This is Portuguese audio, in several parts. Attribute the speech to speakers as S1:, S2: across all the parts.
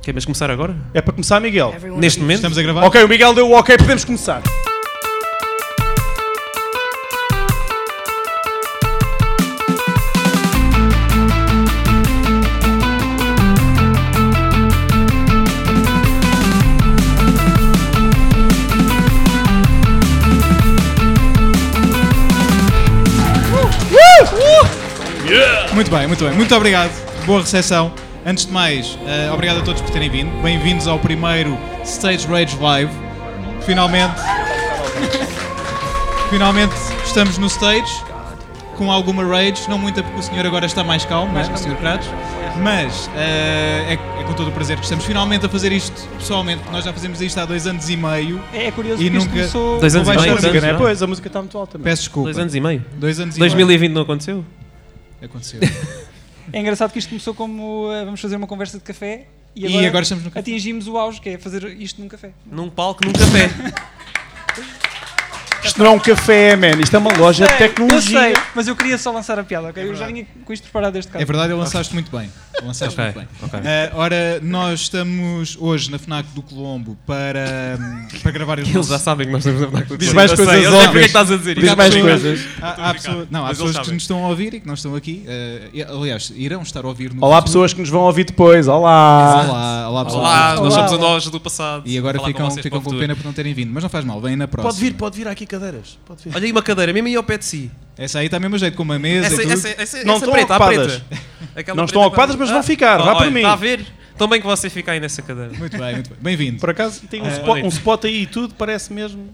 S1: Ok, mas começar agora?
S2: É para começar, Miguel?
S1: Neste momento?
S3: Estamos a gravar?
S2: Ok, o Miguel deu o ok, podemos começar.
S3: Muito bem, muito bem. Muito obrigado. Boa recepção. Antes de mais, eh, obrigado a todos por terem vindo. Bem-vindos ao primeiro Stage Rage Live. Finalmente. Finalmente estamos no stage. Com alguma rage, não muita porque o senhor agora está mais calmo, mais que o senhor Kratos. Mas eh, é, é com todo o prazer que estamos finalmente a fazer isto pessoalmente. Nós já fazemos isto há dois anos e meio.
S2: É, é curioso
S3: E
S2: que isto
S3: nunca-
S2: começou...
S1: Dois anos
S2: com
S1: e
S2: baixa
S1: meio,
S2: música,
S1: tantos,
S2: né?
S1: já.
S2: Pois, a música está muito alta. mesmo.
S3: Peço desculpa.
S1: Dois anos e meio.
S3: Dois anos e
S1: 2020 não aconteceu?
S3: meio. Aconteceu.
S2: É engraçado que isto começou como ah, vamos fazer uma conversa de café e
S3: E
S2: agora,
S3: agora estamos no café.
S2: atingimos o auge, que é fazer isto num café.
S1: Num palco, num café.
S4: Isto não é um café, man. Isto é uma loja de
S2: Sei, Eu sei,
S4: tecnologia.
S2: mas eu queria só lançar a piada, ok? eu já vinha com isto preparado desde
S1: Tá
S2: cá.
S3: É verdade, lançaste muito bem. Lançaste
S1: Ok,
S3: muito bem.
S1: ok.
S3: Ah, ora, nós estamos hoje na FNAC do Colombo para, hum, para gravar os
S1: Eles
S3: nossos...
S1: já sabem que nós estamos a falar com
S4: Diz mais coisas
S1: Eu sei porque é que
S4: óbvias.
S1: estás a dizer
S4: Diz
S1: isto.
S4: mais
S3: Há
S4: coisas.
S3: pessoas- Há, há pessoas- não, há
S1: Mas eles
S3: pessoas que
S1: sabem.
S3: nos estão a ouvir e que não estão aqui. ah, e- aliás, irão estar a ouvir no
S4: Olá,
S3: futuro.
S4: pessoas que nos vão ouvir depois. Olá.
S3: Olá, olá, pessoas.
S1: Olá,
S2: Olá,
S1: nós somos a
S2: olá.
S1: nós do passado.
S3: E agora
S1: Falar com
S3: ficam,
S1: vocês
S3: ficam
S1: para o
S3: com
S1: futuro.
S3: pena por não terem vindo. Mas não faz mal, vêm na próxima.
S5: Pode vir, pode vir, há aqui cadeiras. Pode vir.
S1: Olha aí uma cadeira, mesmo aí ao pé de si.
S3: Essa aí está mesmo a jeito, com uma mesa
S1: Essa,
S3: e tudo.
S1: essa, essa,
S4: Não
S1: essa
S4: estão
S1: preta,
S4: ocupadas.
S1: a preta. Aquela
S4: Não
S1: preta é
S4: estão ocupadas, mas
S1: quase.
S4: vão ficar. Vá
S1: Ah, olha,
S4: por mim.
S1: Está a ver? Tão bem que você fica aí nessa cadeira.
S3: Muito bem, muito bem. Bem-vindo.
S4: Por acaso tem um,
S1: É.
S4: spot, um spot aí e tudo, parece mesmo.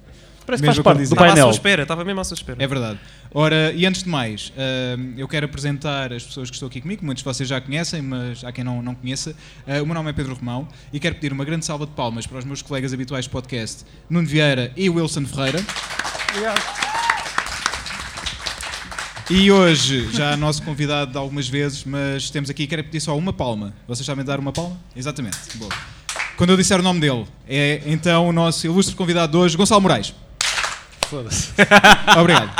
S4: Parece que
S3: Mesmo
S4: faz parte
S3: condição.
S4: do
S1: Estava à sua
S4: painel.
S1: espera, estava mesmo à sua espera.
S3: É verdade. Ora, e antes de mais, hum, eu quero apresentar as pessoas que estão aqui comigo, muitos de vocês já conhecem, mas há quem não, não conheça. Ah, o meu nome é Pedro Romão e quero pedir uma grande salva de palmas para os meus colegas habituais de podcast, Nuno Vieira e Wilson Ferreira.
S2: Obrigado.
S3: E hoje, já nosso convidado de algumas vezes, mas temos aqui, quero pedir só uma palma. Vocês sabem dar uma palma? Exatamente. Boa. Quando eu disser o nome dele, é então o nosso ilustre convidado de hoje, Gonçalo Moraes. Foda-se. Obrigado.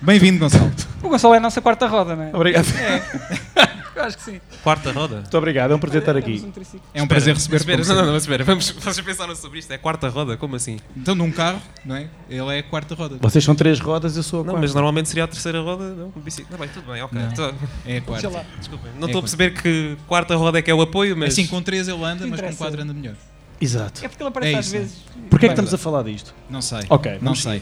S3: Bem-vindo, Gonçalo.
S2: O Gonçalo é a nossa quarta roda, não é?
S4: Obrigado.
S3: Oh.
S2: Eu acho que sim.
S1: Quarta roda.
S4: Muito obrigado, é um prazer estar
S2: Temos
S4: aqui.
S2: um triciclo.
S3: É um prazer receber-te.
S1: Espera,
S3: como
S1: não,
S3: sempre.
S1: não, não, mas espera. Vamos, vocês pensaram sobre isto. É quarta roda? Como assim?
S3: Então, num carro, não é? Ele é a quarta roda.
S4: Vocês são três rodas, eu sou a
S1: Não,
S4: quarta.
S1: mas normalmente seria a terceira roda. Não, com bicicleta. Não, bem, tudo bem, ok.
S3: Não.
S1: Tô-
S3: É a
S2: Sei lá.
S3: quarta.
S1: desculpem. Não estou a
S3: É quando-
S1: perceber que quarta roda é que é o apoio, mas.
S3: Assim, com três ele anda, mas com
S2: Interessa.
S3: quatro anda melhor.
S4: Exato.
S2: É porque ele aparece
S3: É
S2: às
S3: isso, não é?
S2: vezes.
S4: Porquê é que
S2: Bem,
S4: estamos a falar disto?
S3: Não sei.
S4: Ok,
S3: Não
S4: vamos
S3: sei.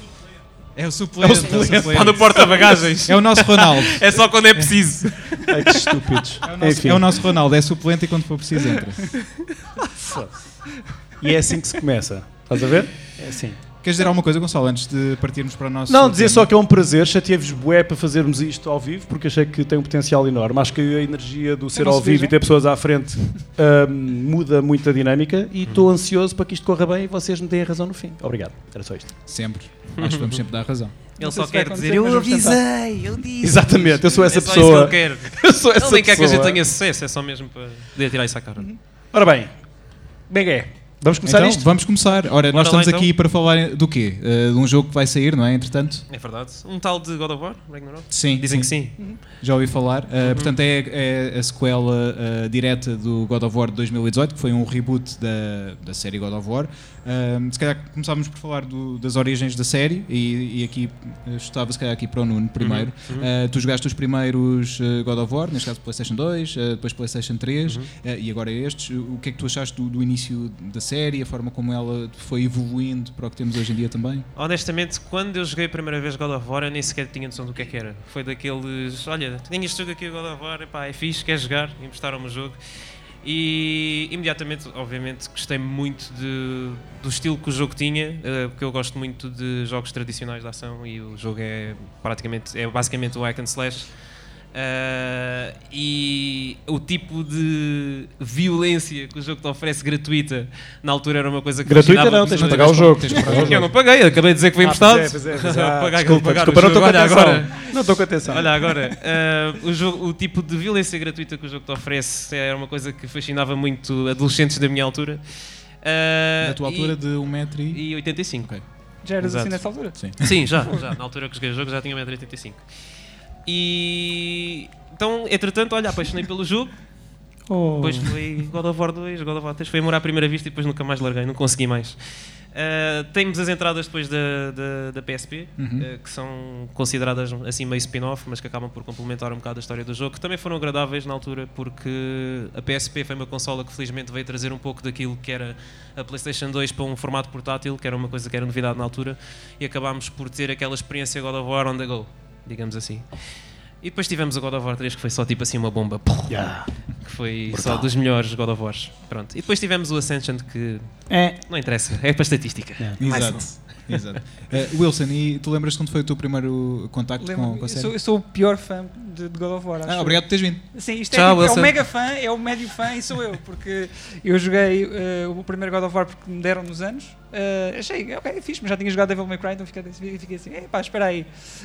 S3: É o suplente. É o,
S1: Pá, no
S3: suplente.
S1: porta-bagagens.
S3: É o nosso Ronaldo.
S1: É só quando é preciso.
S4: Ai, que estúpidos.
S3: É o nosso-
S4: Enfim,
S3: é o nosso Ronaldo, é suplente e quando for preciso entra.
S4: e é assim que se começa. Estás a ver? É assim.
S3: Queres dizer alguma coisa, Gonçalo, antes de partirmos para o nosso.
S4: Não, dizer só que é um prazer, chateei-vos bué para fazermos isto ao vivo, porque achei que tem um potencial enorme. Acho que a energia do ser
S2: não
S4: ao
S2: se diz,
S4: vivo
S1: né?
S4: e
S2: é?
S4: ter pessoas à frente hum, muda muito a dinâmica
S1: Hum.
S4: e estou ansioso para que isto corra bem e vocês me deem a razão no fim. Obrigado. Era só isto.
S3: Sempre. Acho que vamos sempre dar razão.
S1: Ele
S2: sei
S1: só
S2: se vai
S1: quer dizer.
S2: acontecer, mas
S1: Eu
S2: vamos tentar."
S1: avisei, eu disse.
S4: Exatamente, eu sou essa
S1: é só
S4: pessoa.
S1: Isso que ele quer.
S4: eu sou essa
S1: Ele nem quer que a gente
S4: pessoa.
S1: tenha sucesso, é só mesmo para poder tirar isso à cara.
S2: Uhum.
S4: Ora bem, como é que é? Vamos começar
S3: então,
S4: isto?
S3: vamos começar. Ora,
S1: lá,
S3: nós estamos
S1: então.
S3: aqui para falar do quê? Eh, de um jogo que vai sair, não é? Entretanto.
S1: É verdade. Um tal de God of War, Ragnarok?
S3: Sim.
S1: Dizem que sim.
S3: Já ouvi falar. Eh, Portanto, é, é a sequela eh, direta do God of War de 2018, que foi um reboot da, da série God of War. Ahm, se calhar começávamos por falar do- das origens da série, e, e aqui ah, estava se calhar aqui para o Nuno primeiro. Eh, tu jogaste os primeiros eh, God of War, neste caso PlayStation 2, eh, depois PlayStation 3, eh, e agora estes. O que é que tu achaste do, do início da série, a forma como ela foi evoluindo para o que temos hoje em dia também?
S1: Honestamente, quando eu joguei a primeira vez God of War, eu nem sequer tinha noção do que é que era. Foi daqueles, olha, tenho este jogo aqui, o God of War, epá, é fixe, quer jogar? E Emprestaram-me o jogo. E imediatamente, obviamente, gostei muito de- do estilo que o jogo tinha, eh, porque eu gosto muito de jogos tradicionais de ação e o jogo é praticamente, é basicamente o hack and slash. Ah, e o tipo de violência que o jogo te oferece gratuita na altura era uma coisa que
S4: Gratuita
S1: fascinava-
S4: não, tens de pagar o jogo.
S3: Tens de pagar o
S1: é, Eu não paguei, acabei de dizer que foi
S4: Ah, pois
S1: emprestado.
S4: é, pois é, pois é.
S1: Pagar,
S4: Ah,
S1: vou
S4: Desculpa,
S1: pagar
S4: desculpa,
S1: o
S4: não estou
S1: jogo.
S4: com
S1: Olha
S4: atenção.
S1: agora,
S4: Não estou com atenção.
S1: olha agora, ah, o, jogo- o tipo de violência gratuita que o jogo te oferece é, era uma coisa que fascinava muito adolescentes da minha altura. Ah,
S3: Da tua altura de 1 metro e...
S1: E, e 85.
S3: Ok.
S2: Já eras assim
S1: Exato.
S2: nessa altura?
S3: Sim.
S1: Sim, já, já. Na altura que joguei o jogo já tinha 1,85m. E. Então, entretanto, olha, apaixonei pelo jogo.
S4: Oh.
S1: Depois foi God of War 2, God of War 3, foi amor à primeira vista e depois nunca mais larguei, não consegui mais. Ah, temos as entradas depois da, da, da PSP, ah, que são consideradas assim meio spin-off, mas que acabam por complementar um bocado a história do jogo, que também foram agradáveis na altura, porque a PSP foi uma consola que felizmente veio trazer um pouco daquilo que era a PlayStation 2 para um formato portátil, que era uma coisa que era novidade na altura, e acabámos por ter aquela experiência God of War on the go, digamos assim. E depois tivemos o God of War 3, que foi só tipo assim uma bomba.
S4: Yeah.
S1: Que foi só dos melhores God of Wars. Pronto. E depois tivemos o Ascension, que
S4: É.
S1: não interessa, é para estatística.
S3: Exato. Exato. Eh, Wilson, e tu lembras quando foi o teu primeiro contacto com,
S2: Lembro-me,
S3: com a
S2: eu,
S3: série?
S2: sou, eu sou o pior fã de, de God of War. acho
S3: Ah,
S2: eu.
S3: obrigado por teres vindo.
S2: Sim, isto é,
S1: Tchau,
S2: tipo, é
S1: Wilson.
S2: o mega fã, é o médio fã e sou eu, porque eu joguei eh, o primeiro God of War porque me deram nos anos. Eh, achei, ok, fixe, mas já tinha jogado Devil May Cry, então fiquei, fiquei assim, eh, pá, espera aí.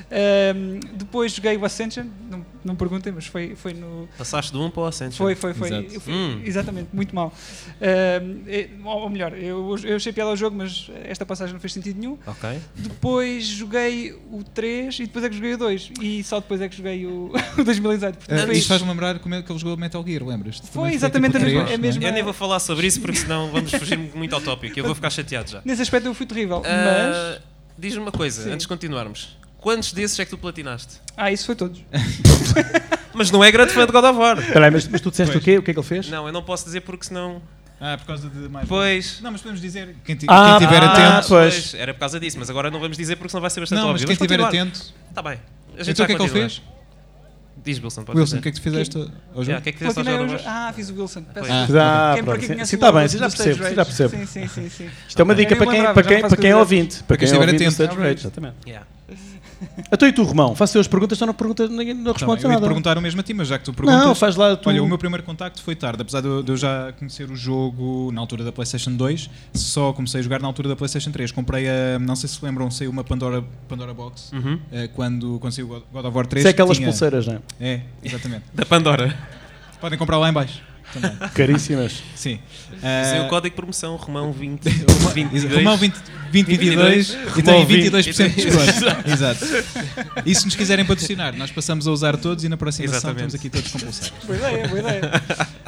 S2: Ahm, depois joguei o Ascension, não, não perguntem, mas foi, foi no.
S1: Passaste de um para o Ascension.
S2: Foi, foi, foi.
S3: Exato.
S2: eu fui-
S1: Hum.
S2: Exatamente, muito mal. Ahm, eh, ou ou melhor, eu, eu achei piada ao jogo, mas esta passagem não fez sentido nenhum.
S1: Ok.
S2: Depois joguei o 3 e depois é que joguei o 2. E só depois é que joguei o, o 2018. Portanto,
S3: Eh,
S2: foi
S3: isto faz-me lembrar como é que ele jogou Metal Gear, lembras-te?
S2: Foi
S3: Também
S2: exatamente
S3: tipo
S2: a mesma-
S3: três,
S2: a
S3: não é?
S2: mesma-
S1: Eu nem vou falar sobre isso porque senão vamos fugir muito ao tópico. Eu vou ficar chateado já.
S2: Nesse aspecto eu fui terrível, mas...
S1: Ah, Diz-me uma coisa,
S2: Sim.
S1: antes de continuarmos. Quantos desses é que tu platinaste?
S2: Ah, isso foi todos.
S1: Mas não é grande fã de God of War.
S4: Espera aí, mas, mas tu disseste o quê? O que é que ele fez?
S1: Não, eu não posso dizer porque senão.
S3: Ah, por causa de mais.
S1: Pois.
S3: Não, mas podemos dizer. Quem, ti-
S4: Ah,
S3: quem tiver
S4: ah,
S3: atento.
S4: pois.
S1: Era por causa disso, mas agora não vamos dizer porque senão vai ser bastante
S3: Não, mas
S1: óbvio.
S3: quem
S1: Vamos
S3: estiver
S1: continuar.
S3: atento.
S1: Tá bem. A gente
S3: Então o que
S1: vai
S3: é que ele
S1: continuar.
S3: fez?
S1: Diz Wilson, pode
S3: Wilson, o
S1: dizer.
S3: que é que tu fizeste ao
S1: Yeah, o
S3: jogo?
S1: que é que fizeste ao
S2: Platinei
S1: jogo?
S2: o
S1: Vasco?
S2: jo- Ah, fiz o Wilson. Peço
S1: Ah,
S2: desculpa.
S4: Ah,
S2: Quem por
S4: pronto.
S2: aqui
S4: Sim,
S2: conhece
S4: está
S2: o
S4: bem,
S2: Wilson
S4: sim, já
S2: do
S4: percebo,
S2: Stage
S4: sim, já
S2: Rage.
S4: percebo.
S2: Sim, sim, sim. sim.
S4: Isto é uma
S2: Ok.
S4: dica
S2: Eu
S4: para quem,
S2: lembrava,
S4: para
S2: já
S4: quem,
S2: não
S4: para quem é
S2: faço ideia.
S4: ouvinte. Para
S3: quem
S4: quem é
S3: estiver
S4: ouvinte do
S3: atento.
S4: Stage Rage,
S3: Ah.
S4: exatamente.
S1: Yeah.
S4: Então e tu, Romão? Faço eu as perguntas, só não, pergunta, ninguém- não
S3: Tá bem,
S4: respondes
S3: eu ia te
S4: nada.
S3: perguntar o mesmo a ti, mas já que tu perguntas.
S4: Não, faz lá tu.
S3: Olha, o meu primeiro contacto foi tarde, apesar de eu, de eu já conhecer o jogo na altura da PlayStation 2, só comecei a jogar na altura da PlayStation 3. Comprei a, não sei se lembram, saiu uma Pandora, Pandora Box eh, quando consegui o God- God of War 3.
S4: Isso é aquelas
S3: tinha-
S4: pulseiras, não é?
S3: É, exatamente.
S1: Da Pandora.
S3: Podem comprar lá em baixo também.
S4: Caríssimas.
S3: Sim.
S1: Esse é
S3: Eh,
S1: o código de promoção Romão 20.
S3: Exa-
S1: 22.
S3: Romão 20, 2022 e tem
S4: Romão
S3: 22% de desconto. Exato. E se nos quiserem patrocinar, nós passamos a usar todos e na próxima sessão
S1: Exatamente.
S3: estamos aqui todos com pulseiras.
S2: Boa ideia, boa ideia.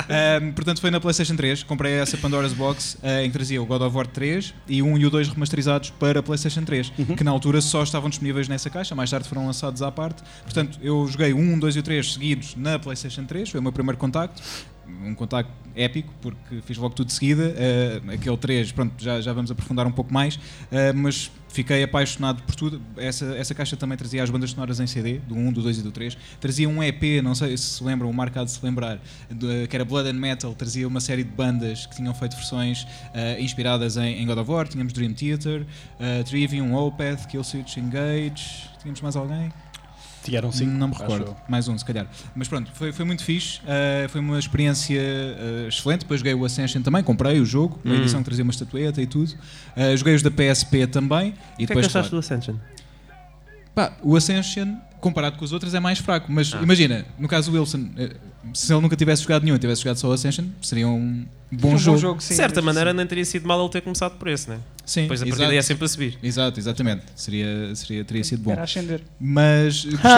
S3: Ahm, portanto, foi na PlayStation 3. Comprei essa Pandora's Box ah, em que trazia o God of War 3 e o 1 e o 2 remasterizados para a PlayStation 3, que na altura só estavam disponíveis nessa caixa. Mais tarde foram lançados à parte. Portanto, eu joguei o 1, 2 e o 3 seguidos na PlayStation 3. Foi o meu primeiro contacto. Um contacto épico, porque fiz logo tudo de seguida. Ah, aquele 3, pronto, já, já vamos aprofundar um pouco mais. Ah, mas fiquei apaixonado por tudo. Essa, essa caixa também trazia as bandas sonoras em CD, do 1, do 2 e do 3. Trazia um EP, não sei se se lembram, o marcado se lembrar, do- que era Blood and Metal. Trazia uma série de bandas que tinham feito versões ah, inspiradas em, em God of War. Tínhamos Dream Theater, ah, Trivium, Opeth, Killswitch Engage. Tínhamos mais alguém?
S4: Tiraram cinco.
S3: não me
S4: acho
S3: recordo.
S4: eu.
S3: Mais um, se calhar. Mas pronto, foi, foi muito fixe. eh, foi uma experiência eh, excelente. Depois joguei o Ascension também, comprei o jogo,
S4: Hum.
S3: a edição que trazia uma estatueta e tudo. Eh, joguei os da PSP também.
S1: O que é que
S3: E depois,
S1: achaste do
S3: claro,
S1: Ascension?
S3: pá, o Ascension, comparado com os outros, é mais fraco.
S1: Ah.
S3: Mas imagina, no caso do Wilson, eh, se ele nunca tivesse jogado nenhum e tivesse jogado só o Ascension, seria um bom,
S2: Foi um
S3: jogo.
S1: De
S2: sim.
S1: certa maneira, não teria sido mal ele ter começado por esse, né?
S3: Sim,
S1: Depois a partir
S3: exato.
S1: daí é sempre a subir.
S3: Exato, exatamente. Seria, seria, teria sido bom.
S2: Era ascender.
S3: Mas eh, gostei.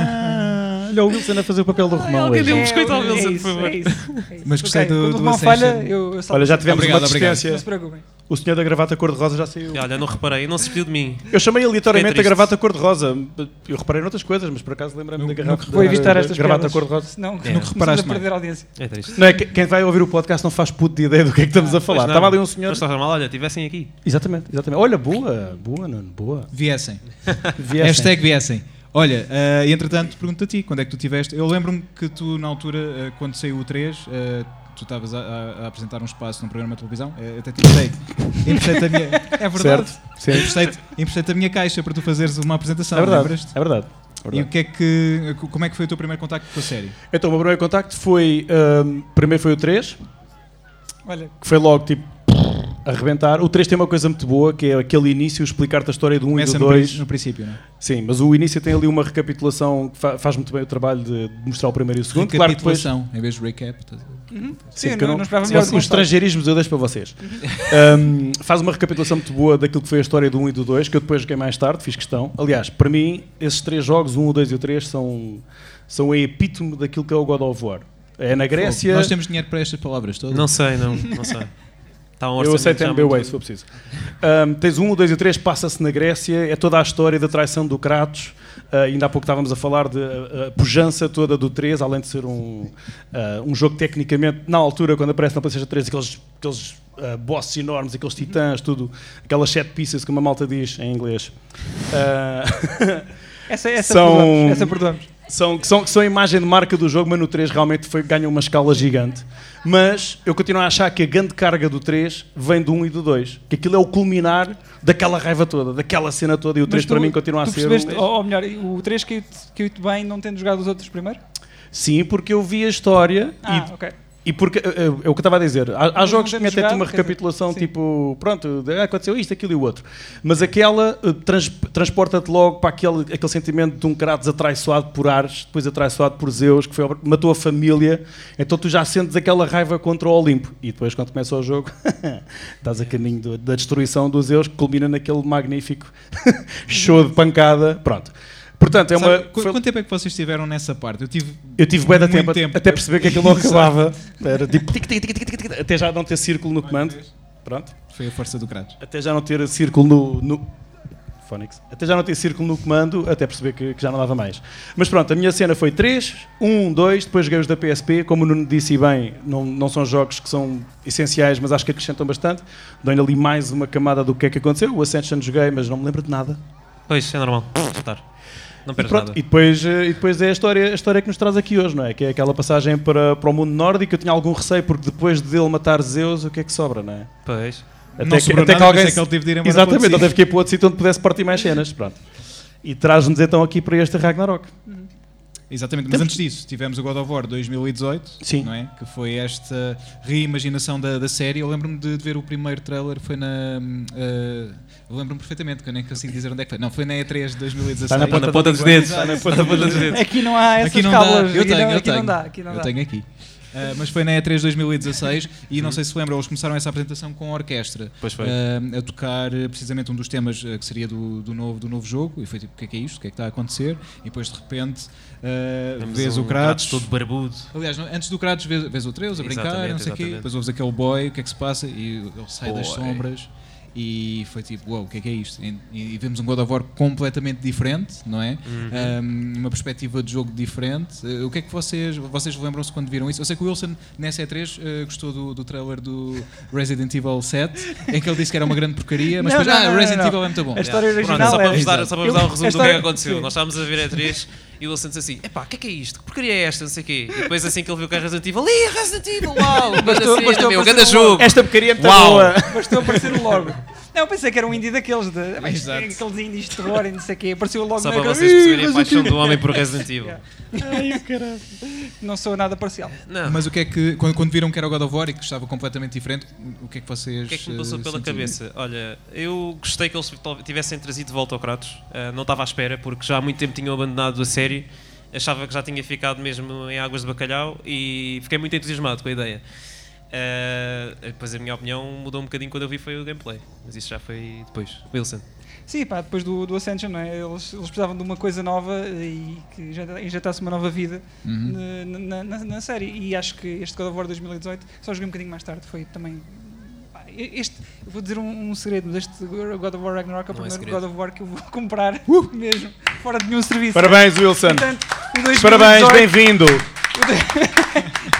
S4: Ah, olha o Wilson a fazer o papel do Romão
S1: alguém
S4: hoje.
S1: deu um biscoito ao
S2: é
S1: Wilson,
S2: isso,
S1: por favor.
S2: é isso, é isso.
S3: Mas gostei
S2: Ok,
S3: do-
S2: quando
S3: do
S2: o Romão
S3: Ascension.
S2: falha, eu, eu salto.
S4: Olha, já tivemos
S3: Obrigado,
S4: uma
S3: obrigado.
S4: assistência.
S2: Não se preocupem.
S4: O senhor da gravata cor-de-rosa já saiu.
S1: E olha, não reparei, não se despediu de mim.
S4: Eu chamei aleatoriamente
S1: Fiquei
S4: a
S1: triste.
S4: gravata cor-de-rosa. Eu reparei noutras coisas, mas por acaso lembrei-me
S3: Não-
S4: da
S3: não
S4: garrafa.
S3: reparei.
S2: Vou evitar
S4: da-
S2: estas
S4: Gravata
S2: piadas,
S4: cor-de-rosa.
S2: Senão começamos
S3: reparaste
S2: a
S3: mais.
S2: perder a audiência.
S1: É triste.
S4: Não é? que- Quem vai ouvir o podcast não faz puto de ideia do que é que estamos a falar.
S1: não.
S4: Estava ali um senhor.
S1: Mas estás normal, olha, tivessem aqui.
S4: Exatamente, exatamente. Olha, boa, boa, Nuno, boa.
S3: Viessem.
S4: Viessem.
S3: Hashtag viessem. Olha, eh, e entretanto, pergunto a ti, quando é que tu tiveste? Eu lembro-me que tu, na altura, eh, quando saiu o 3, eh, tu estavas a, a- a apresentar um espaço num programa de televisão, eh, eu até te emprestei. emprestei a minha... É verdade.
S4: Certo, certo.
S3: Emprestei-te emprestei-te a minha caixa para tu fazeres uma apresentação,
S4: É verdade,
S3: lembras-te?
S4: é verdade.
S3: E o que é que, como é que foi o teu primeiro contacto com a série?
S4: Então, o meu primeiro contacto foi. hum, primeiro foi o 3,
S2: Olha,
S4: que foi logo tipo. a Arrebentar. O 3 tem uma coisa muito boa que é aquele início, explicar-te a história do 1 e
S3: Começa
S4: do
S3: no, prin-
S4: 2.
S3: no princípio, não é?
S4: Sim, mas o início tem ali uma recapitulação que fa- faz muito bem o trabalho de de mostrar o primeiro e o segundo. Claro que depois.
S3: Recapitulação, em vez de recap. tá- estás a ver?
S2: sim,
S4: porque
S2: eu não, não esperava
S4: sim,
S2: melhor.
S4: Os
S2: como estava.
S4: estrangeirismos eu deixo para vocês.
S2: Uhum.
S4: Um, faz uma recapitulação muito boa daquilo que foi a história do 1 e do 2, que eu depois joguei mais tarde, fiz questão. Aliás, para um, mim, esses três jogos, o 1, o 2 e o 3, são, são a epítome daquilo que é o God of War. É na Grécia.
S3: Nós temos dinheiro para estas palavras todas.
S1: Não sei, não, não sei. Está um
S4: é Eu
S1: orçamento
S4: aceito
S1: já
S4: MBWay
S1: muito-
S4: se for preciso. Ahm, tens um, o dois e o três, passa-se na Grécia, é toda a história da traição do Kratos. Ah, ainda há pouco estávamos a falar de ah, a pujança toda do 3, além de ser um, ah, um jogo tecnicamente, na altura, quando aparece na PlayStation 3, aqueles, aqueles ah, bosses enormes, aqueles titãs, tudo, aquelas set pieces, como a malta diz em inglês. Ah,
S2: Essa, essa
S4: São-
S2: perdoamos. Essa perdoamos.
S4: São, que são, que são a imagem de marca do jogo, mas no 3 realmente foi, ganhou uma escala gigante. Mas eu continuo a achar que a grande carga do 3 vem do 1 e do 2. Que aquilo é o culminar daquela raiva toda, daquela cena toda. E o 3
S2: Mas tu-
S4: para mim continua a
S2: tu
S4: ser. um-
S2: percebeste- Ou, ou melhor, o 3 caiu-te caiu bem não tendo jogado os outros primeiro?
S4: Sim, porque eu vi a história
S2: Ah,
S4: e,
S2: ok.
S4: e porque. é- É é o que eu estava a dizer. Há, há
S2: Mas
S4: jogos
S2: não
S4: que metem
S2: temos
S4: uma
S2: jogado, quer
S4: recapitulação
S2: dizer, sim.
S4: tipo, pronto, ah, aconteceu isto, aquilo e o outro. Mas aquela eh, trans- transporta-te logo para aquele, aquele sentimento de um Kratos atraiçoado por Ares, depois atraiçoado por Zeus, que foi, obra- matou a família. Então tu já sentes aquela raiva contra o Olimpo. E depois, quando começa o jogo, estás a caminho do- da destruição dos Zeus, que culmina naquele magnífico show de pancada. Pronto. Portanto, é uma.
S3: Sabe, qu-
S4: foi-
S3: Quanto tempo é que vocês estiveram nessa parte? Eu tive.
S4: eu tive bué de
S3: Muito
S4: tempo,
S3: tempo.
S4: até perceber que aquilo não acabava. Era tipo tic, tic, tic, tic, tic, tic, até já não ter círculo no comando. Pronto.
S3: Foi a força do Kratos.
S4: Até já não ter círculo no, no- Phonics. Até já não ter círculo no comando, até perceber que, que já não dava mais. Mas pronto, a minha cena foi 3, 1, 2, depois joguei os da PSP. Como o Nuno disse e bem, não, não são jogos que são essenciais, mas acho que acrescentam bastante. Dou-lhe ali mais uma camada do que é que aconteceu. O Ascension joguei, mas não me lembro de nada.
S1: Pois, é normal. Voltar. Não
S4: E
S1: perdes
S4: pronto,
S1: nada.
S4: e depois, eh, e depois é a história, a história que nos traz aqui hoje, não é? Que é aquela passagem para, para o mundo nórdico. Eu tinha algum receio, porque depois de ele matar Zeus, o que é que sobra, não é?
S1: Pois.
S3: não
S4: que-
S3: sobrou
S4: até
S3: nada,
S4: que alguém
S3: mas é que
S4: se-
S3: ele teve de ir embora para
S4: Exatamente,
S3: outro
S4: ele teve que ir para outro sítio onde pudesse partir mais cenas. Pronto. E traz-nos então aqui para este Ragnarok.
S3: Exatamente,
S2: Então-
S3: mas antes disso tivemos o God of War 2018,
S4: Sim.
S3: não é? que foi esta reimaginação da, da série. Eu lembro-me de, de ver o primeiro trailer, foi na. hum, eh, eu lembro-me perfeitamente, que eu nem consigo dizer onde é que foi. Não, foi na E3 de 2016.
S4: Está na
S1: Está na
S4: da
S1: ponta dos
S4: língua.
S1: dedos.
S4: Está na
S1: Está na ponta dos dedos.
S2: Aqui não há essas
S3: aqui não
S2: cábulas.
S3: dá. Eu
S2: aqui
S3: tenho,
S2: não,
S3: eu
S2: aqui
S3: tenho.
S2: não dá. Aqui não
S3: eu
S2: dá.
S3: tenho aqui. Ah, mas foi na E3 2016 e não sei se lembram, eles começaram essa apresentação com a orquestra
S1: Pois foi.
S3: ah, a tocar ah, precisamente um dos temas ah, que seria do, do novo, do novo jogo e foi tipo, o que é que é isto? O que é que está a acontecer? E depois de repente ah,
S1: Temos
S3: vês
S1: um
S3: o Kratos,
S1: todo barbudo.
S3: Aliás, não- antes do Kratos vês, vês o Treus a brincar,
S1: Exatamente,
S3: não sei o quê,
S1: exatamente.
S3: depois ouves aquele boy, o que é que se passa, e ele sai das
S1: Boy.
S3: sombras e foi tipo, uau, o que é que é isto? E, e vemos um God of War completamente diferente, não é?
S1: Uhum.
S3: Um, uma perspectiva de jogo diferente. Uh, o que é que vocês, vocês lembram-se quando viram isso? Eu sei que o Wilson, nessa E3, uh, gostou do, do trailer do Resident Evil 7, em que ele disse que era uma grande porcaria, mas
S2: Não,
S3: depois,
S2: não,
S3: ah,
S2: não,
S3: Resident
S2: não, não.
S3: Evil é muito bom.
S2: A história
S1: Pronto,
S2: original
S1: só para
S2: é-
S1: vos dar, só para vos dar um
S2: Eu-
S1: resumo
S2: a
S1: do que é que
S2: história-
S1: aconteceu.
S2: sim.
S1: Nós estávamos a ver a 3 e o Wilson disse assim: epá, o que é que é isto? Que porcaria é esta? Não sei o quê. E depois assim que ele viu que era Resident Evil, ih, Resident Evil, uau! Ganda
S2: Bastou-
S1: cena,
S2: bastou
S1: meu,
S2: aparecer
S1: ganda
S2: um logo.
S1: jogo!
S4: Esta porcaria é muito
S1: Uau!
S4: boa.
S2: Bastou aparecer o logo. Não, eu pensei que era um indie daqueles, de, ah, bem,
S3: Exato.
S2: aqueles indies de terror e não sei o quê. Apareceu logo
S1: Só
S2: na
S1: para
S2: cara,
S1: vocês
S2: "Ih,
S1: perceberem a
S2: mas
S1: paixão
S2: aqui-"
S1: do homem por Resident Evil.
S2: Yeah. Não sou nada parcial.
S1: Não,
S3: Mas o que é que, quando, quando viram que era o God of War e que estava completamente diferente, o que é que vocês.
S1: O que é que me passou
S3: uh,
S1: pela
S3: sentiram?
S1: cabeça? Olha, eu gostei que eles tal- tivessem trazido de volta ao Kratos. Ah, não estava à espera, porque já há muito tempo tinham abandonado a série. Achava que já tinha ficado mesmo em águas de bacalhau e fiquei muito entusiasmado com a ideia. Ah, depois a minha opinião mudou um bocadinho quando eu vi foi o gameplay. Mas isso já foi depois. Wilson.
S2: Sim, pá, depois do, do Ascension, não é? eles, eles precisavam de uma coisa nova e que injeta- injetasse uma nova vida
S1: Uhum.
S2: na, na- na- na série. E acho que este God of War 2018 só joguei um bocadinho mais tarde. Foi também. pá, Este, eu vou dizer um, um segredo, mas este God of War Ragnarok é o
S1: Não é
S2: primeiro
S1: segredo. Uh!
S2: God of War que eu vou comprar mesmo, fora de nenhum serviço.
S4: Parabéns, Wilson.
S2: Portanto, o
S4: Parabéns,
S2: 2018
S4: bem-vindo.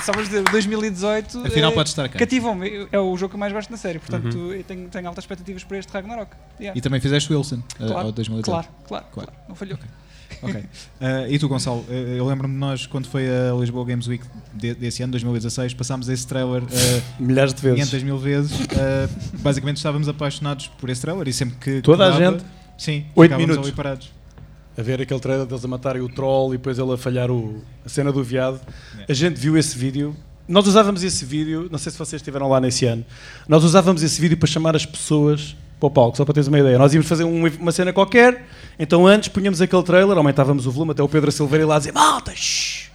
S2: Só vou dizer, o 2018
S3: Afinal,
S2: eh,
S3: pode estar cá. Uhum.
S2: cativou-me. É o jogo que eu mais gosto na série, portanto eu tenho, tenho altas expectativas para este Ragnarok. Yeah.
S3: E também fizeste Wilson uh,
S2: Claro,
S3: ao 2018.
S2: Claro, claro,
S3: Claro.
S2: claro, não falhou.
S3: Ok. Ah, e tu, Gonçalo, eh, eu lembro-me de nós, quando foi a Lisboa Games Week de- desse ano, 2016, passámos esse trailer ah,
S4: Milhares de vezes.
S3: 500 mil vezes. Ah, basicamente estávamos apaixonados por esse trailer e sempre que.
S4: Toda a
S3: que dava-
S4: gente.
S3: Sim,
S4: Oito
S3: ficávamos
S4: minutos.
S3: ali parados.
S4: A ver aquele trailer deles a matarem o troll e depois ele a falhar o, a cena do viado.
S3: É.
S4: A gente viu esse vídeo. Nós usávamos esse vídeo, não sei se vocês estiveram lá nesse ano. Nós usávamos esse vídeo para chamar as pessoas para o palco, só para teres uma ideia. Nós íamos fazer um- uma cena qualquer, então antes punhamos aquele trailer, aumentávamos o volume até o Pedro Silveira ir lá dizer malta, shhh."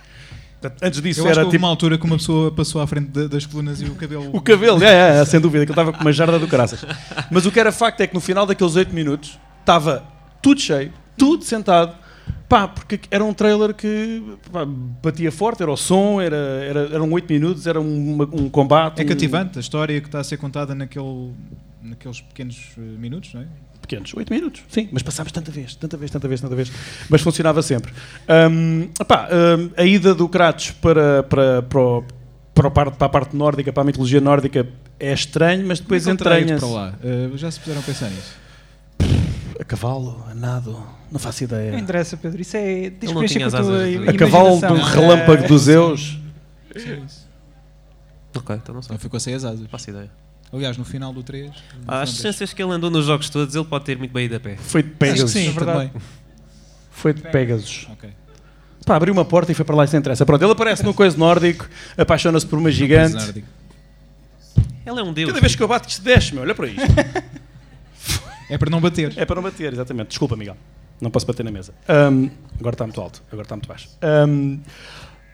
S4: Portanto, Antes disso
S3: Eu acho que
S4: era
S3: houve
S4: tipo
S3: uma altura que uma pessoa passou à frente da- das colunas e o cabelo.
S4: o cabelo, é, é, sem dúvida, que ele estava com uma jarda do caraças. Mas o que era facto é que no final daqueles 8 minutos estava tudo cheio, tudo sentado, Pá, porque era um trailer que pá, batia forte, era o som, era, era, eram 8 minutos, era um, um combate.
S3: É
S4: um-
S3: cativante a história que está a ser contada naquele, naqueles pequenos eh, minutos, não é?
S4: pequenos, 8 minutos, sim, mas passámos tanta vez, tanta vez, tanta vez, tanta vez, mas funcionava sempre. Ahm, opá, ahm, a ida do Kratos para, para, para, o- para, o parte, para a parte nórdica, para a mitologia nórdica, é estranho, mas depois
S3: Como é que ele
S4: entranha
S3: traga-te para lá. Eh, já se puderam pensar nisso.
S4: A cavalo, a nado, não faço
S2: Não
S4: ideia.
S2: interessa, Pedro. Isso é. Tens
S1: Ele
S2: que
S1: não
S2: preencher
S1: tinha
S2: com a
S1: as
S2: tua
S1: asas do-
S4: A
S1: A
S4: cavalo de um
S2: imaginação. né? É,
S4: relâmpago dos Zeus.
S1: Ok, então não sei.
S3: Só ficou sem as asas.
S1: Não faço ideia.
S3: Aliás, no final do 3.
S1: As essências que ele andou nos jogos todos, ele pode ter muito bem ido a pé.
S4: Foi de
S3: Acho que
S4: Pegasus.
S3: sim,
S2: É verdade.
S3: também.
S4: Foi de Pegasus.
S3: Ok.
S4: Pá, abriu uma porta e foi para lá, isso não interessa. Pronto, ele aparece num coisa nórdico, apaixona-se por uma gigante.
S3: Nórdico.
S1: Ele é um deus.
S4: Cada vez que eu bato, isto desce-me, olha para isto.
S3: É para não bater.
S4: É para não bater, exatamente. Desculpa, Miguel. Não posso bater na mesa. Ahm, agora está muito alto, agora está muito baixo. Ahm,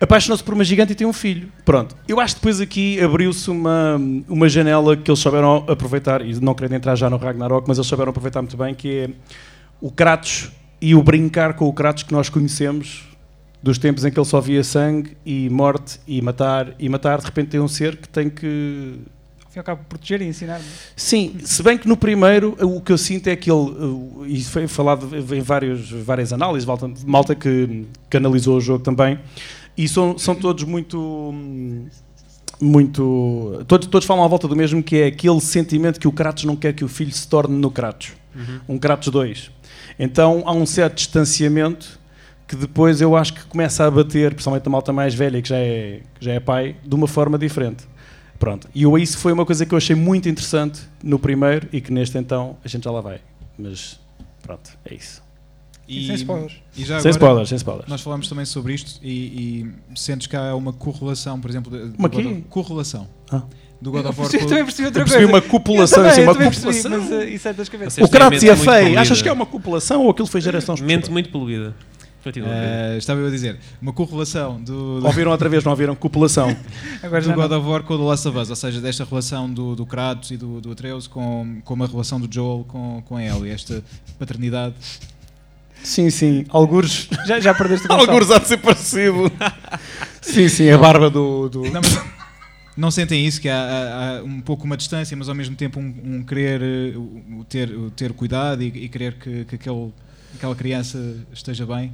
S4: Apaixonou-se por uma gigante e tem um filho. Pronto. Eu acho que depois aqui abriu-se uma, uma janela que eles souberam aproveitar, e não querendo entrar já no Ragnarok, mas eles souberam aproveitar muito bem, que é o Kratos e o brincar com o Kratos que nós conhecemos dos tempos em que ele só via sangue e morte e matar e matar. De repente tem um ser que tem que
S2: Ao fim e ao cabo, proteger e ensinar.
S4: Sim, se bem que no primeiro o que eu sinto é que ele, uh, e isso foi falado em vários, várias análises, malta, malta que, que analisou o jogo também, e são, são todos muito. hum, muito todos, todos falam à volta do mesmo, que é aquele sentimento que o Kratos não quer que o filho se torne no Kratos. Um Kratos 2. Então há um certo distanciamento que depois eu acho que começa a bater, principalmente a malta mais velha, que já é, que já é pai, de uma forma diferente. Pronto, e eu, isso foi uma coisa que eu achei muito interessante no primeiro e que neste então a gente já lá vai. Mas pronto, é isso.
S2: E... Sem spoilers.
S3: E já agora,
S4: sem spoilers, sem spoilers.
S3: Nós falámos também sobre isto e, e sentes que há uma correlação, por exemplo. de- do
S4: Uma
S3: God
S4: quê?
S3: of- Correlação.
S4: Ah.
S3: Do God of War.
S2: Eu também
S3: com-
S2: percebi outra
S4: Eu
S2: coisa.
S4: percebi uma copulação, assim,
S2: eu
S4: uma
S2: também percebi,
S4: copulação.
S2: mas uh, isso é das cabeças.
S1: Vocês
S4: O Kratos
S1: têm
S4: e a
S1: mente muito
S4: Fei,
S1: poluída.
S4: achas que é uma copulação ou aquilo foi geração
S1: Mente
S4: escura?
S1: muito poluída. Continua. Pedro.
S3: Eh, estava eu a dizer. Uma correlação do, do,
S4: Ouviram outra vez, não ouviram? Copulação.
S2: Agora
S3: do
S2: já
S3: God
S2: não.
S3: of War com o The Last of Us, ou seja, desta relação do, do Kratos e do, do Atreus com, com uma relação do Joel com, com a Ellie, esta paternidade.
S4: Sim, sim. Algures.
S2: Já, já perdeste o Gonçalo.
S4: Algures há de ser parecido. sim, sim, a barba do. do...
S3: Não, mas- não sentem isso, que há, há- há um pouco uma distância, mas ao mesmo tempo um, um querer, eh, o, o ter, o ter cuidado e, e querer que, que aquele, aquela criança esteja bem.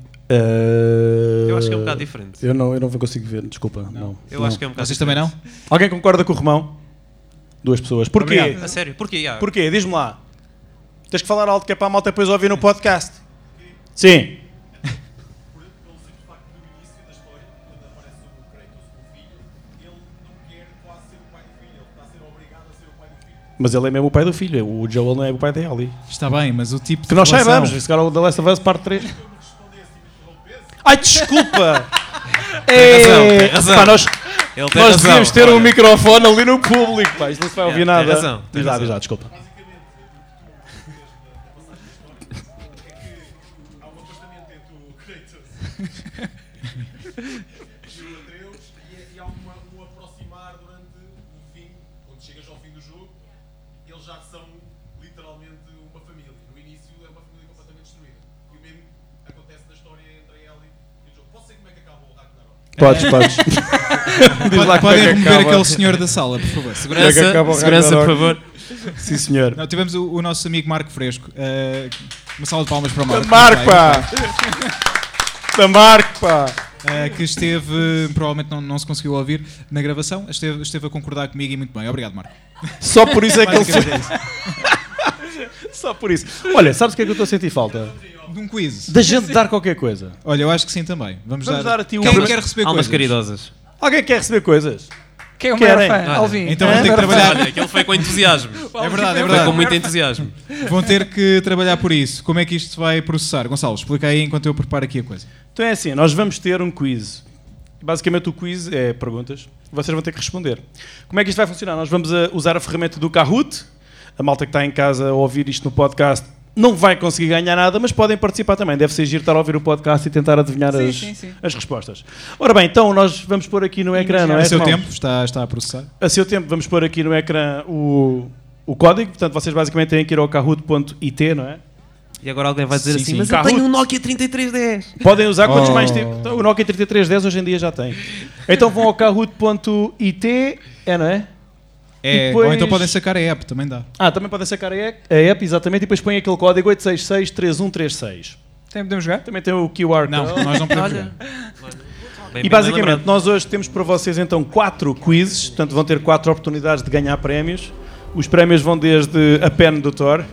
S1: Eu acho que é um bocado diferente.
S4: Eh, Eu não, eu não consigo ver, desculpa. Não.
S1: Eu acho que é um bocado
S3: Vocês também não?
S4: Alguém concorda com o Romão? Duas pessoas. Porquê?
S3: Obrigado.
S1: A sério? Porquê? Ah,
S4: Porquê? Diz-me lá. Tens que falar alto que é para a malta depois ouvir no podcast. Sim. Mas ele é mesmo o pai do filho, o Joel não é o pai da Ellie.
S3: Está bem, mas o tipo de
S4: Que nós
S3: relação-
S4: saibamos, se calhar o The Last of Us parte 3. Ai, desculpa!
S1: razão, tem
S4: Eh,
S1: razão.
S4: pá, nós
S1: Ele tem
S4: nós
S1: razão,
S4: devíamos ter um
S1: olha.
S4: microfone ali no público, pá, isto não se vai
S1: É,
S4: ouvir
S1: tem
S4: nada.
S1: razão, tem
S4: diz lá,
S1: razão.
S4: diz lá, desculpa.
S5: Há um afastamento entre o Kratos e o Atreus e, é- e há uma, um aproximar durante o fim, quando chegas ao fim do jogo, eles já são literalmente uma família. No início é uma família completamente destruída. E o mesmo acontece na história entre a Ellie e o jogo. Posso sei como é que acaba o Ragnarok?
S4: Podes, podes. Diz
S3: Podem
S4: lá como é que
S3: remover
S4: acaba.
S3: aquele senhor da sala, por favor.
S4: Como é que acaba o
S1: Segurança, segurança, por favor.
S4: Sim, senhor.
S3: Não, tivemos o, o nosso amigo Marco Fresco. eh, uma salva de palmas para o Marco.
S4: Marco,
S3: Muito bem.
S4: pá! Da Marco, pá!
S3: Uh, que esteve, provavelmente não, não se conseguiu ouvir na gravação, esteve, esteve a concordar comigo e muito bem. Obrigado, Marco.
S4: Só por isso é que ele foi.
S3: Basicamente é isso.
S4: Só por isso. Olha, sabes o que é que eu estou a sentir falta?
S3: De um quiz.
S4: Da gente dar qualquer coisa.
S3: Olha, eu acho que sim também. Vamos,
S4: Vamos dar a ti
S3: Quem
S4: um- Almas-
S3: quer receber
S1: Almas
S3: coisas?
S1: caridosas.
S4: Alguém quer receber coisas?
S2: Quem é o maior
S4: Querem?
S2: fã?
S1: Olha,
S2: Alvin.
S3: Então vão ter que
S1: Olha,
S3: trabalhar.
S1: aquele foi com entusiasmo.
S3: É verdade, é
S1: Foi com
S3: verdade.
S1: muito entusiasmo.
S3: Vão ter que trabalhar por isso. Como é que isto se vai processar? Gonçalo, explica aí enquanto eu preparo aqui a coisa.
S4: Então é assim, nós vamos ter um quiz. Basicamente o quiz é perguntas. Vocês vão ter que responder. Como é que isto vai funcionar? Nós vamos a- usar a ferramenta do Kahoot. A malta que está em casa a ouvir isto no podcast não vai conseguir ganhar nada, mas podem participar também. Deve ser giro estar a ouvir o podcast e tentar adivinhar
S2: Sim,
S4: as,
S2: sim, sim.
S4: as respostas. Ora bem, então nós vamos pôr aqui no ecrã, não é?
S3: O seu
S4: Tomás?
S3: tempo está, está a processar.
S4: A seu tempo, vamos pôr aqui no ecrã o, o código. Portanto, vocês basicamente têm que ir ao kahoot.it, não é?
S1: E agora alguém vai dizer
S3: Sim,
S1: assim,
S3: sim.
S1: mas
S4: Carro-
S1: eu tenho um Nokia 3310.
S4: Podem usar quantos
S3: Oh.
S4: mais tempo. Então, o Nokia 3310 hoje em dia já tem. Então vão ao kahoot.it, é, não é?
S3: É,
S4: E depois-
S3: Ou então podem sacar a app, também dá.
S4: Ah, também podem sacar a app, a app, exatamente, e depois põem aquele código 866-3136.
S2: Tem, podemos jogar?
S4: Também tem o QR
S3: Não,
S4: Code.
S3: nós não podemos
S1: Olha.
S3: jogar.
S1: Bem,
S4: E
S1: bem
S4: basicamente,
S1: é lembrado.
S4: nós hoje temos para vocês então quatro quizzes, portanto vão ter quatro oportunidades de ganhar prémios. Os prémios vão desde a pen do Thor,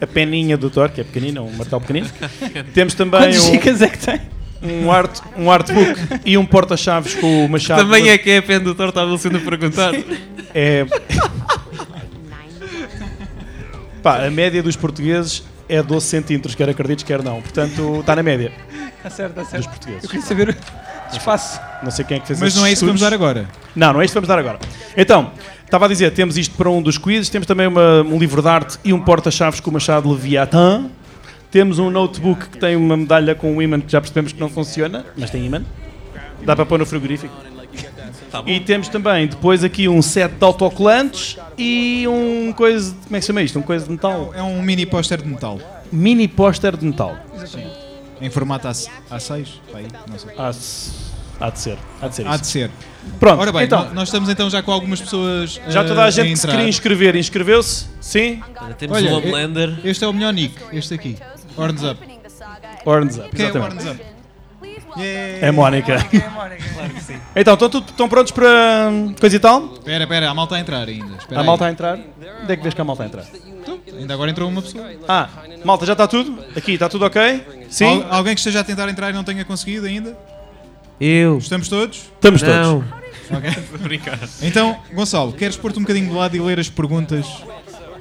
S4: a peninha do Thor, que é pequenina, um martelo pequenino. Temos também
S2: Quantas
S4: um,
S2: dicas é que tem?
S4: um, art, um artbook e um porta-chaves com uma chave.
S1: Também é que é a pena do Thor estava sendo perguntado.
S4: É- Pá, a média dos portugueses é 12 centímetros, quer acredites, quer não. Portanto, está na média
S2: Está Tá certo, está
S4: dos
S2: certo. Eu
S4: portugueses.
S2: queria saber o espaço.
S4: Não sei quem é que fez
S3: Mas
S4: esses
S3: não é isso que vamos
S4: estudos.
S3: dar agora.
S4: Não, não é isto que vamos dar agora. Então, estava a dizer, temos isto para um dos quizzes, temos também uma- um livro de arte e um porta-chaves com o Machado Leviathan. Temos um notebook que tem uma medalha com um imã que já percebemos que não funciona, mas tem imã. Dá para pôr no frigorífico.
S3: Tá
S4: E temos também depois aqui um set de autocolantes e um coisa, de- como é que se chama isto? Um coisa de metal.
S3: É um mini póster de metal.
S4: Mini póster de metal.
S3: Em formato A- A6? Está aí? Não sei.
S4: Há de, se- há de ser, há de ser
S3: Há
S4: isso.
S3: de ser.
S4: Pronto,
S3: Ora bem,
S4: então,
S3: no- nós estamos então já com algumas pessoas.
S4: já
S3: eh,
S4: toda a gente que se
S3: entrar.
S4: queria inscrever, inscreveu-se? Sim?
S1: Temos
S3: Olha,
S1: o Homelander.
S3: Este é o melhor nick, este aqui. Horns Up.
S4: Horns up,
S3: Quem é o
S4: exatamente.
S3: Horns Up? Eh,
S4: É Mónica.
S2: Claro que sim.
S4: Então, estão, tudo- estão prontos para hum, coisa e tal?
S3: Espera, espera, a malta a entrar ainda. Espera
S4: A
S3: aí.
S4: malta a entrar? Onde é que vês que a malta a entrar?
S3: Ainda agora entrou uma pessoa.
S4: Ah, malta, já está tudo? Aqui, está tudo ok? Sim?
S3: Al- alguém que esteja a tentar entrar e não tenha conseguido ainda?
S1: Eu.
S3: Estamos todos?
S4: Estamos todos.
S1: Não.
S3: Ok. Então, Gonçalo, queres pôr-te um bocadinho de lado e ler as perguntas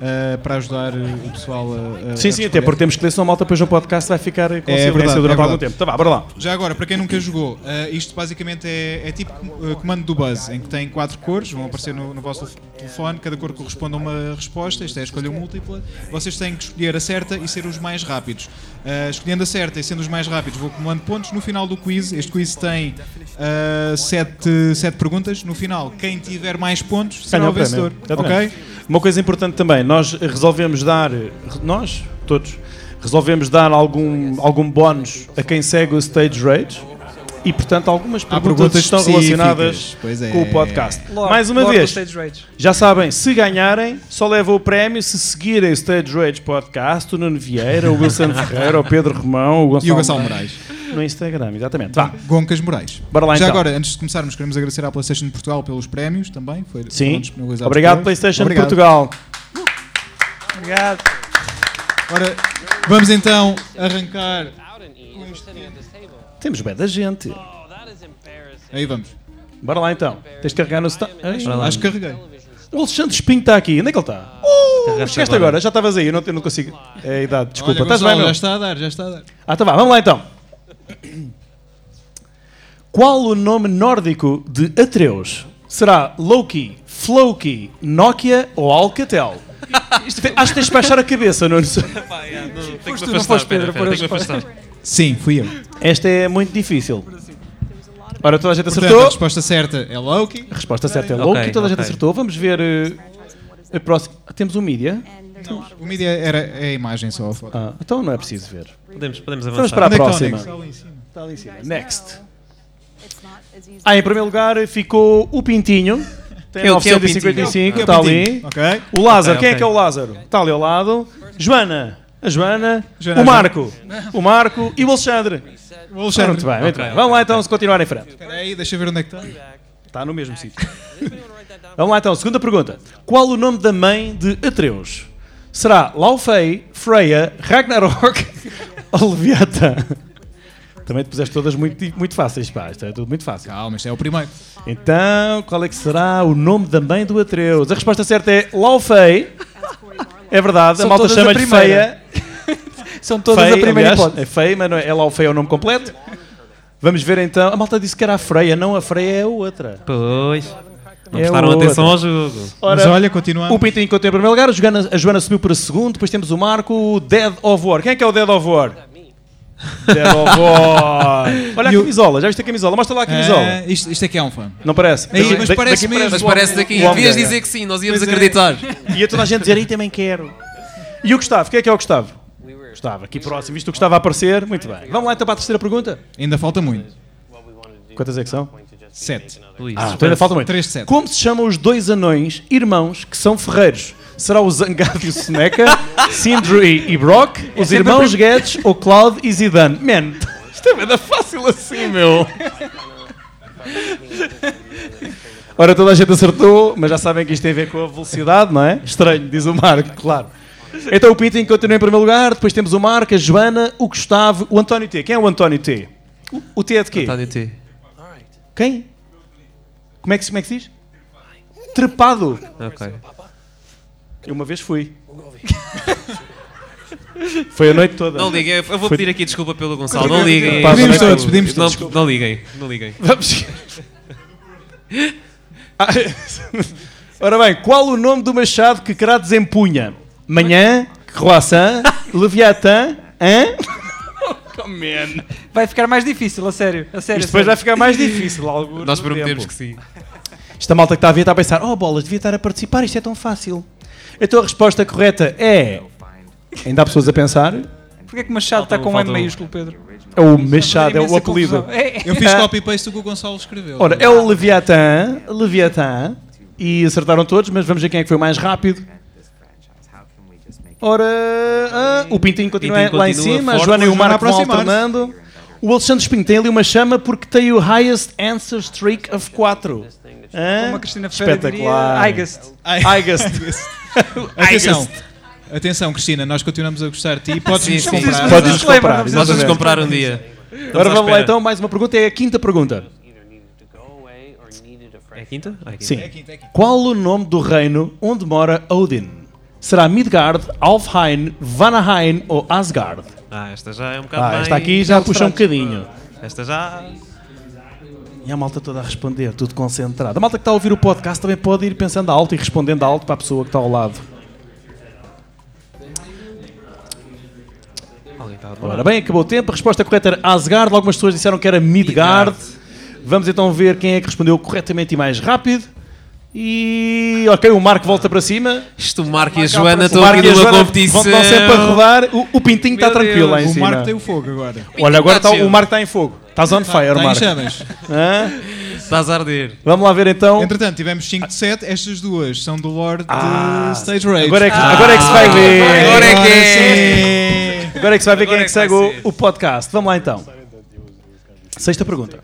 S3: eh, para ajudar eh, o pessoal a. a-
S4: Sim,
S3: a
S4: sim,
S3: responder?
S4: até porque temos que ler, senão a malta depois no podcast vai ficar com
S3: É
S4: silêncio
S3: verdade,
S4: durante
S3: é
S4: algum
S3: verdade.
S4: tempo. Tá, vá, bora lá.
S3: Já agora, para quem nunca jogou, eh, isto basicamente é, é tipo eh, comando do Buzz, em que tem quatro cores, vão aparecer no, no vosso telefone, cada cor corresponde a uma resposta, isto é a escolha múltipla. Vocês têm que escolher a certa e ser os mais rápidos. Eh, escolhendo a certa e sendo os mais rápidos, vou acumulando pontos. No final do quiz, este quiz tem eh, sete, sete perguntas. No final, quem tiver mais pontos será
S4: Ganha
S3: o
S4: o prémio.
S3: vencedor. Ok?
S4: Exatamente. Uma coisa importante também, nós resolvemos dar, nós, todos, resolvemos dar algum, algum bónus a quem segue o Stage Rage e, portanto, algumas perguntas,
S3: perguntas
S4: estão
S3: específicas,
S4: relacionadas
S3: pois é.
S4: com o podcast.
S2: Lorde-
S4: Mais uma
S2: Lorde do
S4: vez,
S2: Stage Rage.
S4: Já sabem, se ganharem, só levam o prémio se seguirem o Stage Rage Podcast, o Nuno Vieira, o Wilson Ferreira, o Pedro Romão, o Gonçalo,
S3: E o Gonçalo Moraes.
S4: No Instagram, exatamente. Vá.
S3: Goncas Moraes.
S4: Bora lá,
S3: Já
S4: então.
S3: agora, antes de começarmos, queremos agradecer à PlayStation de Portugal pelos prémios também. Foi, foram
S4: Sim.
S3: disponibilizados por
S4: Obrigado,
S3: eles.
S4: PlayStation
S3: Obrigado.
S4: Portugal.
S2: Obrigado.
S3: Ora, vamos então arrancar.
S4: Temos bem da gente.
S3: Aí vamos.
S4: Bora lá então. Tens de carregar no. sta- Ai,
S1: Bora lá.
S3: Acho que carreguei.
S4: O Alexandre Espinho está aqui. Onde é que ele está? Uh,
S1: Carregaste
S4: chegaste
S1: agora.
S4: agora, já estavas aí, eu não, eu não consigo. É a idade, desculpa.
S3: Olha,
S4: Estás
S3: Gonçalo,
S4: bem, meu?
S3: já está a dar, já está a dar.
S4: Ah, tá vá, vamos lá então. Qual o nome nórdico de Atreus? Será Loki, Floki, Nokia ou Alcatel? Isto te- acho que tens de baixar a cabeça, Nuno.
S1: Foste
S2: tu, não foste Pedro, por
S1: tenho que
S2: as
S1: afastar.
S3: Sim, fui eu.
S4: Esta é muito difícil. Ora, toda a gente
S3: Portanto, a
S4: acertou.
S3: resposta certa é Loki.
S4: A resposta certa é
S1: Ok,
S4: Loki, toda a gente
S1: ok.
S4: acertou. Vamos ver eh, a próxima. Temos um mídia?
S3: O mídia era é a imagem só a foto.
S4: Ah, então não é preciso ver.
S1: Podemos, podemos
S4: Vamos
S1: avançar.
S4: para a
S3: Onde é que
S4: próxima.
S3: está o Onyx?
S4: Está ali em cima. Next. Ah, em primeiro lugar ficou o Pintinho. Tem
S1: Quem é o- quem é o Pintinho?
S4: 955,
S3: Quem é o
S4: está tá ali.
S3: pintinho? Ok.
S4: O Lázaro,
S1: Ok,
S4: quem é
S1: ok.
S4: que é o Lázaro? Está ali ao lado. Joana. A Joana.
S3: Joana,
S4: o Marco. O Marco e o Alexandre.
S3: O
S4: Ora,
S3: Alexandre.
S4: Tá Muito bem, muito
S1: Ok,
S4: bem.
S1: ok,
S4: Vamos lá então, se continuar em frente.
S3: Espera aí, deixa eu ver onde é que está.
S4: Está Tá no mesmo sítio. Vamos lá então, segunda pergunta. Qual o nome da mãe de Atreus? Será Laufey, Freya, Ragnarok ou Leviathan? Também te puseste todas muito, muito fáceis, pá. Isto é tudo muito fácil.
S3: Calma, este é o primeiro.
S4: Então, qual é que será o nome da mãe do Atreus? A resposta certa é Laufey. É verdade,
S2: São
S4: a malta
S2: todas a
S4: chama-lhe
S2: primeira.
S4: feia.
S2: São todas
S4: Feia,
S2: a primeira
S4: aliás,
S2: hipótese.
S4: É feia, mas não é, é Laufey é o nome completo. Vamos ver então. A malta disse que era a Freia, não a Freia é a outra.
S1: Pois. Não
S4: É
S1: prestaram
S4: outra.
S1: atenção ao jogo.
S3: Mas olha, continuando.
S4: o Pintinho continua em primeiro lugar, a Joana, a Joana subiu para segundo, depois temos o Marco, o Dead of War. Quem é que é o Dead of War? Dead of War. Olha a camisola, já viste a camisola? Mostra lá a camisola.
S3: Ah, isto, isto aqui é um fã.
S4: Não parece?
S3: Aí, mas
S4: Da-
S3: parece
S4: daqui
S3: mesmo.
S4: parece
S3: Mas
S4: o
S6: Parece
S4: homem-
S6: daqui.
S4: o homem
S6: Devias
S1: é.
S4: ganha.
S6: dizer que sim, nós íamos
S3: Pois é.
S6: acreditar.
S4: E a toda a gente dizer, aí também quero. E o Gustavo, quem é que é o Gustavo? Gostava. Aqui próximo, visto que gostava a aparecer, muito bem. Vamos lá então para a terceira pergunta.
S3: Ainda falta muito.
S4: Quantas é que são?
S3: Sete.
S1: Luís.
S4: Ah, então ainda falta muito.
S3: Três de sete.
S4: Como se chamam os dois anões, irmãos, que são ferreiros? Será o Zangado e o Seneca, Sindri e Brock, os irmãos Guedes ou Cloud e Zidane? Man, isto é bem fácil assim, meu. Ora, toda a gente acertou, mas já sabem que isto tem a ver com a velocidade, não é? Estranho, diz o Marco, claro. Então o Pitin continua em primeiro lugar, depois temos o Marco, a Joana, o Gustavo, o António T. Quem é o António T? O, o T é de quê?
S1: António T.
S4: Quem? Como é que, se- como é que se diz? Trepado.
S1: Ok.
S4: Eu uma vez fui. Foi a noite toda.
S1: Não liguem, eu vou pedir aqui desculpa pelo Gonçalo.
S4: Foi-
S1: Não liguem.
S4: Pá,
S3: Pedimos
S4: vai-
S3: todos, pedimos todos.
S1: Não, não liguem, não liguem.
S4: Vamos. Ah, Ora bem, qual o nome do machado que Kratos empunha? Manhã, Croissant, Leviatã, hã?
S2: Vai ficar mais difícil, a sério. A sério.
S4: Isto depois
S2: a
S4: vai ficar mais difícil. Algo
S1: Nós prometemos que sim.
S4: Esta malta que está a ver está a pensar: oh bolas, devia estar a participar, isto é tão fácil. Então a resposta correta é. Ainda há pessoas a pensar?
S2: sério. Porquê que Machado está
S1: Falta um,
S2: com um
S1: falta
S2: M
S1: um.
S2: maiúsculo, Pedro?
S4: É o machado, é o
S2: Imensa
S4: apelido.
S2: confusão. É, é.
S3: Eu fiz copy-paste do que o Gonçalo escreveu.
S4: Ora, é o Leviatã, Leviatã, e acertaram todos, mas vamos ver quem é que foi o mais rápido. Ora, ah, o Pintinho continua
S1: Pintinho
S4: lá em
S1: continua
S4: cima, a
S1: forte,
S4: Joana e o
S3: mas
S4: Marco
S3: vai
S4: vão alternando. O Alexandre Espinho tem ali uma chama porque tem o highest answer streak of 4.
S2: Como a Cristina Ferreira
S4: Espetacular.
S2: diria, Igast.
S3: Ai, atenção. Atenção, Cristina, nós continuamos a gostar de ti. Podes
S1: Sim,
S3: nos
S1: sim.
S3: comprar.
S2: Podes- Não precisa
S4: Podes comprar.
S2: de
S1: Nós vamos
S4: exatamente.
S1: comprar um dia. Estamos
S4: Agora
S1: à
S4: vamos lá
S1: espera.
S4: então, mais uma pergunta, é a quinta pergunta.
S1: É a
S4: então.
S1: quinta? Ah, é a quinta.
S4: Sim. Qual o nome do reino onde mora Odin? Será Midgard, Alfheim, Vanaheim ou Asgard?
S1: Ah, esta já é um bocado
S4: Ah,
S1: mais...
S4: esta aqui já puxa um bocadinho.
S1: Esta já...
S4: E a malta toda a responder, tudo concentrado. A malta que está a ouvir o podcast também pode ir pensando alto e respondendo alto para a pessoa que está ao lado.
S1: Alguém está a demorar.
S4: Ora bem, acabou o tempo. A resposta correta era Asgard. Algumas pessoas disseram que era Midgard. Vamos então ver quem é que respondeu corretamente e mais rápido. E. Ok, o Marco volta para cima.
S1: Isto, o Marco e a
S4: O Marco
S1: Joana
S4: e
S1: estão aqui
S4: a
S1: numa
S4: Joana
S1: competição.
S4: Vão estão sempre a rodar. O, o Pintinho está
S1: Meu
S4: tranquilo lá em
S3: O
S4: cima.
S3: Marco tem o fogo agora.
S4: Olha, agora
S1: Está
S4: tá- o
S1: chill.
S4: Marco está em fogo. Estás on fire,
S3: Está Tá em
S4: Marco.
S3: chamas.
S4: Hã?
S1: Estás Tá a arder.
S4: Vamos lá ver então.
S3: Entretanto, tivemos 5 de 7. Estas duas são do Lord
S4: Ah,
S3: de Stage Rage.
S4: Agora é que, agora é que se vai ver.
S1: Agora é que é.
S3: é.
S4: Agora é que se vai ver quem
S1: Agora
S4: é
S1: é
S4: que
S1: que vai
S4: segue o-
S1: ser.
S4: o podcast. Vamos lá então. Sexta pergunta.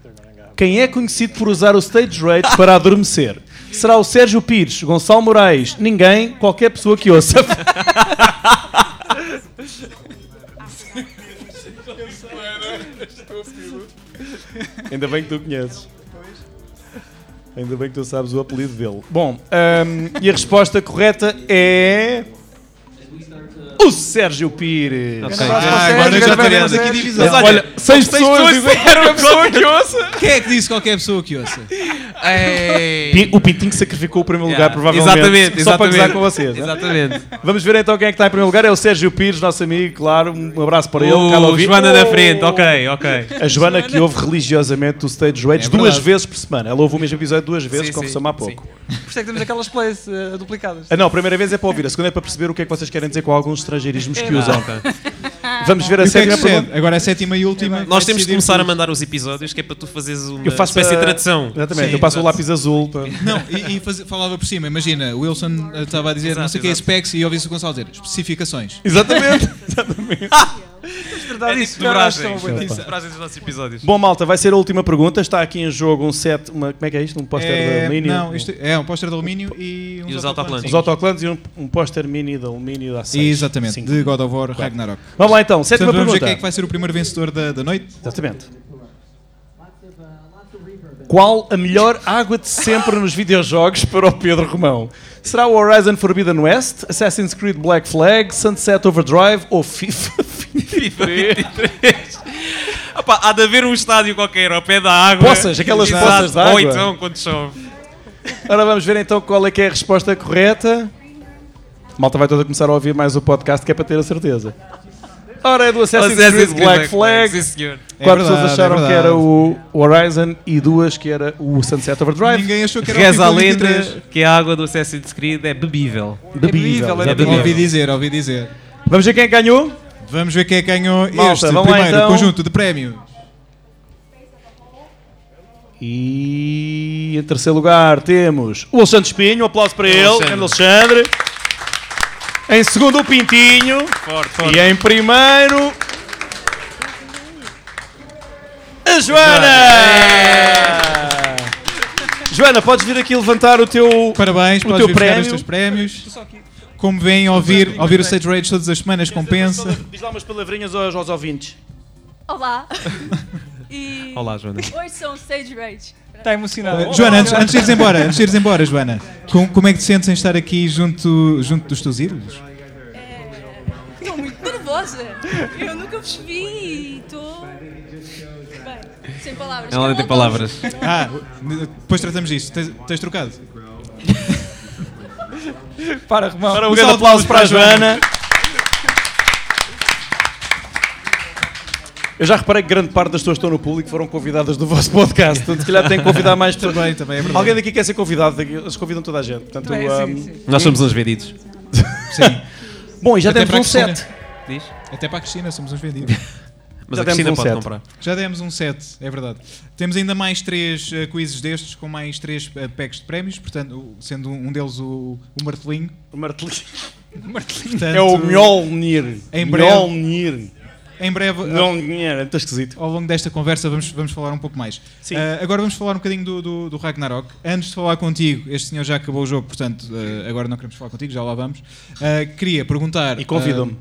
S4: Quem é conhecido por usar o stage rate para adormecer? Será o Sérgio Pires, Gonçalo Moraes, ninguém, qualquer pessoa que ouça. Ainda bem que tu conheces. Ainda bem que tu sabes o apelido dele. Bom, hum, e a resposta correta é. O Sérgio Pires.
S1: Ok.
S3: Ah, agora já teremos aqui divisão.
S4: Mas olha, seis pessoas disseram a pessoa que ouça.
S3: Quem é que disse qualquer pessoa que ouça?
S1: Ei.
S4: Pi- O Pintinho sacrificou o primeiro lugar,
S1: Yeah.
S4: provavelmente.
S1: Exatamente,
S4: Só para gozar
S1: exatamente.
S4: com vocês. né?
S1: Exatamente.
S4: Vamos ver então quem é que está em primeiro lugar. É o Sérgio Pires, nosso amigo, claro. Um abraço para ele. cá lá
S1: O
S4: ouvi-
S1: Joana da
S4: Oh!
S1: frente, ok, ok.
S4: A Joana que ouve religiosamente o Stage Rage
S3: É
S4: duas
S3: verdade.
S4: vezes por semana. Ela ouve o mesmo episódio duas vezes,
S1: Sim,
S4: confessou-me
S1: sim,
S4: há pouco.
S2: Por isso é que temos aquelas plays eh, duplicadas.
S4: Ah, não, a primeira vez é para ouvir, a segunda é para perceber o que é que vocês querem dizer com alguns estrangeirismos que usam.
S1: ok.
S4: Vamos ver
S3: E
S4: a
S3: o que é que
S4: sétima pergunta.
S3: sucede? Agora é a sétima e última. é
S1: Nós temos de
S3: Decidir
S1: começar a
S3: tudo.
S1: mandar os episódios, que é para tu fazeres uma
S4: Eu faço
S1: espécie
S4: a- É
S1: de tradução.
S4: Exatamente,
S3: Eh, Sim,
S4: eu passo o
S1: exato.
S4: lápis azul. para-
S3: Não, e, e faz- falava por cima, imagina, o Wilson eh, estava a dizer não sei o que é
S1: Exato,
S3: specs e ouvi-se o Gonçalo dizer especificações.
S4: Exatamente.
S2: Verdade,
S1: É
S2: isso
S1: tipo
S2: já acho que
S1: dobragem.
S2: é uma boa ideia.
S1: Isso, dobragem dos nossos episódios.
S4: Bom, malta, vai ser a última pergunta. Está aqui em jogo um set. Uma, como é que é isto? Um póster de
S3: É,
S4: alumínio?
S3: não, isto é um póster de alumínio e uns
S1: E os
S3: autocolantes.
S4: Os autoclantes e um, um póster mini de alumínio da A6.
S3: Exatamente,
S4: Sim.
S3: de God of War Ragnarok.
S4: Vamos lá então,
S3: Portanto,
S4: sétima
S3: vamos ver
S4: pergunta.
S3: quem é que vai ser o primeiro vencedor da, da noite.
S4: Exatamente. Qual a melhor água de sempre nos videojogos para o Pedro Romão? Será o Horizon Forbidden West, Assassin's Creed Black Flag, Sunset Overdrive ou FIFA?
S1: FIFA 23. Opa, há de haver um estádio qualquer ao pé da água.
S4: Poças, aquelas
S1: Exato.
S4: poças de água.
S1: Ou então, quando chove.
S4: Ora, vamos ver então qual é que é a resposta correta. Malta vai toda começar a ouvir mais o podcast que é para ter a certeza. Ora, é do Assassin's,
S1: Assassin's
S4: Creed Black, Flag.
S1: Sim, senhor.
S3: É
S4: Quatro
S3: verdade,
S4: pessoas acharam
S3: é
S4: que era
S3: verdade.
S4: o Horizon e duas que era o Sunset Overdrive.
S3: Ninguém achou que era
S1: Reza a
S3: o FIFA 23.
S1: lenda que a água do Assassin's Creed é bebível.
S2: bebível, é
S1: bebível.
S3: Ouvi dizer, ouvi dizer.
S4: Vamos ver quem é ganhou?
S3: Vamos ver quem é que ganhou
S4: Malta,
S3: este
S4: vamos lá,
S3: primeiro
S4: então.
S3: conjunto de prémios.
S4: E em terceiro lugar temos o Alexandre Espinho, um aplauso para ele,
S1: Alexandre.
S4: grande Alexandre. Em segundo o Pintinho.
S1: Forte, forte.
S4: E em primeiro. A Joana! Joana, podes vir aqui levantar o teu.
S3: Parabéns,
S4: O
S3: podes
S4: teu
S3: vir buscar
S4: prémio.
S3: os teus prémios.
S2: Só aqui.
S3: Como vêm, ouvir, ouvir o Sage Rage todas as semanas compensa.
S4: Diz lá umas palavrinhas aos, aos ouvintes.
S6: Olá. E
S1: Olá, Joana.
S6: hoje são Sage Rage.
S2: Está tá emocionado.
S4: É,
S3: Uh, Joana, antes, antes de ires embora, antes de ires embora, Joana, com- como é que te sentes em estar aqui junto, junto dos teus ídolos?
S6: Estou É, muito nervosa. Eu nunca vos vi e estou... Bem, sem palavras. um
S1: Ela não tem
S6: Carol
S1: palavras.
S3: Ah, depois tratamos disto. Tens, tens trocado?
S2: Para, Romão.
S4: Para um
S3: Um salve
S4: grande
S3: de
S4: aplauso
S3: palmas
S4: para a
S3: para a
S4: Joana. Eu já reparei que grande parte das pessoas que estão no público foram convidadas do vosso podcast. Portanto, se calhar tem que convidar mais pessoas.
S3: Também, também é verdade.
S4: Alguém daqui quer ser convidado, daqui- eles convidam toda a gente. Portanto,
S2: Bem,
S4: hum,
S2: sim, sim.
S1: Nós somos uns vendidos.
S3: Sim.
S4: Bom, e já
S3: Até
S4: temos
S3: para a
S4: um
S3: Cristina.
S4: set.
S1: Diz?
S3: Até para a Cristina somos uns vendidos.
S1: Mas
S4: Já
S1: a Cristina
S4: demos um
S1: pode
S4: set.
S1: comprar.
S3: Já demos um set, é verdade. Temos ainda mais três eh, quizzes destes, com mais três eh, packs de prémios, portanto, o- sendo um deles o, é- o martelinho.
S4: O martelinho.
S3: Portanto,
S4: É o Mjolnir.
S3: Em breve-
S4: Mjolnir.
S3: Em breve, eh,
S4: Mjolnir. É muito esquisito.
S3: ao longo desta conversa vamos, vamos falar um pouco mais.
S4: Sim.
S3: Ah, agora vamos falar um bocadinho do, do, do Ragnarok. Antes de falar contigo, este senhor já acabou o jogo, portanto ah, agora não queremos falar contigo, já lá vamos. Ah, queria perguntar. eh,
S4: E convidam-me.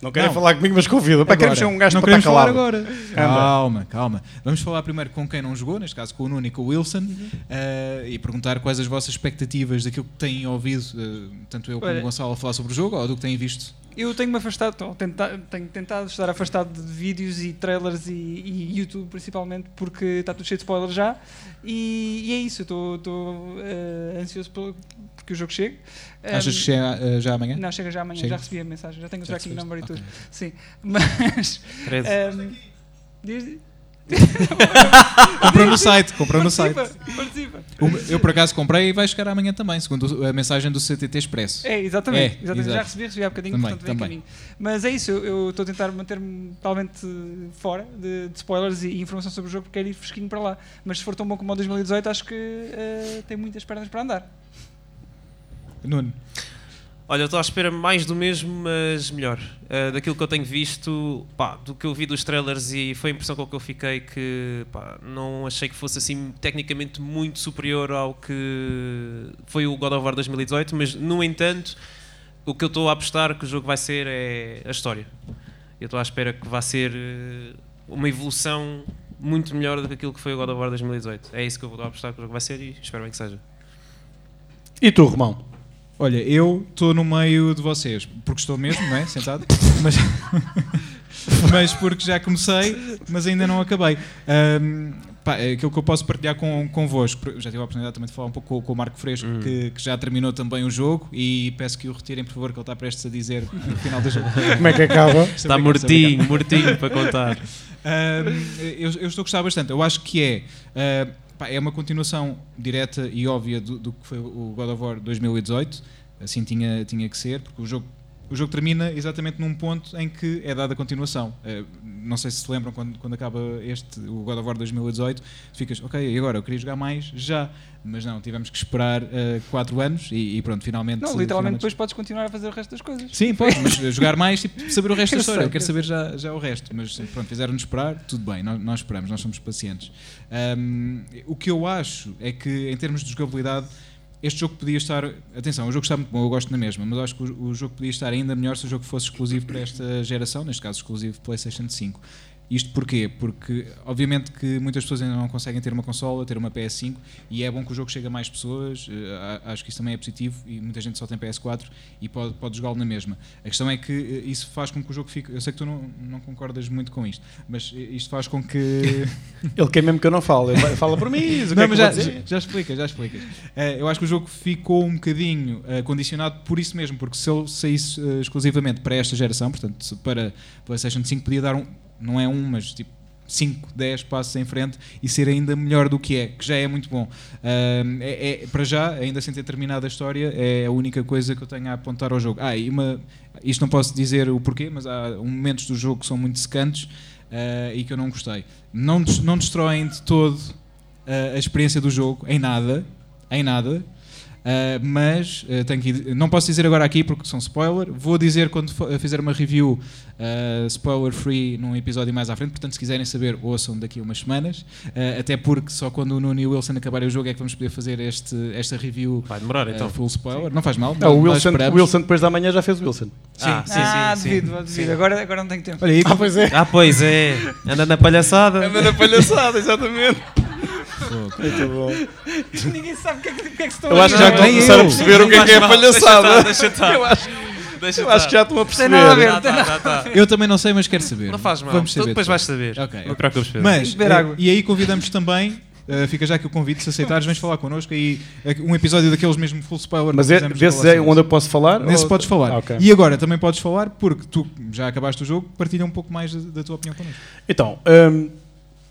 S4: não
S3: Ah,
S4: querem
S3: não.
S4: falar comigo, mas convidam. Para
S3: Agora.
S4: queremos ser um gajo
S3: não
S4: para estar
S3: queremos falar
S4: calado.
S3: agora. Calma, calma. Vamos falar primeiro com quem não jogou, neste caso com o Nuno e com o Wilson,
S4: Uhum.
S3: eh, e perguntar quais as vossas expectativas daquilo que têm ouvido, eh, tanto eu como
S2: Olha.
S3: o Gonçalo, a falar sobre o jogo ou do que têm visto.
S2: Eu tenho-me afastado, ou tenta- tenho tentado estar afastado de vídeos e trailers e, e YouTube principalmente, porque está tudo cheio de spoilers já. E, e é isso, eu estou- estou eh, ansioso pelo, porque o jogo chegue.
S3: Achas que
S2: Ahm,
S3: chega eh, já amanhã?
S2: Ehm, Não, chega já amanhã,
S3: Chega?
S2: já recebi a mensagem, já tenho o
S3: Já
S2: tracking number e tudo.
S3: recebeste?
S2: Sim, mas.
S1: Credo.
S2: ahm, diz-
S3: Comprou no site, comprou no site.
S2: participa, participa.
S3: Uma- Eu por acaso comprei e vai chegar amanhã também, segundo a mensagem do CTT Expresso.
S2: É, exatamente.
S3: É,
S2: exatamente. Já
S3: exato.
S2: recebi, recebi há bocadinho,
S3: Também,
S2: portanto vem a
S3: também.
S2: caminho. Mas é isso, eu- eu estou a tentar manter-me totalmente fora de, de spoilers e, e informação sobre o jogo porque quero ir fresquinho para lá. Mas se for tão bom como o 2018, acho que eh, tem muitas pernas para andar.
S3: Nuno,
S1: Olha, eu estou à espera mais do mesmo, mas melhor. Uh, daquilo que eu tenho visto, pá, do que eu vi dos trailers e foi a impressão com que eu fiquei que pá, não achei que fosse assim tecnicamente muito superior ao que foi o God of War 2018, mas no entanto, o que eu estou a apostar que o jogo vai ser é a história. Eu estou à espera que vá ser eh, uma evolução muito melhor do que aquilo que foi o God of War 2018. É isso que eu vou apostar que o jogo vai ser e espero bem que seja.
S4: E tu, Romão?
S3: olha, eu estou no meio de vocês, porque estou mesmo, não é? Sentado, mas, mas porque já comecei, mas ainda não acabei. Ahm, pá, é aquilo que eu posso partilhar com, convosco, porque já tive a oportunidade também de falar um pouco com, com o Marco Fresco,
S4: Hum.
S3: que, que já terminou também o jogo, e peço que o retirem, por favor, que ele está prestes a dizer no final do jogo.
S4: Como é que acaba?
S1: Está mortinho, mortinho para contar.
S3: Um, eu, eu estou a gostar bastante. Eu acho que é. uh, pá, é uma continuação direta e óbvia do, do que foi o God of War 2018. Assim tinha, tinha que ser, porque o jogo. O jogo termina exatamente num ponto em que é dada a continuação. Uh, não sei se se lembram quando, quando acaba este, o God of War 2018, ficas, ok, e agora eu queria jogar mais já, mas não, tivemos que esperar 4 anos e, e pronto, finalmente.
S2: Não,
S3: finalmente
S2: literalmente depois podes continuar a fazer o resto das coisas.
S3: Sim, pode, mas jogar mais tipo, saber o resto da
S2: Eu
S3: história.
S2: sei,
S3: Eu quero
S2: eu
S3: saber já, já o resto. Mas pronto, fizeram-nos esperar, tudo bem, nós, nós esperamos, nós somos pacientes. Ahm, o que eu acho é que, em termos de jogabilidade, este jogo podia estar. Atenção, o jogo está muito bom, eu gosto na mesma, mas eu acho que o, o jogo podia estar ainda melhor se o jogo fosse exclusivo para esta geração, neste caso exclusivo PlayStation 5. Isto porquê? Porque, obviamente, que muitas pessoas ainda não conseguem ter uma consola, ter uma PS5, e é bom que o jogo chegue a mais pessoas, eh, a- acho que isso também é positivo, e muita gente só tem PS4 e pode, pode jogá-lo na mesma. A questão é que eh, isso faz com que o jogo fique. Eu sei que tu não, não concordas muito com isto, mas eh, isto faz com que.
S4: Ele quer mesmo que eu não fale. Ele fala por mim. O que
S3: Não,
S4: é que
S3: mas
S4: eu
S3: já,
S4: vou dizer?
S3: já explicas, já explicas. Eh, eu acho que o jogo ficou um bocadinho eh, condicionado por isso mesmo, porque se ele saísse eh, exclusivamente para esta geração, portanto, se para PlayStation 5 podia dar um, não é um, mas tipo 5, 10 passos em frente e ser ainda melhor do que é, que já é muito bom. Ahm, é, é- para já, ainda sem ter terminado a história, é a única coisa que eu tenho a apontar ao jogo. Ah, e uma, isto não posso dizer o porquê, mas há momentos do jogo que são muito secantes ah, e que eu não gostei. Não, des- não destroem de todo ah, a experiência do jogo, em nada, em nada. ah, mas ah, tenho que, ir- não posso dizer agora aqui porque são spoiler. Vou dizer quando fo- fizer uma review Uh, spoiler free num episódio mais à frente, portanto, se quiserem saber, ouçam daqui a umas semanas. Uh, até porque só quando o Nuno e o Wilson acabarem o jogo é que vamos poder fazer este, esta review
S1: Vai demorar
S3: uh,
S1: então.
S3: full spoiler. Não faz mal.
S4: Não, Ah, o
S3: nós
S4: Wilson,
S3: esperamos.
S4: Wilson depois da manhã já fez o Wilson.
S1: Ah, sim, sim,
S2: ah,
S1: sim.
S2: devido, devido. Agora, agora não tenho tempo.
S3: Olha aí,
S4: pois é.
S1: Ah, pois é. Anda na palhaçada.
S4: Anda na palhaçada, exatamente. Muito bom.
S2: Ninguém sabe o que é que, o que, é que se estão
S4: Eu acho que já
S3: Não,
S2: dizer.
S3: nem
S4: começaram a
S3: eu.
S4: perceber o que é que é
S1: Faz mal,
S4: palhaçada.
S1: Deixa estar,
S4: Eu
S1: deixa
S4: acho,
S1: estar. Deixa
S4: eu acho que já estão a
S2: Tem nada a
S4: perceber.
S2: ver.
S1: Tá, tá, tá, tá.
S3: eu também não sei, mas quero saber.
S1: Não faz mal.
S3: Vamos
S1: tu
S3: saber.
S1: depois vais saber.
S3: Ok,
S1: Não
S3: ok.
S1: te preocupes, Pedro.
S3: Mas,
S2: Beber
S3: eh,
S2: água.
S3: e aí convidamos também. eh, fica já aqui o convite, se aceitares, vens falar connosco aí eh, um episódio daqueles mesmo full spoiler.
S4: Mas
S3: que
S4: é,
S3: fizemos
S4: desses
S3: com vocês.
S4: é onde eu posso falar?
S3: Nesse
S4: Ou-
S3: podes falar.
S4: Ah, ok.
S3: E agora também podes falar, porque tu já acabaste o jogo, partilha um pouco mais da, da tua opinião connosco.
S4: Então, hum,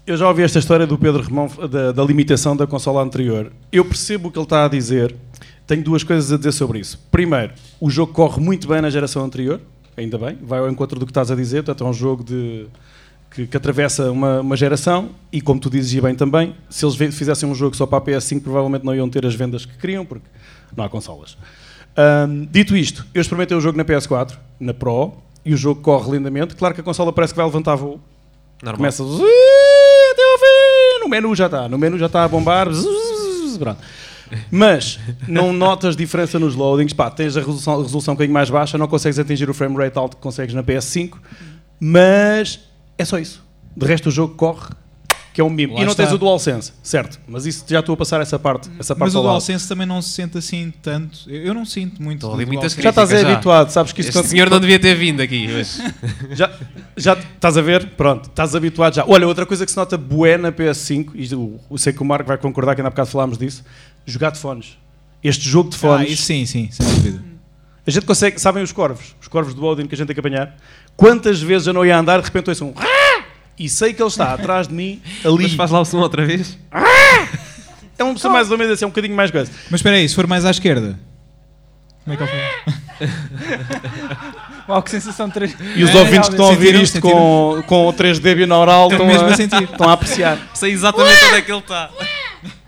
S4: eu já ouvi esta história do Pedro Romão da, da limitação da consola anterior. Eu percebo o que ele está a dizer. Tenho duas coisas a dizer sobre isso. Primeiro, o jogo corre muito bem na geração anterior, ainda bem, vai ao encontro do que estás a dizer, portanto é um jogo de- que, que atravessa uma, uma geração e como tu dizes e bem também, se eles ve- fizessem um jogo só para a PS5 provavelmente não iam ter as vendas que queriam porque não há consolas. Hum, dito isto, eu experimentei o jogo na PS4, na Pro, e o jogo corre lindamente. Claro que a consola parece que vai levantar voo,
S3: Tá
S1: Normal.
S4: Começa zzz, até ao fim. No menu já está. No menu já está a bombar. zzz, pronto. Mas não notas diferença nos loadings. Pá, tens a resolução, resolução um bocadinho mais baixa, não consegues atingir o frame rate alto que consegues na PS5. Mas é só isso. De resto, o jogo corre, que é um mimo.
S3: Lá
S4: e não
S3: está.
S4: tens o DualSense, certo? Mas isso já estou a passar essa parte. Essa parte
S3: Mas o
S4: ao lado.
S3: DualSense também não se sente assim tanto. Eu, eu não sinto muito. Ah,
S1: Estou
S3: do
S1: ali muitas
S3: DualSense.
S4: Já estás
S1: Crítica já.
S4: habituado, sabes que isso
S1: Este
S4: quando-
S1: senhor não devia ter vindo aqui. Mas...
S4: Já, já estás a ver? Pronto, estás habituado já. Olha, outra coisa que se nota bué na PS5, e eu, eu sei que o Marco vai concordar que ainda há bocado falámos disso, jogar de fones. Este jogo de
S3: Ah,
S4: fones,
S3: isso sim, sim, sem dúvida.
S4: a gente consegue, sabem os corvos, os corvos do Odin que a gente tem que apanhar, quantas vezes eu não ia andar, de repente ouço um "Ah!" e sei que ele está atrás de mim, ali.
S1: Mas faz lá o som outra vez.
S4: É uma pessoa mais ou menos assim, é um bocadinho mais coisa.
S3: Mas espera aí, se for mais à esquerda. Como é que ele faz?
S2: Uau, que sensação de três.
S4: E os
S3: É,
S4: ouvintes que estão a ouvir
S3: sentiram,
S4: isto
S3: sentiram.
S4: com, com o 3D binaural estão
S3: mesmo a
S4: a,
S3: sentir.
S4: estão a apreciar.
S1: Sei exatamente onde é que ele está.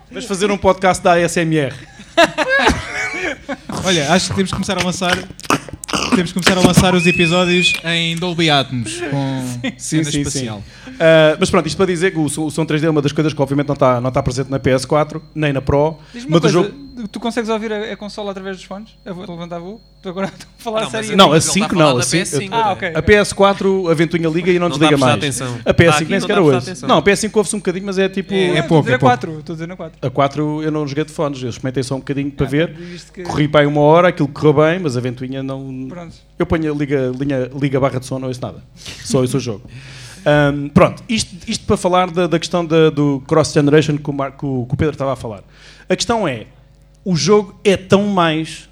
S4: Vamos fazer um podcast da ASMR.
S3: Olha, acho que temos que começar a lançar. Temos que começar a lançar os episódios em Dolby Atmos com
S4: Sim,
S3: cena
S4: sim,
S3: espacial.
S4: sim. Ah, mas pronto, isto para dizer que o, som- o som 3D é uma das coisas que obviamente não está não está presente na PS4, nem na Pro,
S2: Diz-me
S4: mas
S2: uma
S4: o
S2: coisa,
S4: jogo...
S2: tu consegues ouvir a, a consola através dos fones? Eu vou levantar voo? Tu agora estou a falar
S1: Não,
S2: a
S1: mas
S2: sério.
S4: Não,
S1: Ele
S4: a
S1: tá a
S4: 5
S1: falar
S4: não,
S1: da
S4: a 5...
S1: PS5.
S2: ah, ok.
S4: A PS4, a ventoinha liga e não,
S1: Não dá a
S4: desliga
S1: prestar atenção.
S4: mais.
S1: Tá
S4: A PS5
S1: aqui,
S4: nem
S1: não
S4: sequer
S1: dá a prestar
S4: hoje.
S1: atenção.
S4: Não, a PS5 ouve-se um bocadinho, mas é tipo...
S3: É,
S2: é,
S3: é
S2: pouco. Estou
S3: pouco, é
S2: a dizer a
S3: pouco.
S2: 4. Estou a dizer na 4.
S4: A 4 eu não joguei de fones, eu experimentei só um bocadinho para ver,
S2: Diz-te Ah, que.
S4: corri para aí uma hora, aquilo correu bem, mas a ventoinha não...
S2: Pronto.
S4: Eu ponho a liga, linha, liga barra de som, não ouço nada. Só ouço o jogo. Ahm, pronto, isto, isto para falar da, da questão da- do cross-generation que, o Mar- que o- que o Pedro estava a falar. A questão é, o jogo é tão mais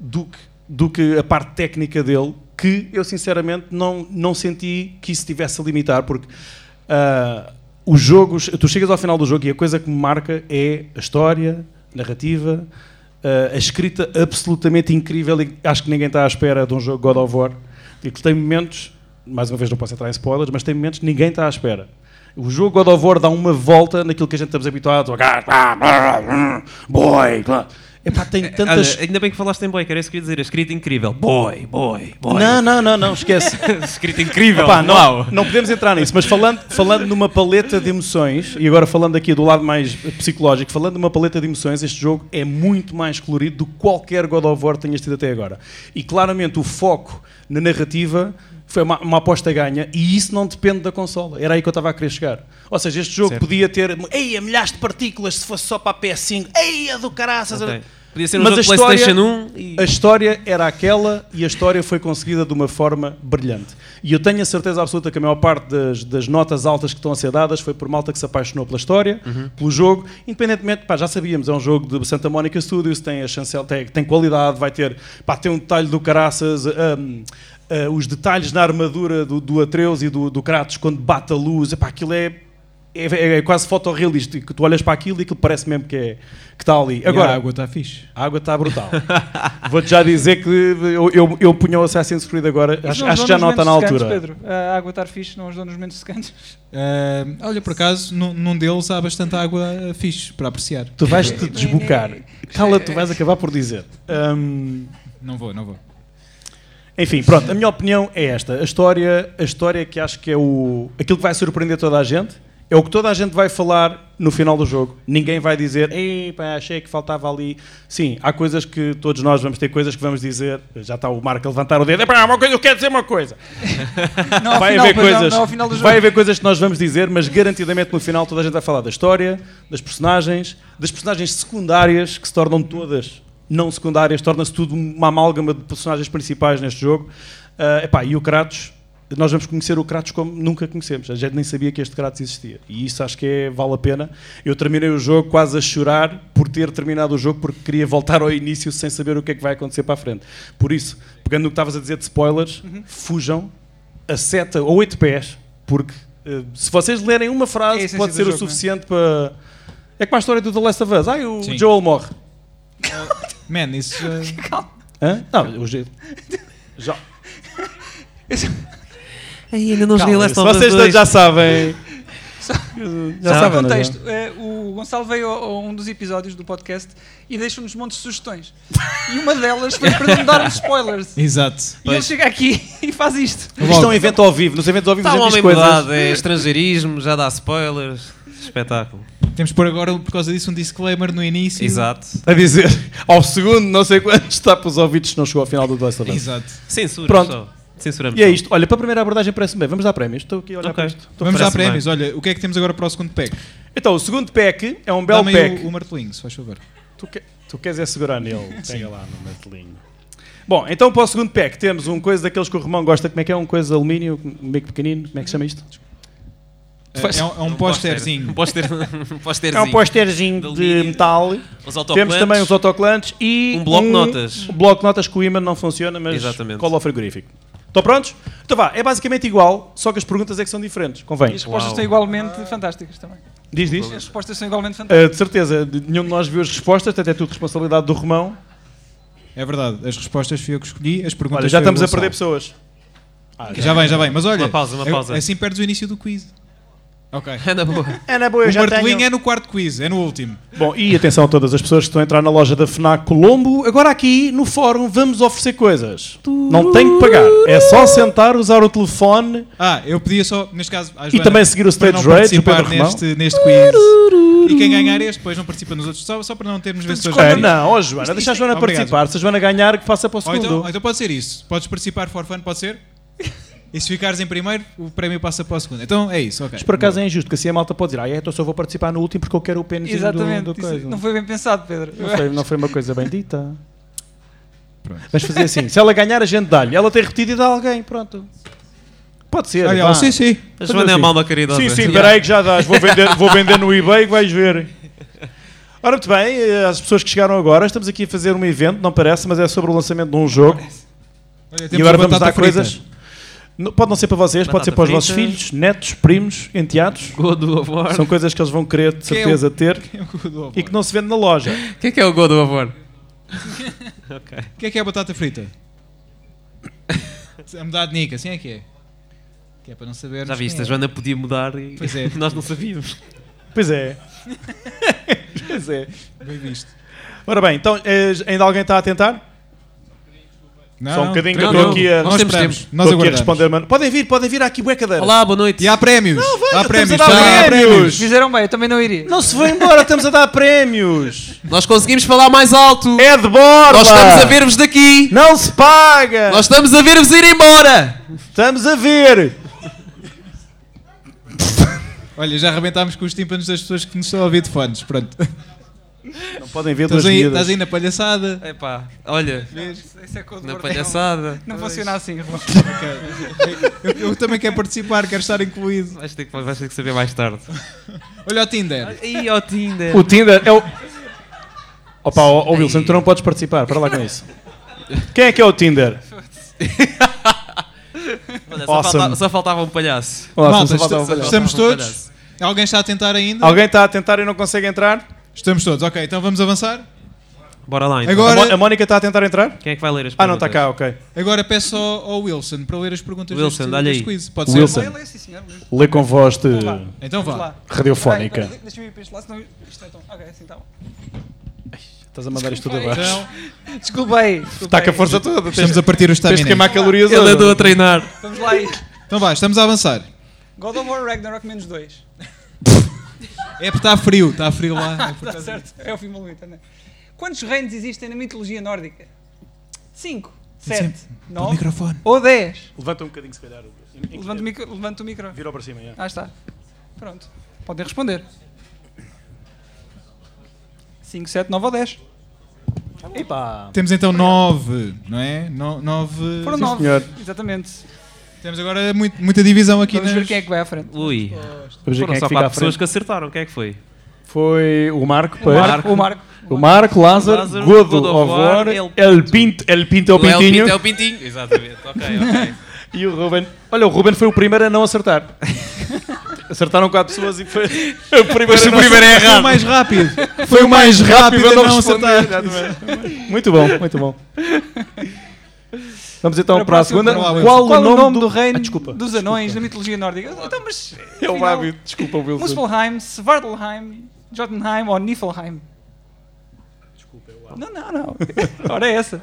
S4: do que, do que a parte técnica dele que eu sinceramente não, não senti que isso estivesse a limitar, porque ah, os jogos, tu chegas ao final do jogo e a coisa que me marca é a história, a narrativa, ah, a escrita absolutamente incrível e acho que ninguém está à espera de um jogo God of War e que tem momentos, mais uma vez não posso entrar em spoilers, mas tem momentos que ninguém está à espera. O jogo God of War dá uma volta naquilo que a gente estamos habituados. Boy, Epá, tem tantas
S1: Olha, ainda bem que falaste em boy, que era isso que eu ia dizer. A escrita incrível. Boy, boy, boy.
S4: Não, não, não, não, esquece.
S1: Escrita incrível.
S4: Epá,
S1: Uau.
S4: não, não podemos entrar nisso, mas falando, falando numa paleta de emoções, e agora falando aqui do lado mais psicológico, falando numa paleta de emoções, este jogo é muito mais colorido do que qualquer God of War tenhas tido até agora. E claramente o foco na narrativa foi uma, uma aposta ganha, e isso não depende da consola. Era aí que eu estava a querer chegar. Ou seja, este jogo podia ter. Ei, milhares de partículas se fosse só para a PS5. Ei, é do caraças.
S1: Não tem. Podia ser um
S4: Mas
S1: jogo
S4: a
S1: de
S4: história-
S1: PlayStation 1 e.
S4: A história era aquela e a história foi conseguida de uma forma brilhante. E eu tenho a certeza absoluta que a maior parte das, das notas altas que estão a ser dadas foi por malta que se apaixonou pela história, pelo jogo, independentemente, pá, já sabíamos, é um jogo de Santa Mónica Studios, tem a chancel, tem, tem qualidade, vai ter, pá, tem um detalhe do caraças. hum, eh, os detalhes na armadura do, do Atreus e do, do Kratos quando bate a luz, epá, aquilo é, é, é quase fotorrealístico. Tu olhas para aquilo e aquilo parece mesmo que, é, que está ali. Agora,
S3: a água está fixe.
S4: a água tá está brutal. Vou-te já dizer que eu, eu, eu punho o Assassin's Creed agora. Acho, acho que já não está na altura.
S2: Pedro. A água estar fixe não ajudou nos momentos secantes.
S3: Ah, olha, por acaso, num, num deles há bastante água ah, fixe para apreciar.
S4: Tu vais te desbocar. Cala, tu vais acabar por dizer. Hum,
S3: Não vou, não vou.
S4: enfim, pronto, a minha opinião é esta. A história, a história que acho que é o. aquilo que vai surpreender toda a gente é o que toda a gente vai falar no final do jogo. Ninguém vai dizer, ei, pá, achei que faltava ali. Sim, há coisas que todos nós vamos ter coisas que vamos dizer. Já está o Marco a levantar o dedo, epá, uma coisa, eu quero dizer uma coisa.
S2: Não, ao
S4: vai
S2: final,
S4: haver
S2: pois não,
S4: coisas,
S2: não ao final do jogo.
S4: vai haver coisas que nós vamos dizer, mas garantidamente no final toda a gente vai falar da história, das personagens, das personagens secundárias que se tornam todas não secundárias, torna-se tudo uma amálgama de personagens principais neste jogo. Ah, epá, e o Kratos, nós vamos conhecer o Kratos como nunca conhecemos. A gente nem sabia que este Kratos existia. E isso acho que é- vale a pena. Eu terminei o jogo quase a chorar por ter terminado o jogo porque queria voltar ao início sem saber o que é que vai acontecer para a frente. Por isso, pegando no que estavas a dizer de spoilers,
S2: Uhum.
S4: fujam a seta a oito pés, porque eh, se vocês lerem uma
S2: É a
S4: frase,
S2: essência
S4: pode
S2: do
S4: ser
S2: jogo,
S4: o suficiente para. É como a história do The Last of Us. Ai, o
S3: Sim.
S4: Joel morre.
S3: Man, isso. ah,
S4: Hã? Não, o Je- Jo-
S1: Ai, ainda não joguei
S4: Calma,
S1: Last
S4: se
S1: of Us
S4: vocês
S1: 2.
S4: já sabem.
S1: Já.
S4: já sabem. não é?
S2: contexto, eh, o Gonçalo veio a, a um dos episódios do podcast e deixou-nos montes de sugestões. E uma delas foi para não darmos spoilers.
S3: Exato.
S2: E ele chega aqui e faz isto.
S4: Isto é um evento ao vivo. Nos eventos ao vivo
S3: Tá
S1: Está um
S4: a gente diz
S1: homem
S4: coisas.
S1: mudado, é estrangeirismo, já dá spoilers. Espetáculo.
S3: Temos por agora, por causa disso, um disclaimer no início.
S1: Exato.
S4: A dizer, ao segundo, não sei quanto, está para os ouvidos se não chegou ao final do The Last of Us.
S3: Exato.
S1: Censura
S4: Pronto.
S1: só. Censuramos
S4: E é
S1: só.
S4: isto. Olha, para a primeira abordagem parece bem. Vamos dar prémios. Estou aqui a olhar
S1: Ok.
S4: para isto. Estou
S3: Vamos dar
S1: parece bem.
S3: prémios. Olha, o que é que temos agora para o segundo pack?
S4: para- Então, o segundo pack é um belo
S3: Dá-me aí
S4: pack.
S3: o, o martelinho, se faz favor.
S4: Tu, que- tu queres é segurar nele. Pega lá no martelinho. Bom, então para o segundo pack temos um coisa daqueles que o Romão gosta. Como é que é? Um coisa de alumínio, um meio que pequenino. Como é que se chama isto?
S3: É, é um, é um posterzinho.
S1: Um póster. Um pósterzinho.
S4: É um posterzinho de
S1: Alumínio.
S4: metal.
S1: Os
S4: Temos
S1: autocolantes.
S4: também os autocolantes e
S1: Um bloco de notas.
S4: Um bloco de notas que o imã não funciona, mas
S1: Exatamente.
S4: cola ao frigorífico. Estão prontos? Então vá, é basicamente igual, só que as perguntas é que são diferentes.
S2: E
S4: Convém.
S2: as respostas
S1: Uau.
S2: são igualmente fantásticas também.
S4: Diz, diz.
S2: As respostas são igualmente fantásticas.
S4: Ah, de certeza, de- nenhum de nós viu as respostas, portanto é tudo responsabilidade do Romão.
S3: É verdade. As respostas fui eu que escolhi, as perguntas
S4: Olha, já
S3: foi o
S4: estamos a perder
S3: Gonçalo.
S4: pessoas.
S3: Já vem, já vem. Mas olha,
S1: Uma pausa, uma
S3: é-
S1: pausa.
S3: assim perdes o início do quiz. Ok.
S1: É na boa.
S4: É na boa,
S3: O martelinho é no quarto quiz, é no último.
S4: Bom, e atenção a todas as pessoas que estão a entrar na loja da FNAC Colombo. Agora aqui no fórum vamos oferecer coisas. Não tem que pagar. É só sentar, usar o telefone
S3: Ah, eu pedia só, neste caso, à
S4: e
S3: Joana,
S4: também seguir o
S3: para
S4: Stage
S3: não
S4: Rage, o
S3: participar
S4: Pedro Romão.
S3: neste, neste quiz. E quem ganhar este, depois não participa nos outros, só, só para não termos vencedores.
S4: Ah,
S3: vários.
S4: não, ó Joana, deixa a Joana
S3: Obrigado.
S4: participar. Se a Joana ganhar, que passa para o
S3: Ou
S4: segundo.
S3: então, ou então pode ser isso. Podes participar for fun, pode ser? E se ficares em primeiro, o prémio passa para o segundo. Então é isso, ok.
S4: Mas por acaso é injusto, que assim a malta pode dizer, ah, é, então só vou participar no último porque eu quero o pênis do,
S2: Exatamente.
S4: do
S2: isso
S4: coisa.
S2: Não foi bem pensado, Pedro.
S4: Não foi, não foi uma coisa bendita.
S3: Pronto.
S4: Vamos fazer assim, se ela ganhar, a gente dá-lhe. Ela tem repetido e dá a alguém, pronto. Pode ser.
S3: Olha,
S4: vá.
S3: ó, sim, sim.
S1: A Joana é mal da caridosa.
S4: Sim, sim, peraí
S1: é
S4: que já dás. Vou vender, vou vender no eBay que vais ver. Ora, muito bem, eh, às pessoas que chegaram agora, estamos aqui a fazer um evento, não parece, mas é sobre o lançamento de um jogo.
S3: Olha, temos
S4: E agora
S3: a
S4: vamos
S3: batata
S4: dar
S3: frita.
S4: coisas. Não- Pode não ser para vocês, pode
S1: Batata
S4: ser para os vossos
S1: frita.
S4: filhos, netos, primos, enteados.
S1: God of War.
S4: São coisas que eles vão querer, de
S3: Que é o-
S4: certeza, ter
S3: É o que eu dou,
S4: e que não se vende na loja.
S1: O que é que é o God of War? ok.
S3: O que é que é a batata frita? a mudar de nick, assim é que é. Que é para não saber.
S1: Já viste, a Joana podia mudar e
S3: Pois é.
S1: nós não sabíamos.
S4: Pois é. pois é.
S3: Bem visto.
S4: Ora bem, então, eh, ainda alguém está a tentar?
S3: Não,
S4: Só um bocadinho que
S1: não,
S4: eu estou
S1: não.
S4: aqui a.
S1: Nós temos
S3: esperamos,
S1: tempo.
S3: Nós
S4: estou aqui a
S3: aguardamos.
S4: responder, mano. Podem vir, podem vir há aqui, bué cadeira.
S1: Olá, boa noite.
S3: E há prémios. há prémios.
S4: estamos a dar
S3: já há
S4: prémios.
S2: Fizeram bem, eu também não iria.
S4: Não se vão embora, estamos a dar prémios.
S1: Nós conseguimos falar mais alto.
S4: É de borda.
S1: Nós estamos a ver-vos daqui.
S4: Não se paga.
S1: Nós estamos a ver-vos ir embora.
S4: Estamos a ver.
S3: Olha, já arrebentámos com os tímpanos das pessoas que nos estão a ouvir de fones. Pronto.
S4: Não podem ver duas
S3: Estás aí,
S4: vidas.
S3: estás aí na palhaçada.
S1: Epá, olha,
S2: Isso é coisa
S1: na
S2: de
S1: palhaçada.
S2: Não funciona assim, irmão.
S3: Eu, eu também quero participar, quero estar incluído.
S1: Vais ter, que, vais ter que saber mais tarde.
S3: Olha o Tinder.
S1: Ih, ó Tinder.
S4: O Tinder é o. Opa, ó, ó, Wilson, tu não podes participar, para lá com isso. Quem é que é o Tinder?
S1: Olha, só,
S4: Awesome.
S1: faltava, só faltava um palhaço.
S4: Awesome,
S3: Malta, é-
S4: só faltava
S3: esta-
S4: um palhaço.
S3: estamos
S1: Faltava um
S3: todos?
S1: palhaço.
S3: Alguém está a tentar ainda?
S4: Alguém está a tentar e não consegue entrar?
S3: Estamos todos, ok. Então vamos avançar.
S1: Bora lá então.
S4: A,
S3: Agora-
S4: Mo- a Mónica está a tentar entrar?
S1: Quem é que vai ler as perguntas?
S4: Ah, não, está cá, ok.
S3: Agora peço ao, ao Wilson para ler as perguntas
S1: Wilson,
S3: deste,
S1: dá-lhe
S3: deste
S1: aí.
S3: quiz. Pode
S4: Wilson.
S3: ser?
S2: Lê, lê, é sim, senhor. lê.
S4: Lê com voz de
S2: Vamos lá.
S3: Então
S2: Vamos
S3: vá.
S2: lá.
S4: radiofónica.
S2: Peraí, peraí, Deixa eu ir para este lado, senão isto é tão... Ok, assim está bom.
S4: Estás a mandar isto tudo
S2: Desculpa.
S4: abaixo.
S3: Então,
S2: Desculpa aí. desculpa
S4: Está com a
S2: aí.
S4: força toda. Tens,
S3: estamos a partir o
S4: tens de
S3: estamina.
S4: queimar calorias
S3: é
S1: Ele
S4: hoje.
S1: andou a treinar.
S2: Vamos lá aí.
S3: Então vá, estamos a avançar.
S2: God of War Ragnarok menos 2.
S3: É porque está frio, está frio lá. É por
S2: Está
S3: causa-
S2: certo. É o fim maluco, não é? Quantos reinos existem na mitologia nórdica? 5, 7,
S3: Para o
S2: 9
S3: microfone.
S2: ou 10.
S4: Levanta um bocadinho, se calhar.
S2: Levanta o micro. Levanta o micro.
S4: Virou para cima, já.
S2: Ah, está. Pronto. Podem responder. 5, 7, 9 ou 10.
S4: Epá.
S3: Temos então nove, não é? No, nove.
S2: Foram
S4: Sim,
S2: 9.
S4: senhor.
S2: Exatamente.
S3: Temos agora muito- muita divisão aqui.
S2: Vamos
S3: nas-
S2: ver quem é que vai à frente.
S1: Ui. Foram
S4: Vamos ver quem é
S1: só
S4: que fica à
S1: quatro pessoas
S4: frente.
S1: que acertaram. Quem é que foi?
S4: Foi o Marco, Então, pois.
S1: Marco.
S2: O Marco.
S4: O Marco, Lázaro,
S1: Lázaro,
S4: Godo,
S1: God of War,
S4: Ovor,
S1: El-
S4: El, Pinto, El Pinto é o
S1: O El
S4: Pintinho
S1: Pinto é o Pintinho. Exatamente. Ok, ok.
S4: e o Ruben. Olha, o Ruben foi o primeiro a não acertar. Acertaram quatro pessoas e foi o primeiro a não
S2: é
S4: acertar.
S3: Foi o mais rápido.
S4: Foi o mais
S3: rápido a não
S4: responder.
S3: acertar.
S4: Exatamente. Muito bom, muito bom. Vamos então para,
S2: Para
S4: a
S2: a próxima
S4: segunda.
S3: pergunta.
S4: Qual,
S2: Qual
S4: o nome, do,
S2: reino
S4: Ah, desculpa.
S2: dos anões na mitologia nórdica? Então, mas.
S4: É o
S2: afinal,
S4: hábito. Desculpa, Wilson.
S2: Muspelheim, Svartalheim, Jotunheim ou Niflheim? Desculpa, eu Não, não, não. Ora é essa.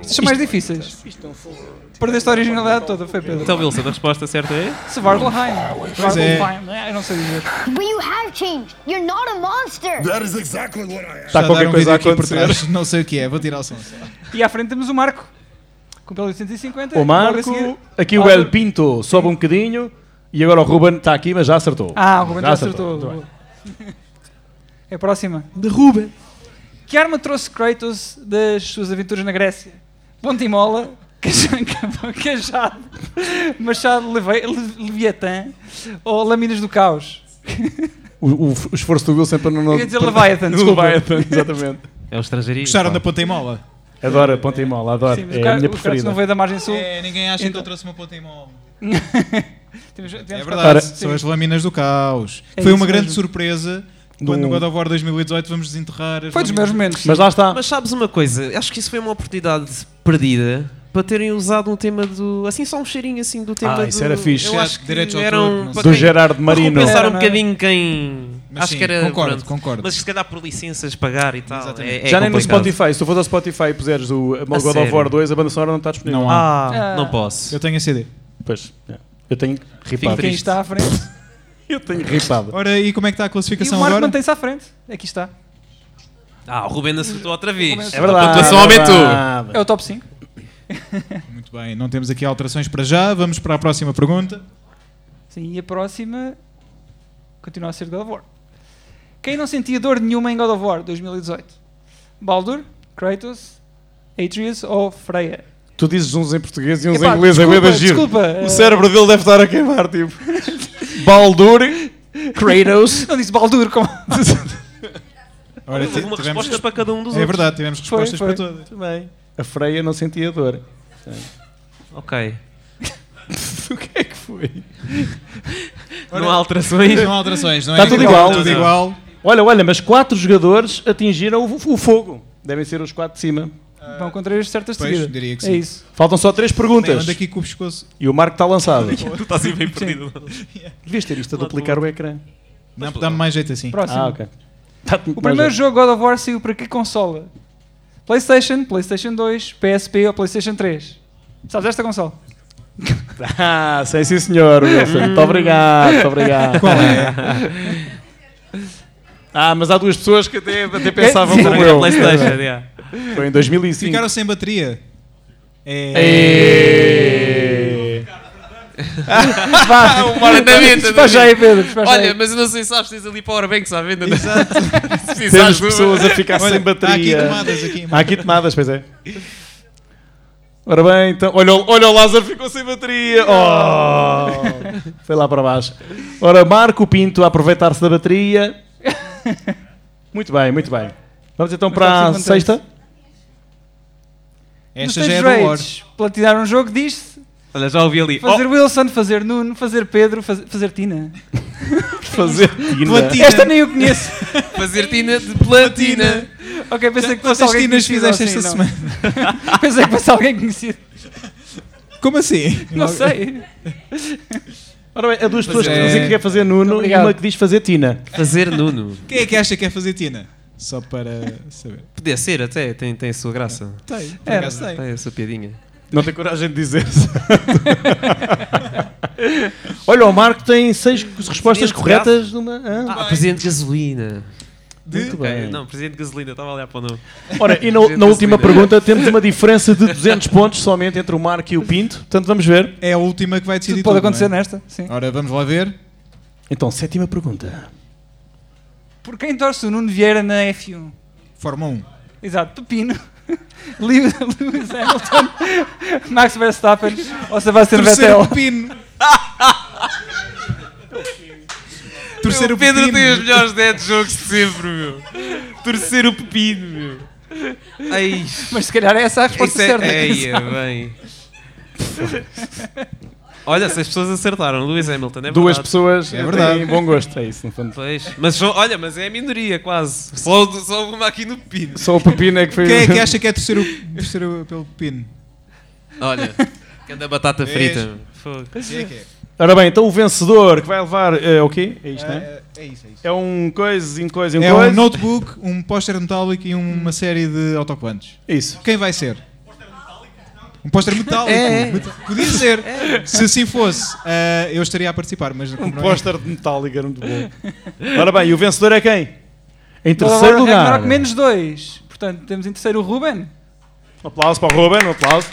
S2: Estes são mais difíceis. Perdeste a originalidade toda, foi Pedro.
S1: Então, Wilson, a resposta certa é?
S2: Svartalheim.
S3: é.
S2: Svartalheim. Ah, Eu não sei dizer.
S7: But you have changed. You're not a monster.
S8: That is exactly what I am.
S4: Está
S3: Já
S4: qualquer
S3: deram
S4: coisa
S3: um vídeo
S4: a
S3: aqui por
S4: acontecer.
S3: trás, Não sei o que é, vou tirar o som.
S2: E à frente temos o Marco. Com pelo 850.
S4: O
S2: Logo a seguir-
S4: Marco, aqui o
S2: Lázaro.
S4: El Pinto sobe um bocadinho e agora o Ruben está aqui, mas já acertou.
S2: Ah, o Ruben já
S4: Muito bem.
S2: acertou. É a próxima. De Ruben. Que arma trouxe Kratos das suas aventuras na Grécia? Ponta e mola, caja- cajado, machado leve- le- leviatã ou lâminas do caos?
S4: O, o f- o esforço do Wilson para não.
S2: Eu ia dizer
S4: para-
S2: Leviathan, desculpa.
S4: Leviathan, exatamente.
S1: É o estrangeirinho.
S3: Gostaram
S1: pá.
S3: da ponta em mola?
S4: Adoro a ponta e mola, adoro.
S2: Sim, mas o
S4: é a
S2: Kra-
S4: minha
S2: o Kratos
S4: preferida.
S2: não veio da margem sul.
S3: É, ninguém acha
S2: Então-
S3: trouxe uma ponta em mola.
S2: Tivemos- tivemos
S3: É
S4: Ora,
S3: verdade, são
S2: sim.
S3: as lâminas do caos.
S2: É
S3: Foi
S2: isso
S3: uma grande
S2: mesmo. um.
S3: surpresa quando no
S4: Do-
S3: God of War 2018 vamos desenterrar as
S2: Foi dos meus
S3: lâminas.
S2: momentos.
S4: Mas lá está.
S1: Mas sabes uma coisa? Acho que isso foi uma oportunidade perdida para terem usado um tema do. Assim, só um cheirinho assim do tema
S4: Ah,
S1: do.
S4: isso era fixe.
S1: Eu acho que
S3: Direitos de autor,
S1: eram.
S3: não
S1: para
S4: Do
S1: quem-
S4: Gerardo
S1: para
S4: Marino.
S1: compensar
S2: Era,
S1: um
S2: não é?
S1: bocadinho quem.
S3: Mas
S1: acho
S3: sim,
S1: que era.
S3: concordo,
S1: pronto.
S3: concordo.
S1: Mas se calhar por licenças pagar e tal.
S3: Exatamente.
S1: É, é
S4: Já nem no
S1: complicado.
S4: Spotify. Se tu fores ao Spotify e puseres o o God of
S1: sério?
S4: War 2, a banda sonora não está disponível.
S3: Não há.
S1: Ah,
S2: Ah.
S1: não posso.
S3: Eu tenho a CD.
S4: Pois, é. Eu tenho
S1: Fico
S4: ripado.
S2: Quem
S1: triste.
S2: está à frente?
S4: Eu tenho ripado.
S3: Ora, e como é que está a
S2: E o
S3: classificação
S2: Marco
S3: agora?
S2: mantém-se à frente. Aqui está.
S1: Ah, o Ruben acertou outra vez.
S4: É verdade.
S1: A pontuação
S4: é
S1: aumentou.
S4: verdade.
S2: É o top 5.
S3: Muito bem, não temos aqui alterações para já. Vamos para a próxima pergunta.
S2: Sim, e a próxima continua a ser God of War. Quem não sentia dor nenhuma em God of War 2018? Baldur, Kratos, Atreus ou Freya?
S4: Tu dizes uns em português e uns
S2: Epá,
S4: em inglês, é
S2: desculpa,
S4: bué da giro.
S2: desculpa.
S4: O cérebro dele deve estar a queimar, tipo. Baldur, Kratos.
S2: Não disse Baldur, como...
S3: Ora,
S1: Houve uma
S3: tivemos-
S1: resposta para cada um dos
S3: É
S1: outros.
S3: verdade, tivemos
S2: Foi,
S3: respostas
S2: foi.
S3: para todas.
S4: Também. A Freia não sentia dor.
S1: Ok.
S4: o que é que foi?
S1: Não há alterações.
S3: Não há alterações, não é?
S4: Está Tá tudo igual.
S3: Tudo
S1: Não, não.
S3: igual.
S4: Olha, olha, mas quatro jogadores atingiram o, o fogo. Devem ser os quatro de cima.
S2: Vão contra as certas de
S3: Ah, Pois,
S2: seguida.
S3: diria que
S2: É
S3: sim.
S2: isso.
S4: Faltam só três
S3: Bem,
S4: perguntas.
S3: Anda aqui com o pescoço.
S4: E o Marco está lançado.
S1: Tu estás aí bem perdido.
S4: Devias ter isto a duplicar o ecrã.
S3: Não, dá-me mais jeito assim.
S2: Próximo.
S4: Ah, ok. Tá-te muito
S2: O primeiro
S4: mais
S2: jogo God of War saiu para que consola? PlayStation, PlayStation 2, PSP ou PlayStation 3? Sabes esta consola?
S4: jeito. Ah, sei sim senhor, Wilson. Muito obrigado, muito obrigado.
S3: Qual é?
S4: Ah, mas há duas pessoas que até, até pensavam
S2: sim.
S4: como
S1: Era
S4: eu.
S1: PlayStation, yeah.
S4: Foi em 2005.
S3: Ficaram sem bateria. É,
S4: É, E...
S2: Despacha aí, Pedro. despacha aí.
S1: Olha, mas é- eu não sei se sabes, tens ali Powerbanks à venda. Exato. se
S4: Temos
S1: precisares de uma.
S4: pessoas a ficar sem
S3: Está tá aqui
S4: bateria.
S3: tomadas aqui.
S4: Há aqui tomadas, pois é. Ora bem, então. Olha, o- olha o Lázaro ficou sem bateria. Oh! Foi lá para baixo. Ora, Marco Pinto a aproveitar-se da bateria. Muito bem, muito bem. Vamos então
S2: Mas
S4: para
S2: está
S4: a
S2: assim que mantém-se.
S4: sexta.
S3: Esta
S2: nos
S3: já é
S2: teus
S3: do War. Oh.
S2: raids, platinar um jogo, diz-se
S1: Olha, já ouvi ali. Oh,
S2: fazer Wilson, fazer Nuno, fazer Pedro, faz- fazer Tina.
S4: Fazer tina.
S3: Platina.
S2: Esta nem eu conheço.
S1: Oh, fazer tina de platina.
S2: ok, pensei que fosse
S3: Quantas
S2: alguém
S3: tinas
S2: conhecido
S3: fizeste
S2: assim,
S3: esta
S2: não.
S3: semana?
S2: Pensei que fosse alguém conhecido.
S3: Como assim?
S2: Não sei.
S4: Ora bem, há duas pessoas que
S3: é-
S4: dizem que quer fazer Nuno
S2: Obrigado.
S4: e uma que diz fazer Tina.
S1: Fazer Nuno.
S3: Quem é que acha que é fazer tina? Só para saber.
S1: Podia ser até, tem, tem a sua graça.
S3: Tem, por
S2: É,
S3: acaso tem.
S1: Tem a sua piadinha.
S4: Não tem coragem de dizer. Olha, o Marco tem seis respostas
S1: Sim,
S4: corretas numa. hã?
S1: Ah, presidente de gasolina.
S4: Muito bem.
S1: Não, presidente de gasolina, estava a olhar para o nome.
S4: Ora, e na, na última
S1: Gasolina.
S4: pergunta temos uma diferença de 200 pontos somente entre o Marco e o Pinto. Portanto, vamos ver.
S3: É a última que vai decidir
S2: Tudo
S3: tudo,
S2: pode acontecer
S3: não é?
S2: nesta, sim.
S3: Ora, vamos lá ver.
S4: Então, sétima pergunta.
S2: Ah. Por quem torce o Nuno Vieira na F1?
S3: Fórmula 1.
S2: Exato, Pepino. Lewis Lewis Hamilton, Max Verstappen ou Sebastian
S3: Terceiro
S2: Vettel.
S3: pepino. Torcer o
S1: Pedro tem os
S3: pepino.
S1: melhores 10 jogos de sempre, meu. Torcer o pepino, meu. Ai,
S2: Mas se calhar é essa a
S1: isso
S2: resposta
S1: é,
S2: certa.
S1: Ei, é bem. Olha, se as pessoas acertaram, Lewis Hamilton, é verdade.
S4: Duas pessoas
S3: É verdade.
S4: têm bom gosto, é isso, no fundo.
S1: Pois. Mas só- olha, mas é a minoria quase. Só, só uma aqui no pepino.
S4: Só o Pepino é que foi.
S3: Quem é que acha que é torcer, o, torcer o- pelo pepino?
S1: Olha, cada batata
S3: frita,
S1: frita.
S3: Quem é que é?
S4: Ora bem, então o vencedor que vai levar. É o quê? É isto, não é?
S3: isso, é isso.
S4: É um coisa, um coisa, um
S3: É
S4: coisa.
S3: um notebook, um póster metálico e uma série de autocolantes.
S4: É Isso.
S3: Quem vai ser? Um póster metálico?
S1: É, é.
S3: Meta- Podia ser. Se assim fosse, ah, eu estaria a participar, mas como
S4: Um
S3: não é-
S4: póster de Metallica era muito bom. Ora bem, e o vencedor é quem? Em
S2: Então,
S4: terceiro
S2: agora,
S4: lugar.
S2: agora com menos dois. Portanto, temos em terceiro o Ruben.
S4: Um aplauso para o Ruben, um aplauso.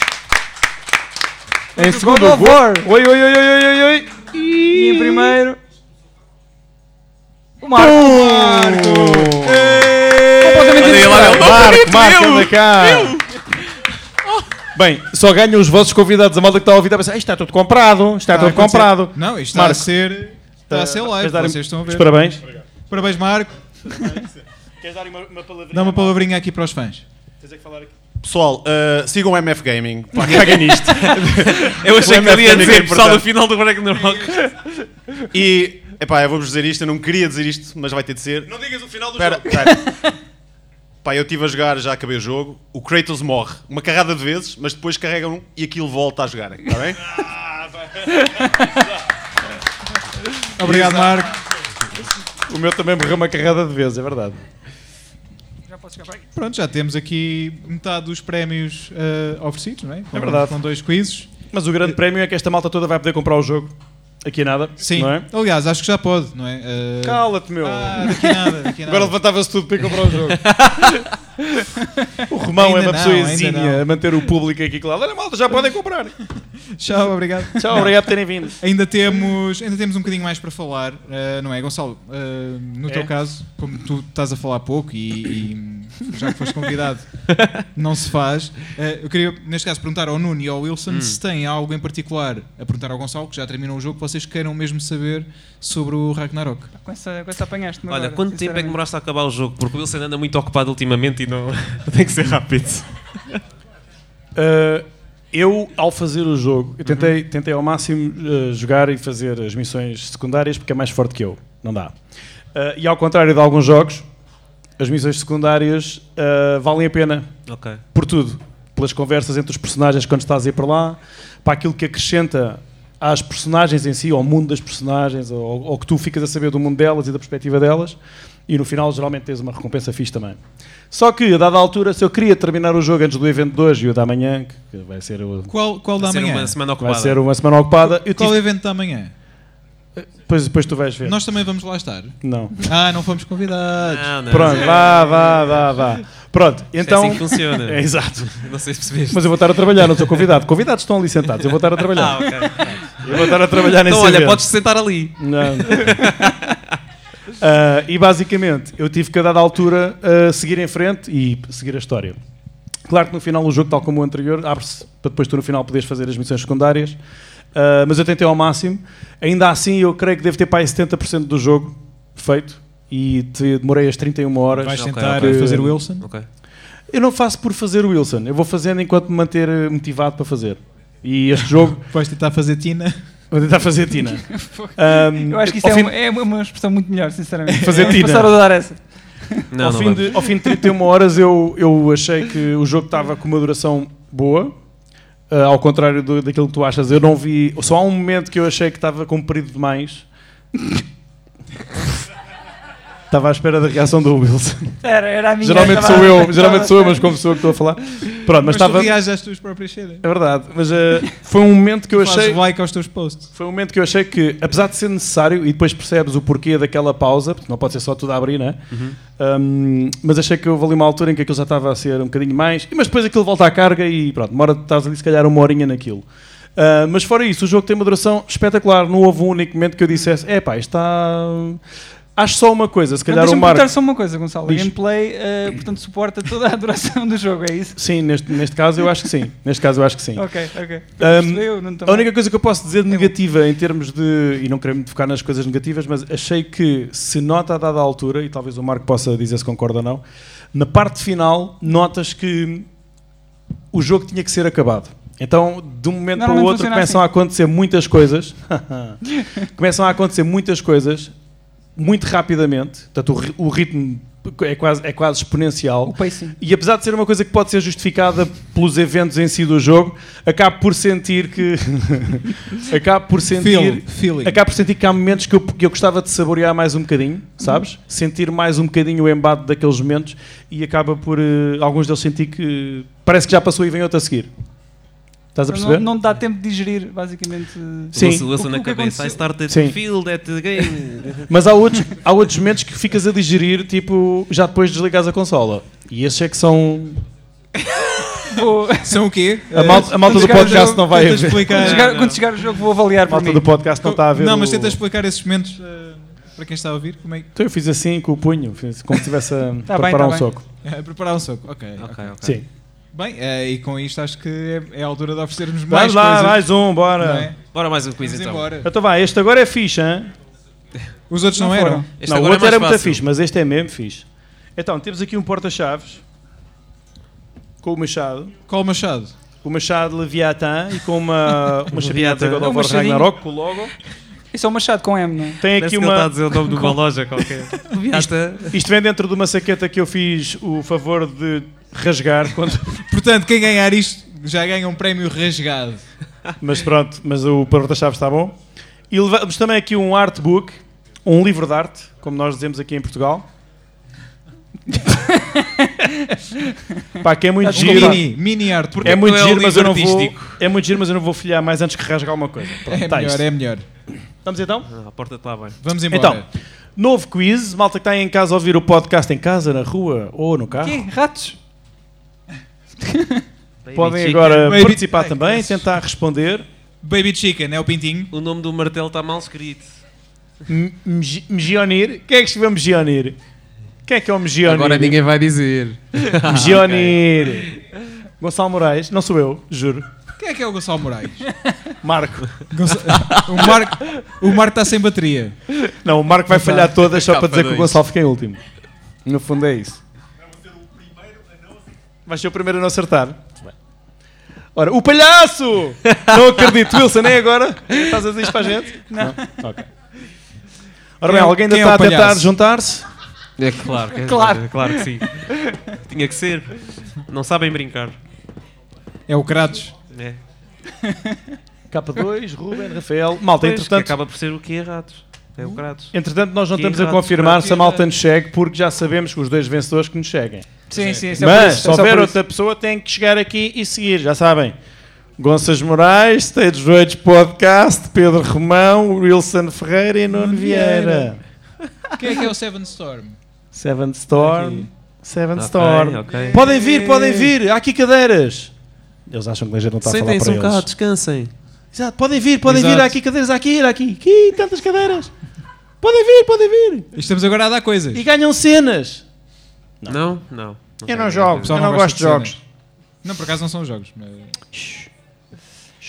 S4: Em
S2: O
S4: segundo
S2: God of War.
S4: lugar. Oi, oi, oi, oi, oi, oi, oi.
S2: E em primeiro. O Marco.
S4: Marco!
S2: Completamente
S4: Olha aí, um
S2: inesperado.
S4: lá vai o Marco,
S1: Marco,
S4: Marco,
S1: eu,
S4: anda cá. Bem, só ganham os vossos convidados. A malta que está a ouvir está a pensar, "Ah, isto está tudo comprado, isto
S3: Está
S4: está,
S3: a
S4: tudo
S3: acontecer.
S4: comprado.
S3: Não, isto está
S4: Marco,
S3: a ser. Está a ser live,
S4: queres dar-
S3: vocês estão a ver.
S4: Os parabéns.
S3: Parabéns, Marco.
S5: Queres dar uma, uma palavrinha?
S3: Dá uma palavrinha aqui para os fãs.
S5: Pessoal, eh, sigam o MF Gaming. Pá,
S4: Caga nisto.
S1: Eu achei que ele ia
S5: Ninguém
S1: dizer pessoal
S5: importante.
S1: do final do Break no Rock.
S5: E, epá, eu vou-vos dizer isto, eu não queria dizer isto, mas vai ter de ser. Não digas o final do jogo. Pá, eu estive a jogar, já acabei o jogo, o Kratos morre uma carrada de vezes, mas depois carregam um e aquilo volta a jogar, está bem?
S3: Obrigado, Marco.
S4: o meu também morreu uma carrada de vezes, é verdade.
S3: Pronto, já temos aqui metade dos prémios ah, oferecidos, não é? Com,
S4: verdade.
S3: Com dois quizzes.
S4: Mas o grande prémio é que esta malta toda vai poder comprar o jogo. Aqui é nada.
S3: Sim.
S4: Não é?
S3: Aliás, acho que já pode, não é? Ah,
S4: Cala-te, meu.
S3: Ah, daqui nada, daqui nada.
S4: Agora levantava-se tudo para ir comprar o jogo. o Romão é
S3: Ainda
S4: uma
S3: não,
S4: pessoa
S3: ainda não.
S4: exímia a manter o público aqui claro. Olha, malta, já podem comprar.
S3: Tchau, obrigado.
S4: Tchau, obrigado por terem vindo.
S3: Ainda temos, ainda temos um bocadinho mais para falar, eh, não é, Gonçalo? eh, no
S4: É.
S3: teu caso, como tu estás a falar pouco e, e já que foste convidado, não se faz. eh, eu queria, neste caso, perguntar ao Nuno e ao Wilson
S1: Hum.
S3: se tem algo em particular a perguntar ao Gonçalo, que já terminou o jogo, que vocês queiram mesmo saber sobre o Ragnarok.
S2: Com essa, com essa apanhaste-me
S1: Olha,
S2: agora,
S1: quanto tempo é que
S2: sinceramente.
S1: demoraste a acabar o jogo? Porque o Wilson anda muito ocupado ultimamente e não tem que ser rápido.
S4: Uh, eu, ao fazer o jogo, eu tentei, tentei ao máximo uh, jogar e fazer as missões secundárias porque é mais forte que eu. Não dá. Uh, e ao contrário de alguns jogos, as missões secundárias uh, valem a pena
S1: Ok.
S4: por tudo. Pelas conversas entre os personagens quando estás a ir para lá, para aquilo que acrescenta às personagens em si, ao mundo das personagens, ao, ao que tu ficas a saber do mundo delas e da perspectiva delas, e no final geralmente tens uma recompensa fixe também. Só que, a dada altura, se eu queria terminar o jogo antes do evento de hoje e o da manhã, que vai ser, o-
S3: Qual, qual da
S1: Vai ser
S3: manhã?
S1: uma semana
S4: vai
S1: ocupada. é?
S4: ser uma semana ocupada, eu
S3: Qual
S4: tive-
S3: evento da manhã?
S4: depois, depois tu vais ver.
S3: Nós também vamos lá estar.
S4: Não.
S3: Ah, não fomos convidados.
S1: Ah, não.
S4: Pronto, vá, vá, vá, vá. Pronto, então...
S1: É assim que funciona.
S4: É, exato.
S1: Não sei se percebeste.
S4: Mas eu vou estar a trabalhar, não sou convidado. Convidados estão ali sentados, eu vou estar a
S1: Ah,
S4: trabalhar.
S1: ok.
S4: Eu vou estar a trabalhar nesse
S1: Então, olha,
S4: evento.
S1: podes sentar ali.
S4: Não. Ah, e basicamente, eu tive que a dada altura ah, seguir em frente e seguir a história. Claro que no final o jogo, tal como o anterior, abre-se para depois tu no final poderes fazer as missões secundárias. Ah, mas eu tentei ao máximo. Ainda assim, eu creio que devo ter para aí 70% do jogo feito. E te- demorei as 31 horas.
S3: Vais
S1: Ok,
S3: tentar eh,
S1: ok.
S3: fazer o Wilson?
S1: Ok.
S4: Eu não faço por fazer o Wilson, eu vou fazendo enquanto me manter eh, motivado para fazer. E este jogo,
S3: Vais tentar fazer Tina.
S4: vou tentar fazer Tina. Ahm,
S2: Eu acho que isso
S4: ao
S2: é,
S4: fim-
S2: uma, é uma- uma expressão muito melhor, sinceramente.
S4: Fazer
S2: Vamos
S4: tira.
S2: É, passar a usar essa.
S1: Não,
S4: ao,
S1: não
S4: fim
S1: vamos.
S4: de, ao fim de 31 horas eu, eu achei que o jogo estava com uma duração boa, ah, ao contrário do- daquilo que tu achas. Eu não vi, só há um momento que eu achei que estava comprido demais. Estava à espera da reação do Wilson.
S2: Era, era a minha.
S4: Geralmente
S2: estava-
S4: sou eu,
S2: estava-
S4: geralmente sou eu, mas como sou eu que estou a falar. Pronto, mas
S3: Mas tu
S4: estava. É
S3: reages às tuas próprias cenas.
S4: verdade, mas ah, foi um momento que eu
S3: Fazes
S4: achei.
S3: like aos teus posts.
S4: Foi um momento que eu achei que, apesar de ser necessário, e depois percebes o porquê daquela pausa, porque não pode ser só tudo a abrir, né?
S2: Uhum.
S4: Um, mas achei que houve ali uma altura em que aquilo já estava a ser um bocadinho mais, e- mas depois aquilo volta à carga e pronto, demora, estás ali se calhar uma horinha naquilo. Ah, mas fora isso, o jogo tem uma duração espetacular, não houve um único momento que eu dissesse, é pá, está. Acho só uma coisa, se
S2: Não,
S4: calhar o
S2: Deixa-me
S4: Marco.
S2: perguntar só uma coisa, Gonçalo.
S4: Diz.
S2: A gameplay, eh, portanto, suporta toda a duração do jogo, é isso?
S4: Sim, neste, neste caso eu acho que sim. Neste caso eu acho que sim.
S2: Ok, ok.
S4: Um,
S2: eu, não
S4: A única coisa que eu posso dizer de
S2: É
S4: negativa em termos de. E não queremos focar nas coisas negativas, mas achei que se nota a dada altura, e talvez o Marco possa dizer se concorda ou não, na parte final notas que o jogo tinha que ser acabado. Então, de um momento para o
S2: Normalmente
S4: outro,
S2: funciona
S4: começam
S2: assim.
S4: a acontecer muitas coisas. começam a acontecer muitas coisas muito rapidamente. Portanto, o ri- o ritmo é quase, é quase exponencial.
S2: O pacing.
S4: E apesar de ser uma coisa que pode ser justificada pelos eventos em si do jogo, acabo por sentir que. acabo por
S3: Feel,
S4: sentir.
S3: feeling.
S4: Acabo por sentir que há momentos que eu, que eu gostava de saborear mais um bocadinho, sabes? Sentir mais um bocadinho o embate daqueles momentos e acaba por. eh, alguns deles sentir que. Parece que já passou e vem outro a seguir. Estás a perceber?
S2: Não, não te dá tempo de digerir, basicamente.
S4: Sim.
S1: Wilson, Wilson
S2: O-
S1: na
S2: o que
S1: cabeça. I
S2: aconteceu-
S1: started
S4: Sim.
S1: to feel that game.
S4: Mas há outros, há outros momentos que ficas a digerir, tipo, já depois desligas a consola. E esses é que são.
S2: Vou-
S3: São o quê?
S4: A malta, a malta
S3: Quando
S4: do
S3: chegar ao
S4: podcast
S3: jogo,
S4: não vai
S3: tenta
S4: ver.
S2: Quando,
S3: explicar-
S2: chegar, quando chegar o jogo, vou avaliar
S4: A
S2: por mim.
S4: malta do podcast não está a ver.
S3: Não, mas
S4: o-
S3: tenta explicar esses momentos eh, para quem está a ouvir. Como é que.
S4: Então eu fiz assim com o punho, fiz como se estivesse a
S2: Tá bem,
S4: preparar
S2: tá
S4: um
S2: bem.
S4: soco.
S3: Eh, preparar um soco. Ok.
S1: ok, ok.
S4: Sim.
S3: Bem, eh, e com isto acho que é, é a altura de oferecermos mais
S4: Vamos lá,
S3: coisas.
S4: mais um, bora.
S3: não é?
S1: Bora mais um quiz
S3: Vamos
S1: então.
S3: embora.
S4: Então vai, este agora é fixe, hein?
S3: Os outros não,
S2: Não
S3: eram.
S1: Este
S4: não, o
S1: agora
S4: outro
S1: é mais
S4: era muito
S1: fácil.
S4: fixe, mas este é mesmo fixe. Então, temos aqui um porta-chaves com o machado,
S3: Qual Machado?
S4: com o machado Leviatã e com uma, uma chariada
S1: Leviatã.
S4: de God
S2: É um
S4: of War
S2: machadinho.
S4: Ragnarok com o logo.
S2: Isso é um machado com M, não é?
S4: Tem
S1: Parece
S4: aqui
S1: que ele está a
S4: uma.
S1: dizer o nome de uma loja qualquer. Beata.
S4: Isto vem dentro de uma saqueta que eu fiz o favor de rasgar quando
S3: Portanto, quem ganhar isto já ganha um prémio rasgado.
S4: Mas pronto, mas o Porta-Chaves está bom. E levamos também aqui um artbook, um livro de arte, como nós dizemos aqui em Portugal. Pá, que é muito
S3: Um
S4: giro.
S3: mini, mini arte.
S4: É
S1: Não
S4: muito
S1: é um
S4: giro, mas
S1: livro
S4: eu não vou.
S1: artístico.
S4: É muito giro, mas eu não vou folhear mais antes que rasgar alguma coisa. Pronto,
S3: É
S4: tá
S3: melhor,
S4: isto.
S3: é melhor.
S4: Vamos então?
S1: Ah, a porta de lá bem.
S3: Vamos embora.
S4: Então, novo quiz. Malta que está aí em casa a ouvir o podcast em casa, na rua ou no carro.
S2: Quê? Ratos?
S3: é
S1: Baby
S4: Podem
S1: chicken.
S4: agora
S3: Baby-
S4: participar
S3: Ai,
S4: também,
S3: que
S4: tentar responder.
S3: Baby Chicken é o pintinho.
S1: O nome do martelo está mal escrito.
S4: M- Mgi- Mgionir. Quem é que escreveu Mgionir? Quem é que é o Mgionir?
S1: vai dizer.
S4: Gionir. Gonçalo Moraes, não sou eu, juro.
S3: Quem é que é o Gonçalo Moraes?
S4: Marco.
S3: Gonça- o, Marco, o Marco está sem bateria.
S4: Não, o Marco vai
S3: Gonçalo.
S4: falhar todas só
S1: Capa
S4: para dizer que o
S1: dois.
S4: Gonçalo fica em último. No fundo é isso. Vai ser o primeiro a não acertar. Ora, o palhaço! Não acredito, Wilson, nem agora? Estás a dizer isto para a gente? Não. Ok.
S3: Quem
S4: Ora bem,
S3: é o-
S4: alguém ainda
S3: quem é o
S4: está a tentar
S3: palhaço?
S4: juntar-se?
S1: É claro. que-
S2: Claro.
S1: claro que sim. Tinha que ser. Não sabem brincar.
S3: É o Kratos.
S1: É.
S4: K2, Ruben, Rafael. Malta,
S1: Pois, que
S4: entretanto,
S1: acaba por ser o que é ratos. É o Kratos.
S4: entretanto nós não
S1: Que
S4: estamos a
S1: errado,
S4: confirmar se a malta nos segue, porque já sabemos que os dois vencedores que nos seguem.
S2: Sim, sim. isso é por
S4: Mas,
S2: isso,
S4: se
S2: é só por
S4: houver
S2: isso.
S4: outra pessoa, tem que chegar aqui e seguir, já sabem. Gonças Moraes, Stage Rage Podcast, Pedro Romão, Wilson Ferreira e Nuno
S3: Nuno
S4: Vieira.
S3: Vieira. Quem é que é o Seven Storm?
S4: Seven Storm.
S3: Aqui.
S4: Seven
S1: Ok,
S4: Storm. Tá
S1: ok.
S4: Podem vir, podem vir, há aqui cadeiras. Eles acham que a gente não está a falar para
S1: Sentem-se um
S4: eles.
S1: bocado, descansem.
S4: Exato, podem vir, podem vir,
S3: Exato.
S4: há aqui cadeiras, há aqui, há aqui. Aqui, tantas cadeiras. Podem vir, podem vir.
S3: E Estamos agora a dar coisas.
S4: E ganham cenas.
S1: Não? Não.
S4: Eu não jogo,
S3: pessoal
S4: eu
S3: não
S4: não
S3: gosta
S4: gosto de
S3: de cenas.
S4: jogos.
S3: Não, por acaso não são jogos. mas-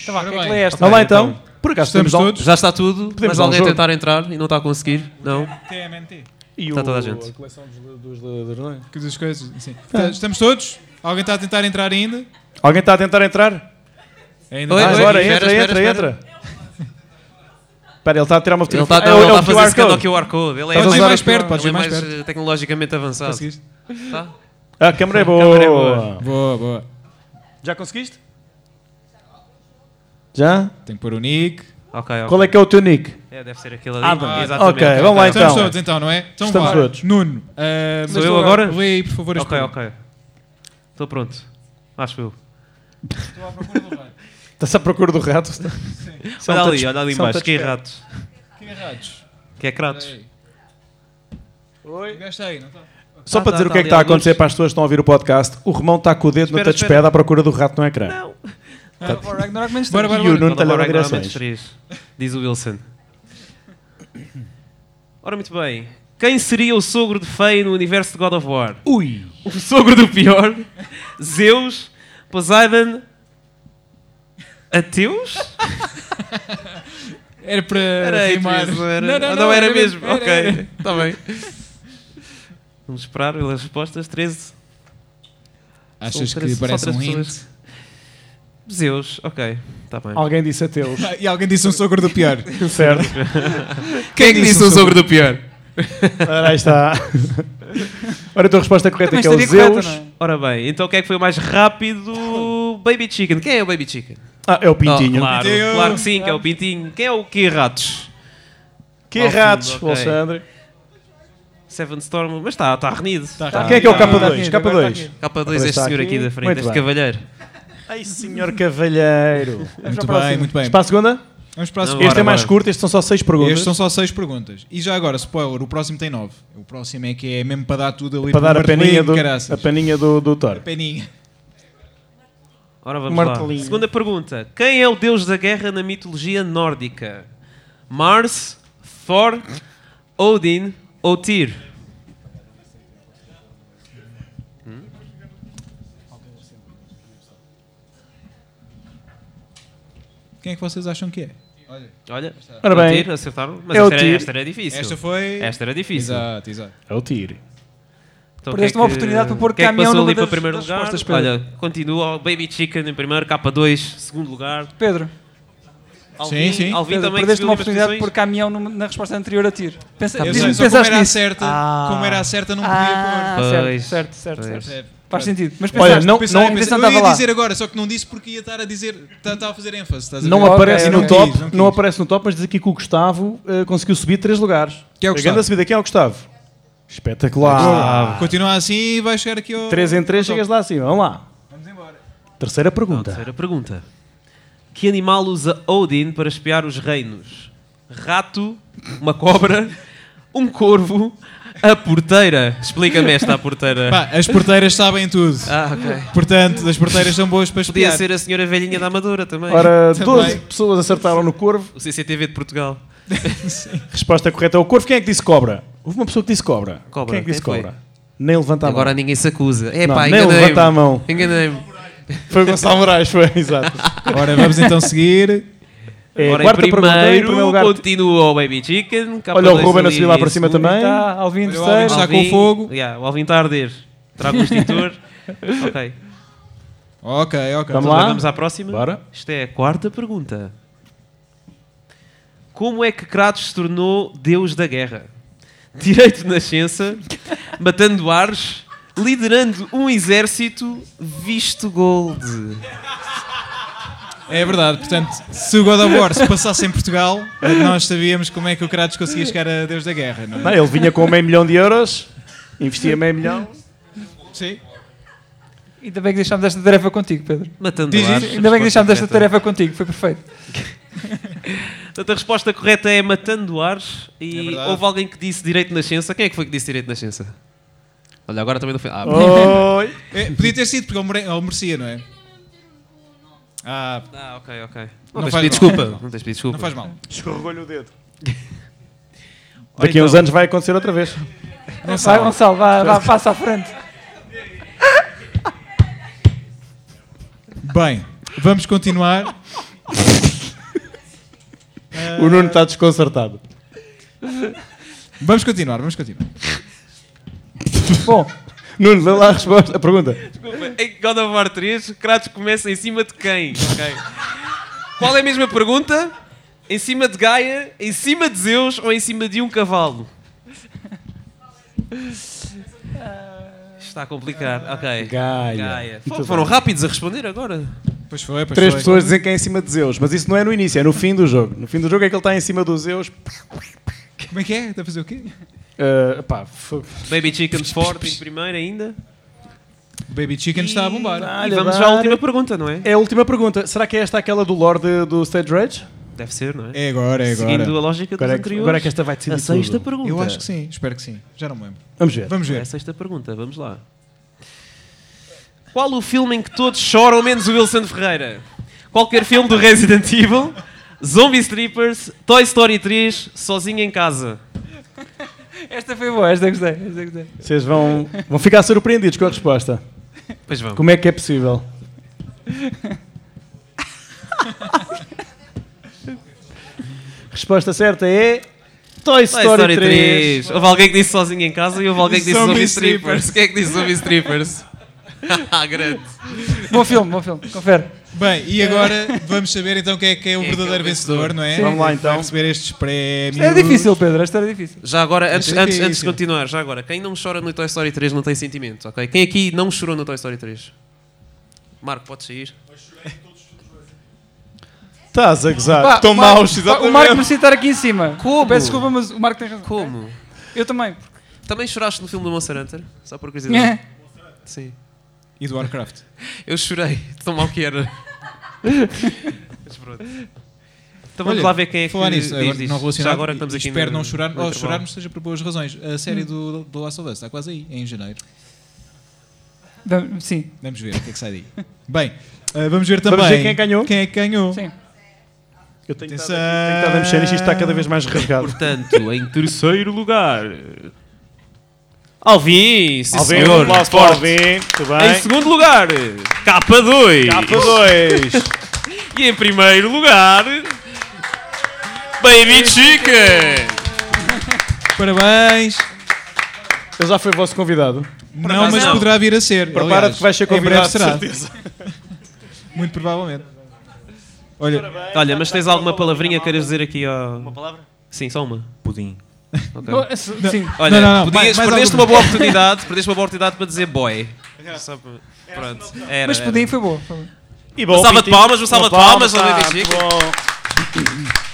S2: Tá bem, o que é que
S3: Ora
S2: lê
S3: bem.
S2: esta?
S4: Vamos lá
S1: Ok,
S4: então. Por acaso
S3: Estamos
S4: temos al-
S3: todos?
S1: Já está tudo,
S4: Podemos
S1: mas
S4: dar um
S1: alguém
S4: jogo.
S1: tentar entrar e não está a conseguir. Não.
S3: TMNT.
S4: E
S1: Está
S4: o-
S1: toda a gente.
S4: coleção dos, dos ladrões. Ah.
S3: Que diz coisas. Sim. Portanto, Estamos todos? Alguém está a tentar entrar ainda? É
S4: Alguém está a tentar entrar? Ah,
S3: Ainda
S8: Oi,
S3: não.
S8: oi.
S4: Agora, é-
S8: espera,
S4: entra,
S8: espera,
S4: entra,
S8: espera.
S4: entra. Espera, ele está a tirar uma
S8: Ele
S4: fotografia.
S8: está
S4: É o- é o
S8: a
S4: QR
S8: fazer scan ao
S4: code.
S8: QR Code. Ele é
S3: Podes ir
S8: mais,
S3: mais perto, podes
S8: ele
S3: ir
S8: é
S3: mais
S8: mais
S3: perto.
S8: eh, tecnologicamente avançado.
S3: Conseguiste?
S8: Tá?
S4: A câmera
S1: câmera é
S4: é boa.
S1: boa.
S3: Boa, boa.
S4: Já conseguiste? Já?
S3: Tem que pôr o nick.
S1: Ok, ok.
S4: Qual é que é o teu nick?
S1: É, deve ser aquilo ali.
S4: Adam.
S1: Exatamente.
S4: Ok, vamos lá
S3: Estamos
S4: então.
S3: todos então, não é? Então
S4: Estamos
S3: vá.
S4: todos.
S3: Nuno. ah,
S1: Sou
S3: mas
S1: eu
S3: tu
S1: agora?
S3: Lê aí, por favor, as
S1: Ok,
S3: perguntas.
S1: ok. Estou pronto. Acho eu.
S4: Estás à procura do rato? São
S1: Olha
S4: tantos-
S1: ali, olha ali
S4: são
S1: embaixo.
S4: tantos
S1: Que é
S4: pés.
S1: rato. Que é Kratos.
S3: Oi. Gasta aí, não está?
S4: Só
S1: Tá,
S4: para
S1: tá,
S4: dizer o
S1: tá
S4: que é que
S1: ali
S4: está a
S1: alguns.
S4: acontecer para as pessoas que estão a ouvir o podcast, o Romão está com o dedo
S1: Espera,
S4: na touchpad
S1: espera.
S4: à procura do rato é no ecrã. Tá.
S2: Thor Ragnarok menos
S3: Bora, bora,
S4: E o
S3: bora.
S4: Nuno está a
S1: Agora
S4: dar
S1: é
S4: direções.
S1: três, Diz o Wilson. Ora, muito bem. Quem seria o sogro de feio no universo de God of War?
S4: Ui!
S1: O sogro do pior? Zeus? Poseidon? Ateus?
S3: Era para
S1: Era isso,
S3: rimar.
S1: não era?
S3: Não, não,
S1: Ah,
S3: não,
S1: era,
S3: era
S1: mesmo?
S3: mesmo,
S1: ok,
S3: era, era.
S1: está bem. Vamos esperar pelas respostas. 13.
S3: Achas
S1: São
S3: que
S1: três-
S3: parece
S1: só
S3: um
S1: três
S3: hint?
S1: pessoas. Zeus, ok, está bem.
S4: Alguém disse ateus.
S3: Ah, E alguém disse um sogro do pior. um
S4: certo.
S8: Quem é que
S4: um
S8: disse o sobre do pior?
S4: Ora, aí está. Ora, a tua resposta correta é que é o
S2: estaria
S4: Zeus.
S2: correta, não é?
S1: Ora bem, então quem é que foi o mais rápido? Baby Chicken. Quem é o Baby Chicken?
S4: Ah, é o Pintinho.
S1: Oh, claro,
S3: Pintinho.
S1: claro que sim, que é o Pintinho. Quem é o que ratos?
S4: Que
S1: Ao fundo,
S4: ratos,
S1: ok.
S4: Alexandre.
S1: Seven Storm, mas está tá renhido.
S3: Tá.
S4: Quem é que é o
S3: Tá
S4: K2?
S2: aqui, agora
S4: K2.
S1: K2,
S4: Agora
S1: este
S4: está
S1: senhor aqui,
S4: tá aqui.
S1: da frente,
S4: Muito
S1: este
S4: bem.
S1: cavalheiro.
S4: Ai, senhor cavalheiro.
S3: Muito bem, muito bem.
S4: Para a segunda?
S3: Vamos para a
S1: Não,
S3: segunda.
S1: Bora,
S4: Este é mais
S1: bora.
S4: curto, este são só seis perguntas.
S3: Estes são só seis perguntas. E já agora, spoiler, o próximo tem nove. O próximo é que é mesmo para dar tudo ali
S4: Para dar
S3: pelo
S4: a peninha
S3: martelinho,
S4: do,
S3: caraças.
S4: a peninha do, do Thor.
S3: peninha.
S1: Ora vamos
S4: Martelinho.
S1: lá. Segunda pergunta. Quem é o deus da guerra na mitologia nórdica? Mars, Thor, Odin ou Tyr?
S3: Quem é que vocês acham que é?
S1: Olha,
S4: Ora
S1: o
S4: bem,
S1: Tyr, acertaram, mas
S4: é o
S1: esta, era,
S4: Tyr.
S1: esta era difícil.
S3: Esta foi...
S1: Esta era difícil.
S3: Exato, exato.
S4: É o Tyr.
S1: Então,
S2: Perdeste
S1: quem
S2: uma
S1: que-
S2: oportunidade para pôr
S1: quem é que
S2: caminhão
S1: passou
S2: numa
S1: ali para
S2: das-
S1: primeiro
S2: das
S1: lugar?
S2: respostas, Pedro.
S1: Olha, continua o Baby Chicken em primeiro, K2, segundo lugar.
S2: é? Pedro,
S1: Alvin,
S3: sim.
S1: Alvin
S2: Pedro
S1: também
S2: perdeste
S1: subiu
S2: uma
S1: umas
S2: oportunidade
S1: posições.
S2: de pôr caminhão numa- na resposta anterior a tiro. Pensa,
S4: Tá
S3: Eu
S2: diz-me
S3: sei,
S2: se
S3: Tá só como
S2: pensaste
S3: era a
S2: nisso.
S3: certa,
S2: Ah.
S3: como era a certa, não podia
S2: Ah,
S3: pôr.
S1: Pois,
S2: certo, certo, certo,
S1: pois.
S2: certo.
S3: assim.
S2: Faz sentido. Mas
S4: Olha,
S2: pensaste,
S4: não-
S3: Pensei,
S4: não-
S3: pensei-
S2: pensei,
S3: eu ia
S2: estava lá.
S3: dizer agora, só que não disse porque ia estar a dizer, estava a fazer ênfase, estás a
S4: Não
S3: ver?
S2: Ok,
S4: aparece
S2: ok.
S4: no
S2: Não
S4: top,
S3: quis, é, não
S4: não
S3: quis.
S4: aparece no top, mas diz aqui que o Gustavo eh, conseguiu subir três lugares.
S3: Quem é o
S4: A grande
S3: Gustavo?
S4: subida, quem é o Gustavo? Espetacular.
S3: Continua assim e vai chegar aqui ao...
S4: Ah. Três em três, chegas lá acima. Vamos lá. Vamos embora. Terceira pergunta.
S1: Terceira pergunta. Que animal usa Odin para espiar os reinos? Rato, uma cobra, um corvo, a porteira. Explica-me esta a porteira.
S3: Pá, as porteiras sabem tudo.
S1: Ah, ok.
S3: Portanto, as porteiras são boas para
S1: Podia
S3: espiar.
S1: ser a senhora velhinha da Amadora também.
S4: Ora,
S3: Também.
S4: 12 pessoas acertaram no corvo.
S1: O CCTV de Portugal.
S4: Resposta correta é o corvo. Quem é que disse cobra? Houve uma pessoa que disse cobra.
S1: Cobra,
S4: Quem é que disse
S1: quem foi?
S4: cobra? Nem
S2: Tá
S4: levanta a mão.
S1: Agora ninguém se acusa. É
S4: Não,
S1: pá,
S4: nem
S1: enganei-me.
S4: levanta a mão.
S1: Enganei-me.
S4: Foi o Gonçalo Moraes, foi, exato.
S3: Ora, vamos então seguir.
S4: É,
S1: Ora,
S4: quarta
S1: em
S4: pergunta, em
S1: primeiro,
S4: primeiro lugar.
S1: continua o Baby Chicken.
S4: Olha o
S1: K2
S4: Ruben a
S1: ali
S4: subir lá para cima
S1: segundo.
S4: também.
S2: Está, Alvin,
S3: Olha, Alvin,
S2: terceiro.
S3: está- com fogo.
S1: yeah, o Alvin está a arder. Traga um extintor. ok.
S3: Ok, ok.
S4: Vamos
S1: Então,
S4: lá.
S1: Vamos à próxima.
S4: Bora.
S1: Isto é a quarta pergunta. Como é que Kratos se tornou deus da guerra? Direito de nascença, matando ares, liderando um exército, visto gold.
S3: É verdade, portanto, se o God of War se passasse em Portugal, nós sabíamos como é que o Kratos conseguia chegar a Deus da Guerra, não
S4: Não,
S3: é?
S4: ele vinha com meio milhão de euros, investia meio milhão.
S3: Sim.
S2: Ainda bem que deixámos esta tarefa contigo, Pedro.
S1: Matando
S3: Diz
S1: ares.
S3: isso.
S2: Ainda bem
S1: Resposta
S2: que deixámos esta
S1: correta.
S2: tarefa contigo, foi perfeito.
S1: Portanto, a resposta correta é matando ares.
S3: É
S1: E
S3: verdade.
S1: houve alguém que disse direito de nascença. Quem é que foi que disse direito de nascença? Olha, agora também não foi.
S4: Oh.
S1: Ah,
S4: Oi.
S3: É, podia ter sido, porque ele mere- ele merecia, não é? Ah,
S1: ah, ok, ok. Não, tens
S3: Não
S1: de
S3: faz
S1: pedir
S3: mal.
S1: desculpa. Não tens de pedir desculpa.
S3: não faz mal.
S4: Escorregou-lhe o dedo.
S1: Ora,
S4: Daqui a uns
S1: então,
S4: anos vai acontecer outra vez.
S2: Vai, Gonçalo, vá, vá, passa à frente.
S3: Bem, vamos continuar.
S4: O Nuno está desconcertado.
S3: Vamos continuar, vamos continuar.
S2: Bom,
S4: Nuno, vê lá a resposta, a pergunta.
S1: Desculpa, em God of War 3, Kratos começa em cima de quem? Ok. Qual é a mesma pergunta? Em cima de Gaia, em cima de Zeus ou em cima de um cavalo? Está complicado, ok.
S4: Gaia.
S1: Fo- Foram rápidos a responder agora.
S3: Pois foi, pois
S4: Três
S3: foi.
S4: pessoas dizem que é em cima de Zeus, mas isso não é no início, é no fim do jogo. No fim do jogo é que ele está em cima dos Zeus.
S3: Como é que é? Está a fazer o quê?
S4: Ah, pá, f-
S1: Baby Chicken forte em primeiro ainda.
S3: O Baby Chicken está a bombar.
S1: E
S4: Olha,
S1: vamos
S4: vai.
S1: à última pergunta, não é?
S4: É a última pergunta. Será que é esta aquela do Lorde do Stage Rage?
S1: Deve ser, não é?
S3: É agora, é agora.
S1: Seguindo a lógica dos
S4: Agora é que,
S1: anteriores.
S4: agora é que esta vai decidir
S1: a sexta
S4: tudo.
S1: pergunta.
S3: Eu acho que sim, espero que sim. Já não me lembro.
S4: Vamos ver.
S3: Vamos
S1: É a
S3: ver.
S1: sexta pergunta, vamos lá. Qual o filme em que todos choram, menos o Wilson Ferreira? Qualquer filme do Resident Evil, Zombie Strippers, Toy Story 3, Sozinho em Casa.
S2: Esta foi boa, esta gostei. Esta gostei.
S4: Vocês vão, vão ficar surpreendidos com a resposta.
S1: Pois vamos.
S4: Como é que é possível? resposta certa é Toy
S1: Toy
S4: Story,
S1: Story
S4: 3.
S1: 3. Houve alguém que disse Sozinho em Casa e houve alguém que disse
S3: Zombie
S1: Zombie Strippers. Quem é que disse Zombie Strippers? ah, grande.
S2: Bom filme, bom filme, confere.
S3: Bem, e agora vamos saber então quem é que é o verdadeiro vencedor, não é?
S4: Vamos lá, então.
S3: Vai receber estes prémios.
S2: Era É difícil, Pedro, esta era difícil.
S1: Já agora, antes,
S3: Isso é
S1: antes, antes de
S3: difícil.
S1: continuar, já agora, quem não chora no Toy Story 3 não tem sentimento, ok? Quem aqui não chorou no Toy Story 3? Marco, pode sair.
S4: Estás a gozar.
S3: Tá
S2: Pá,
S4: Estão
S2: o Marco-
S4: maus,
S2: pá, O Marco merecia estar aqui em cima.
S1: Como?
S2: Peço desculpa, mas o Marco tem razão.
S1: Como?
S2: Eu também.
S1: Também choraste no filme do Monster Hunter? Só por curiosidade.
S2: É.
S1: Sim.
S3: E do Warcraft.
S1: Eu chorei, de tão mal que era. Mas pronto. Então vamos
S3: Olha,
S1: lá ver quem é que
S3: Falar nisso,
S1: diz,
S3: agora,
S1: diz.
S3: não
S1: Já
S3: relacionado,
S1: agora que estamos aqui
S3: espero
S1: no-
S3: não chorar,
S1: no
S3: ou
S1: intervalo.
S3: chorarmos seja por boas razões. A série do, do Last of Us está quase aí, é em janeiro.
S2: Dá- Sim.
S3: Vamos ver o que é que sai daí. Bem, eh, vamos ver também.
S4: ver quem é que ganhou.
S3: Quem é que ganhou?
S2: Sim.
S4: Eu tenho
S3: Atenção.
S4: estado a mexer nisto e isto está cada vez mais rasgado.
S1: Portanto, em terceiro lugar. Alvin, sim
S4: Alvin, um
S1: senhor.
S4: aplauso para o
S1: Forte.
S4: Alvin, tudo
S1: Em
S4: bem?
S1: segundo lugar, K2.
S4: K2.
S1: E em primeiro lugar, Baby Chicken.
S3: Parabéns!
S4: Ele já foi vosso convidado.
S3: Não, mas
S1: não.
S3: poderá vir a ser.
S4: Prepara-te
S3: aliás.
S4: que vais
S1: é
S4: ser
S3: Em breve
S4: convidado, de
S3: será.
S4: certeza.
S3: Muito provavelmente. Olha,
S1: Olha, mas tens alguma palavrinha que queiras dizer aqui? Ó... Uma palavra? Sim, só uma.
S9: Pudim.
S2: Oh, s- Sim.
S1: Olha,
S3: é- Não, não, não,
S1: podias-
S3: mais- mais
S1: perdeste
S3: alguma.
S1: uma boa oportunidade, perdeste uma boa oportunidade para dizer boy. Só para- Pronto. Era,
S2: Mas
S1: era.
S2: pudim foi boa. foi boa.
S4: E bom,
S1: Uma salva de
S4: Pintinho.
S1: palmas, uma salva de palmas, ao David
S4: tá,
S1: Chico.
S4: bom.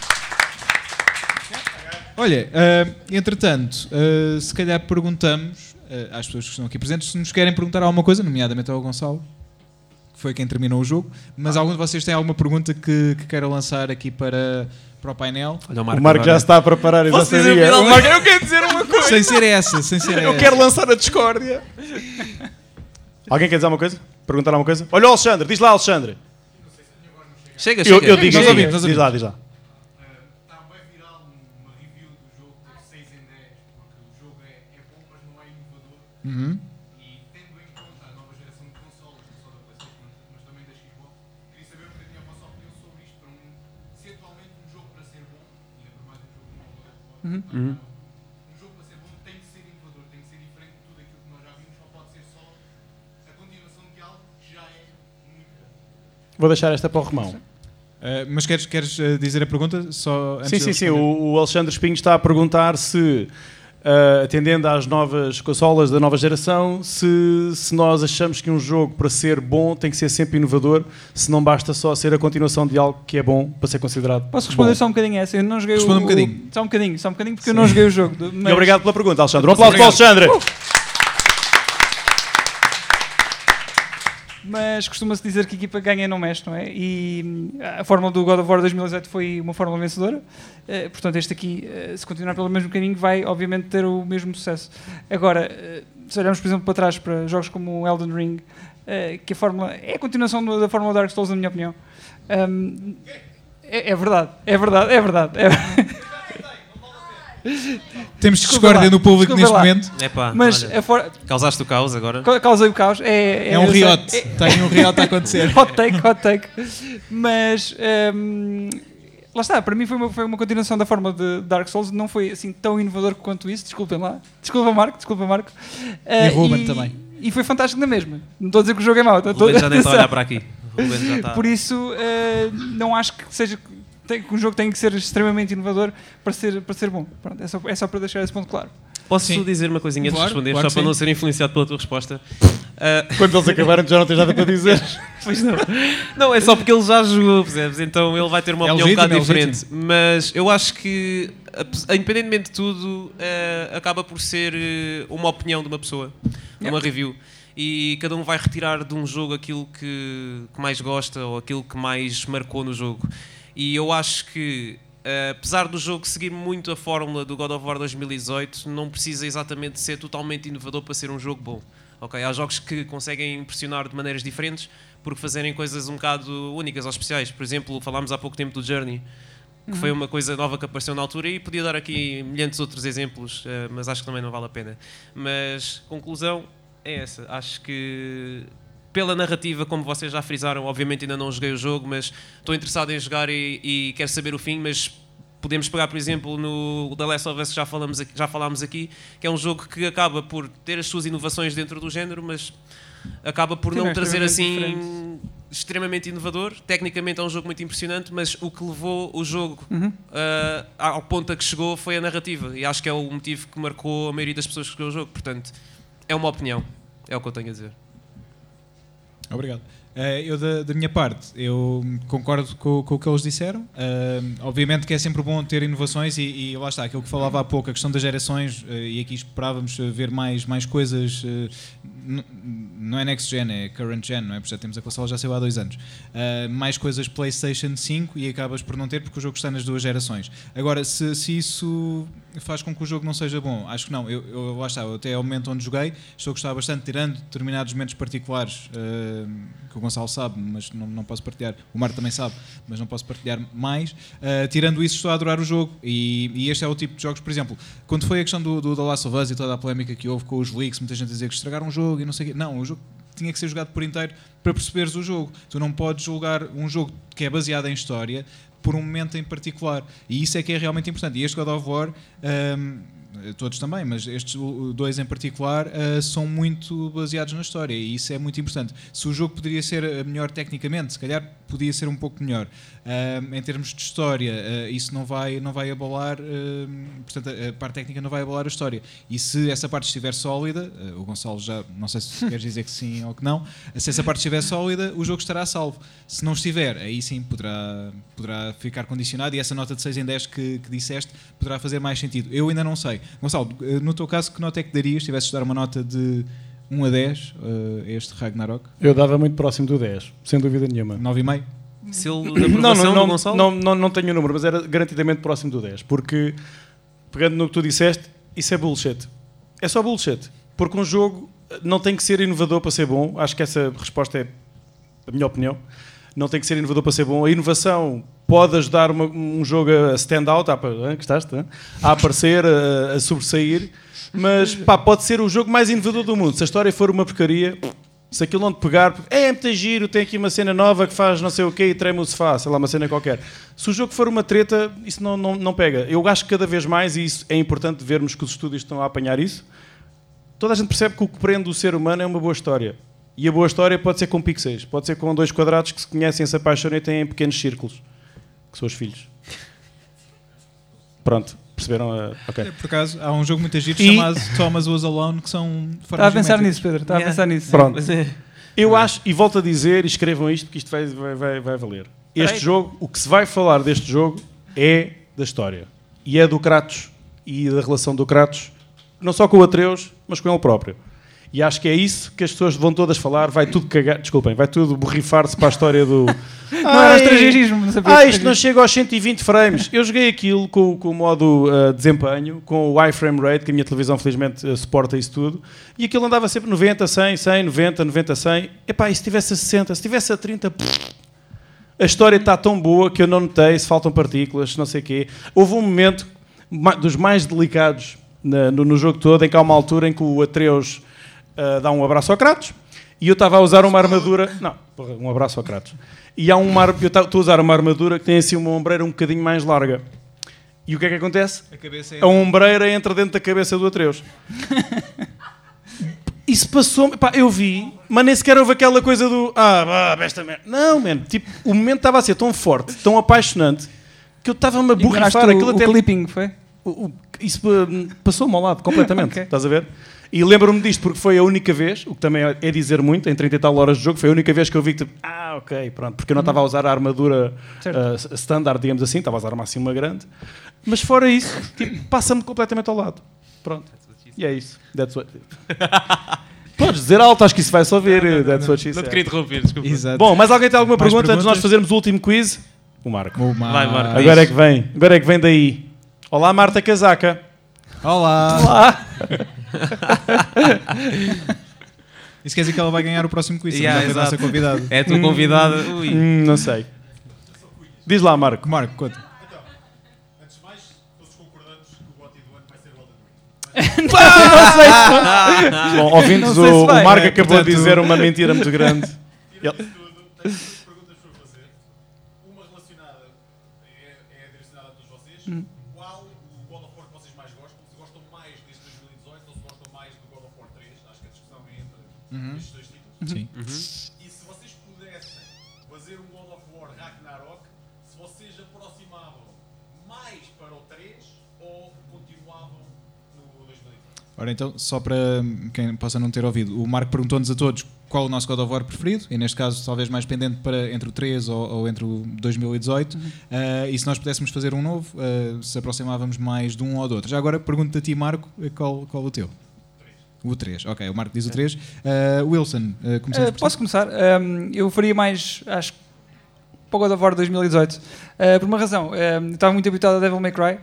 S3: olha ah, entretanto, ah, se calhar perguntamos ah, às pessoas que estão aqui presentes se nos querem perguntar alguma coisa, nomeadamente ao Gonçalo, que foi quem terminou o jogo. Mas algum de vocês tem alguma pergunta que, que queiram lançar aqui para, para o painel?
S1: Olha o
S4: O
S1: Marco,
S4: Marco já
S1: agora.
S4: se está a preparar, eu já
S1: Posso dizer o
S4: sabia.
S1: final
S4: O
S1: do
S4: Marco-
S1: Marco? Eu quero dizer uma coisa.
S3: Sem ser essa, sem ser essa.
S4: lançar a discórdia. Alguém quer dizer alguma coisa? Perguntar alguma coisa? Olha o Alexandre, diz lá, Alexandre.
S1: Chega,
S4: Eu,
S1: chega.
S4: eu digo,
S3: Nós
S4: diz,
S3: ouvimos, nós
S4: diz lá, diz lá.
S5: Está bem viral uma review do jogo de 6 em 10, porque o jogo é, é bom, mas não é inovador.
S3: Uhum.
S5: E tendo em conta a nova geração de consoles, não só da PlayStation, mas também da Xbox, queria saber um bocadinho a vossa opinião sobre isto. Para um, se atualmente um jogo para ser bom, ainda por mais um jogo como o God
S3: Uhum.
S5: of War, tá, um jogo para ser bom tem que ser inovador, tem que ser diferente de tudo aquilo que nós já vimos, ou pode ser só a continuação de algo que já é muito bom.
S4: Vou deixar esta para o Romão.
S3: Ah, mas queres, queres ah, dizer a pergunta? Só antes
S4: Sim,
S3: de
S4: sim,
S3: eu
S4: sim.
S3: responder?
S4: O, o Alexandre Espinho está a perguntar se, ah, atendendo às novas consolas da nova geração, se, se nós achamos que um jogo para ser bom tem que ser sempre inovador, se não basta só ser a continuação de algo que é bom para ser considerado.
S2: Posso responder
S4: bom.
S2: só um bocadinho a essa? Eu não joguei
S3: Responda
S2: o,
S3: um bocadinho.
S2: O, só um bocadinho, só um bocadinho, porque eu não joguei o jogo. do-
S4: E
S2: mas-
S4: obrigado pela pergunta, Alexandre. Um aplauso para o Alexandre.
S2: mas costuma-se dizer que a equipa ganha e não mexe, não é? E hum, a fórmula do God of War 2018 foi uma fórmula vencedora, Eh, portanto, este aqui, eh, se continuar pelo mesmo caminho, vai obviamente ter o mesmo sucesso. Agora, eh, se olharmos, por exemplo, para trás para jogos como o Elden Ring, eh, que a fórmula é a continuação do- da fórmula Dark Souls, na minha opinião. Hum, é, é verdade, é verdade, é verdade. É verdade.
S3: Temos
S2: Desculpa
S3: discórdia
S2: lá,
S3: no público
S2: desculpa
S3: neste
S2: lá.
S3: momento.
S1: Epá,
S2: Mas
S1: Ah, olha,
S2: a for-
S1: causaste o caos agora.
S2: ca- causei o caos. É,
S3: É um
S2: eu sei-
S3: riote.
S2: é-
S3: Está aí um riote a acontecer.
S2: hot take, hot take. Mas hum, lá está, para mim foi uma, foi uma continuação da forma de Dark Souls, não foi assim tão inovador quanto isso, desculpem lá. Desculpa Marco, desculpa Marco. Ah,
S3: E Ruben também.
S2: E foi fantástico na mesma. Não estou a dizer que o jogo é mau.
S1: O
S2: Estou,
S1: Ruben já nem está a
S2: atenção.
S1: olhar para aqui. O Ruben já tá. está.
S2: Por isso, eh, não acho que seja tem- que o jogo tem que ser extremamente inovador para ser, para ser bom. Pronto, é, só, é só para deixar esse ponto claro.
S1: Posso
S3: Sim.
S1: dizer uma coisinha antes de
S3: Claro,
S1: responder,
S3: claro
S1: só
S3: que
S1: para
S3: sim.
S1: não ser influenciado pela tua resposta?
S4: Quando eles acabaram, tu já não tens nada para dizer.
S1: Pois não. Não, é só porque ele já jogou, percebes? Então ele vai ter uma
S3: É
S1: opinião um bocado
S3: legítimo, é
S1: diferente. Mas eu acho que, apes- independentemente de tudo, eh, acaba por ser eh, uma opinião de uma pessoa, de uma review. E cada um vai retirar de um jogo aquilo que, que mais gosta ou aquilo que mais marcou no jogo. E eu acho que, eh, apesar do jogo seguir muito a fórmula do God of War 2018, não precisa exatamente ser totalmente inovador para ser um jogo bom. Ok, há jogos que conseguem impressionar de maneiras diferentes porque fazerem coisas um bocado únicas ou especiais. Por exemplo, falámos há pouco tempo do Journey, que foi uma coisa nova que apareceu na altura e podia dar aqui milhares de outros exemplos, eh, mas acho que também não vale a pena. Mas conclusão é essa. Acho que pela narrativa, como vocês já frisaram, obviamente ainda não joguei o jogo, mas estou interessado em jogar e, e quero saber o fim, mas Podemos pegar, por exemplo, no The Last of Us, que já, falamos aqui, já falámos aqui, que é um jogo que acaba por ter as suas inovações dentro do género, mas acaba por
S2: Sim,
S1: não
S2: é
S1: trazer assim
S2: extremamente
S1: extremamente inovador. Tecnicamente é um jogo muito impressionante, mas o que levou o jogo ah, ao ponto a que chegou foi a narrativa. E acho que é o motivo que marcou a maioria das pessoas que jogou o jogo. Portanto, é uma opinião. É o que eu tenho a dizer.
S3: Obrigado. Eh, eu, da, da minha parte, eu concordo com, com o que eles disseram. Eh, obviamente que é sempre bom ter inovações e, e lá está, aquilo que falava há pouco, a questão das gerações, eh, e aqui esperávamos eh, ver mais, mais coisas. eh, n- não é next gen, é current gen, não é? Porque já temos a console já saiu há dois anos. Eh, mais coisas PlayStation 5 e acabas por não ter porque o jogo está nas duas gerações. Agora, se, se isso faz com que o jogo não seja bom, acho que não. Eu, eu, lá está, eu até ao momento onde joguei, estou a gostar bastante, tirando determinados momentos particulares eh, que o Gonçalo sabe, mas não, não posso partilhar. O Marco também sabe, mas não posso partilhar mais. Eh, tirando isso, estou a adorar o jogo. E, e este é o tipo de jogos, por exemplo, quando foi a questão do, do The Last of Us e toda a polémica que houve com os leaks, muita gente a dizer que estragaram o jogo e não sei o quê. Não, o jogo tinha que ser jogado por inteiro para perceberes o jogo. Tu não podes julgar um jogo que é baseado em história por um momento em particular. E isso é que é realmente importante. E este God of War, hum, todos também, mas estes o- o dois em particular, ah, são muito baseados na história. E isso é muito importante. Se o jogo poderia ser ah, melhor tecnicamente, se calhar podia ser um pouco melhor. Hum, em termos de história, ah, isso não vai, não vai abalar, hum, portanto, a a parte técnica não vai abalar a história. E se essa parte estiver sólida, eh, o Gonçalo já, não sei se queres dizer que sim ou que não, se essa parte estiver sólida, o jogo estará salvo. Se não estiver, aí sim poderá, poderá ficar condicionado e essa nota de 6 em 10 que, que disseste poderá fazer mais sentido. Eu ainda não sei. Gonçalo, eh, no teu caso, que nota é que darias se tivesses de dar uma nota de 1 a 10 eh, a este Ragnarok?
S4: Eu dava muito próximo do 10, sem dúvida nenhuma.
S3: 9,5?
S1: Selo da
S4: Não,
S1: aprovação
S4: não,
S1: do
S4: não,
S1: Gonçalo?
S4: não, não, não tenho o número, mas era garantidamente próximo do 10. Porque, pegando no que tu disseste, isso é bullshit. É só bullshit. Porque um jogo não tem que ser inovador para ser bom. Acho que essa resposta é a minha opinião. Não tem que ser inovador para ser bom. A inovação pode ajudar uma- um jogo a stand out, a, apa- hã, que estás, hã? a aparecer, a, a sobressair. Mas pá, pode ser o jogo mais inovador do mundo. Se a história for uma porcaria, se aquilo não te pegar, é, é muito giro, tem aqui uma cena nova que faz não sei o quê e treme o sofá, sei lá, uma cena qualquer. Se o jogo for uma treta, isso não, não, não pega. Eu acho que cada vez mais, e isso é importante vermos que os estúdios estão a apanhar isso, toda a gente percebe que o que prende o ser humano é uma boa história. E a boa história pode ser com pixels, pode ser com dois quadrados que se conhecem, se apaixonam e têm pequenos círculos, que são os filhos. Pronto, perceberam? A... Ok.
S3: Por acaso, há um jogo muito agito
S4: E-
S3: chamado Thomas Was Alone que são
S2: Estava a
S3: formas
S2: pensar
S3: geométricas.
S2: nisso, Pedro. Estava
S1: Yeah.
S2: a pensar nisso.
S4: Pronto.
S1: Mas é.
S4: Eu acho, e volto a dizer, e escrevam isto, porque isto vai, vai, vai, vai valer. Este
S1: Peraí.
S4: jogo, o que se vai falar deste jogo é da história. E é do Kratos e da relação do Kratos, não só com o Atreus, mas com ele próprio. E acho que é isso que as pessoas vão todas falar, vai tudo cagar, desculpem, vai tudo borrifar-se para a história do.
S2: Não era
S4: Ai,
S2: estrangeirismo, não sabia.
S4: ah, isto não chega aos 120 frames. Eu joguei aquilo com, com o modo ah, desempenho, com o iframe rate, que a minha televisão felizmente ah, suporta isso tudo, e aquilo andava sempre 90, 100, 100, 90, 90, 100. Epá, e se tivesse a 60, se tivesse a 30, pff, a história está tão boa que eu não notei se faltam partículas, se não sei o quê. Houve um momento ma- dos mais delicados na- no, no jogo todo, em que há uma altura em que o Atreus ah, dá um abraço ao Kratos, e eu estava a usar uma armadura. Não, porra, um abraço ao Kratos. E há um ar... eu ta- estou a usar uma armadura que tem assim uma ombreira um bocadinho mais larga. E o que é que acontece?
S3: A cabeça é
S4: A ombreira entra dentro da cabeça do Atreus. Isso passou-me. Pá, eu vi, mas nem sequer houve aquela coisa do. Ah, ah esta merda. Não, mano. Tipo, o momento estava a ser tão forte, tão apaixonante, que eu estava-me a
S2: Enganaste
S4: borrifar.
S2: o-
S4: Aquilo
S2: o
S4: até.
S2: clipping, foi?
S4: o- o- isso hum, passou-me ao lado completamente.
S2: Ok.
S4: Estás a ver? E lembro-me disto porque foi a única vez, o que também é dizer muito, em 30 e tal horas de jogo, foi a única vez que eu vi que, tipo, ah, ok, pronto, porque eu não estava a usar a armadura
S2: Certo.
S4: ah, s- standard, digamos assim, estava a usar uma assim uma grande. Mas fora isso, tipo, passa-me completamente ao lado. Pronto. E é isso. That's what. Podes dizer alto, acho que isso vai só ouvir. That's what she
S1: Não te
S4: said.
S1: queria interromper, desculpa.
S3: Exato.
S4: Bom, mais alguém tem alguma
S3: Mais
S4: pergunta antes de nós
S3: perguntas?
S4: fazermos o último quiz? O Marco.
S3: Uma-
S1: Vai, Marco.
S4: Agora é que vem, agora é que vem daí. Olá, Marta Casaca.
S3: Olá.
S4: Olá.
S3: Isso quer dizer que ela vai ganhar o próximo quiz,
S1: Yeah,
S3: yeah, a nossa
S1: exato.
S3: convidada.
S1: É a tua convidada. Ui.
S4: Hum, não sei. Diz lá, Marco.
S3: Marco, conta.
S5: Antes de mais, todos concordamos que o GOTY do ano vai ser o Elden Ring.
S4: Bom, ouvintes,
S2: Não sei se
S4: o, o
S2: vai.
S4: Marco
S3: É,
S4: acabou
S3: portanto-
S4: de dizer uma mentira muito grande.
S2: Uh!
S4: Ele-
S5: Tirando isso tudo, tenho duas perguntas para fazer. Uma relacionada é, é direcionada a todos vocês. Qual o God of War que vocês mais gostam? Se gostam mais deste 2018 ou se gostam mais do God of War 3? Acho que a discussão é entre
S2: Uhum.
S5: estes dois títulos.
S3: Sim.
S5: E se vocês pudessem fazer um God of War Ragnarok, se vocês aproximavam mais para o 3 ou continuavam no 2018?
S3: Ora então, só para hum, quem possa não ter ouvido, o Marco perguntou-nos a todos qual o nosso God of War preferido, e neste caso talvez mais pendente para entre o 3 ou, ou entre o 2018, Ah, e se nós pudéssemos fazer um novo, ah, se aproximávamos mais de um ou do outro. Já agora pergunto a ti, Marco, eh, qual, qual o teu? O 3, ok, o Marco diz o 3. Wilson, ah, começamos
S2: Eh,
S3: por ti.
S2: posso começar? Ahm, eu faria mais, acho que para o God of War 2018. Ah, por uma razão, ahm, estava muito habituado a Devil May Cry.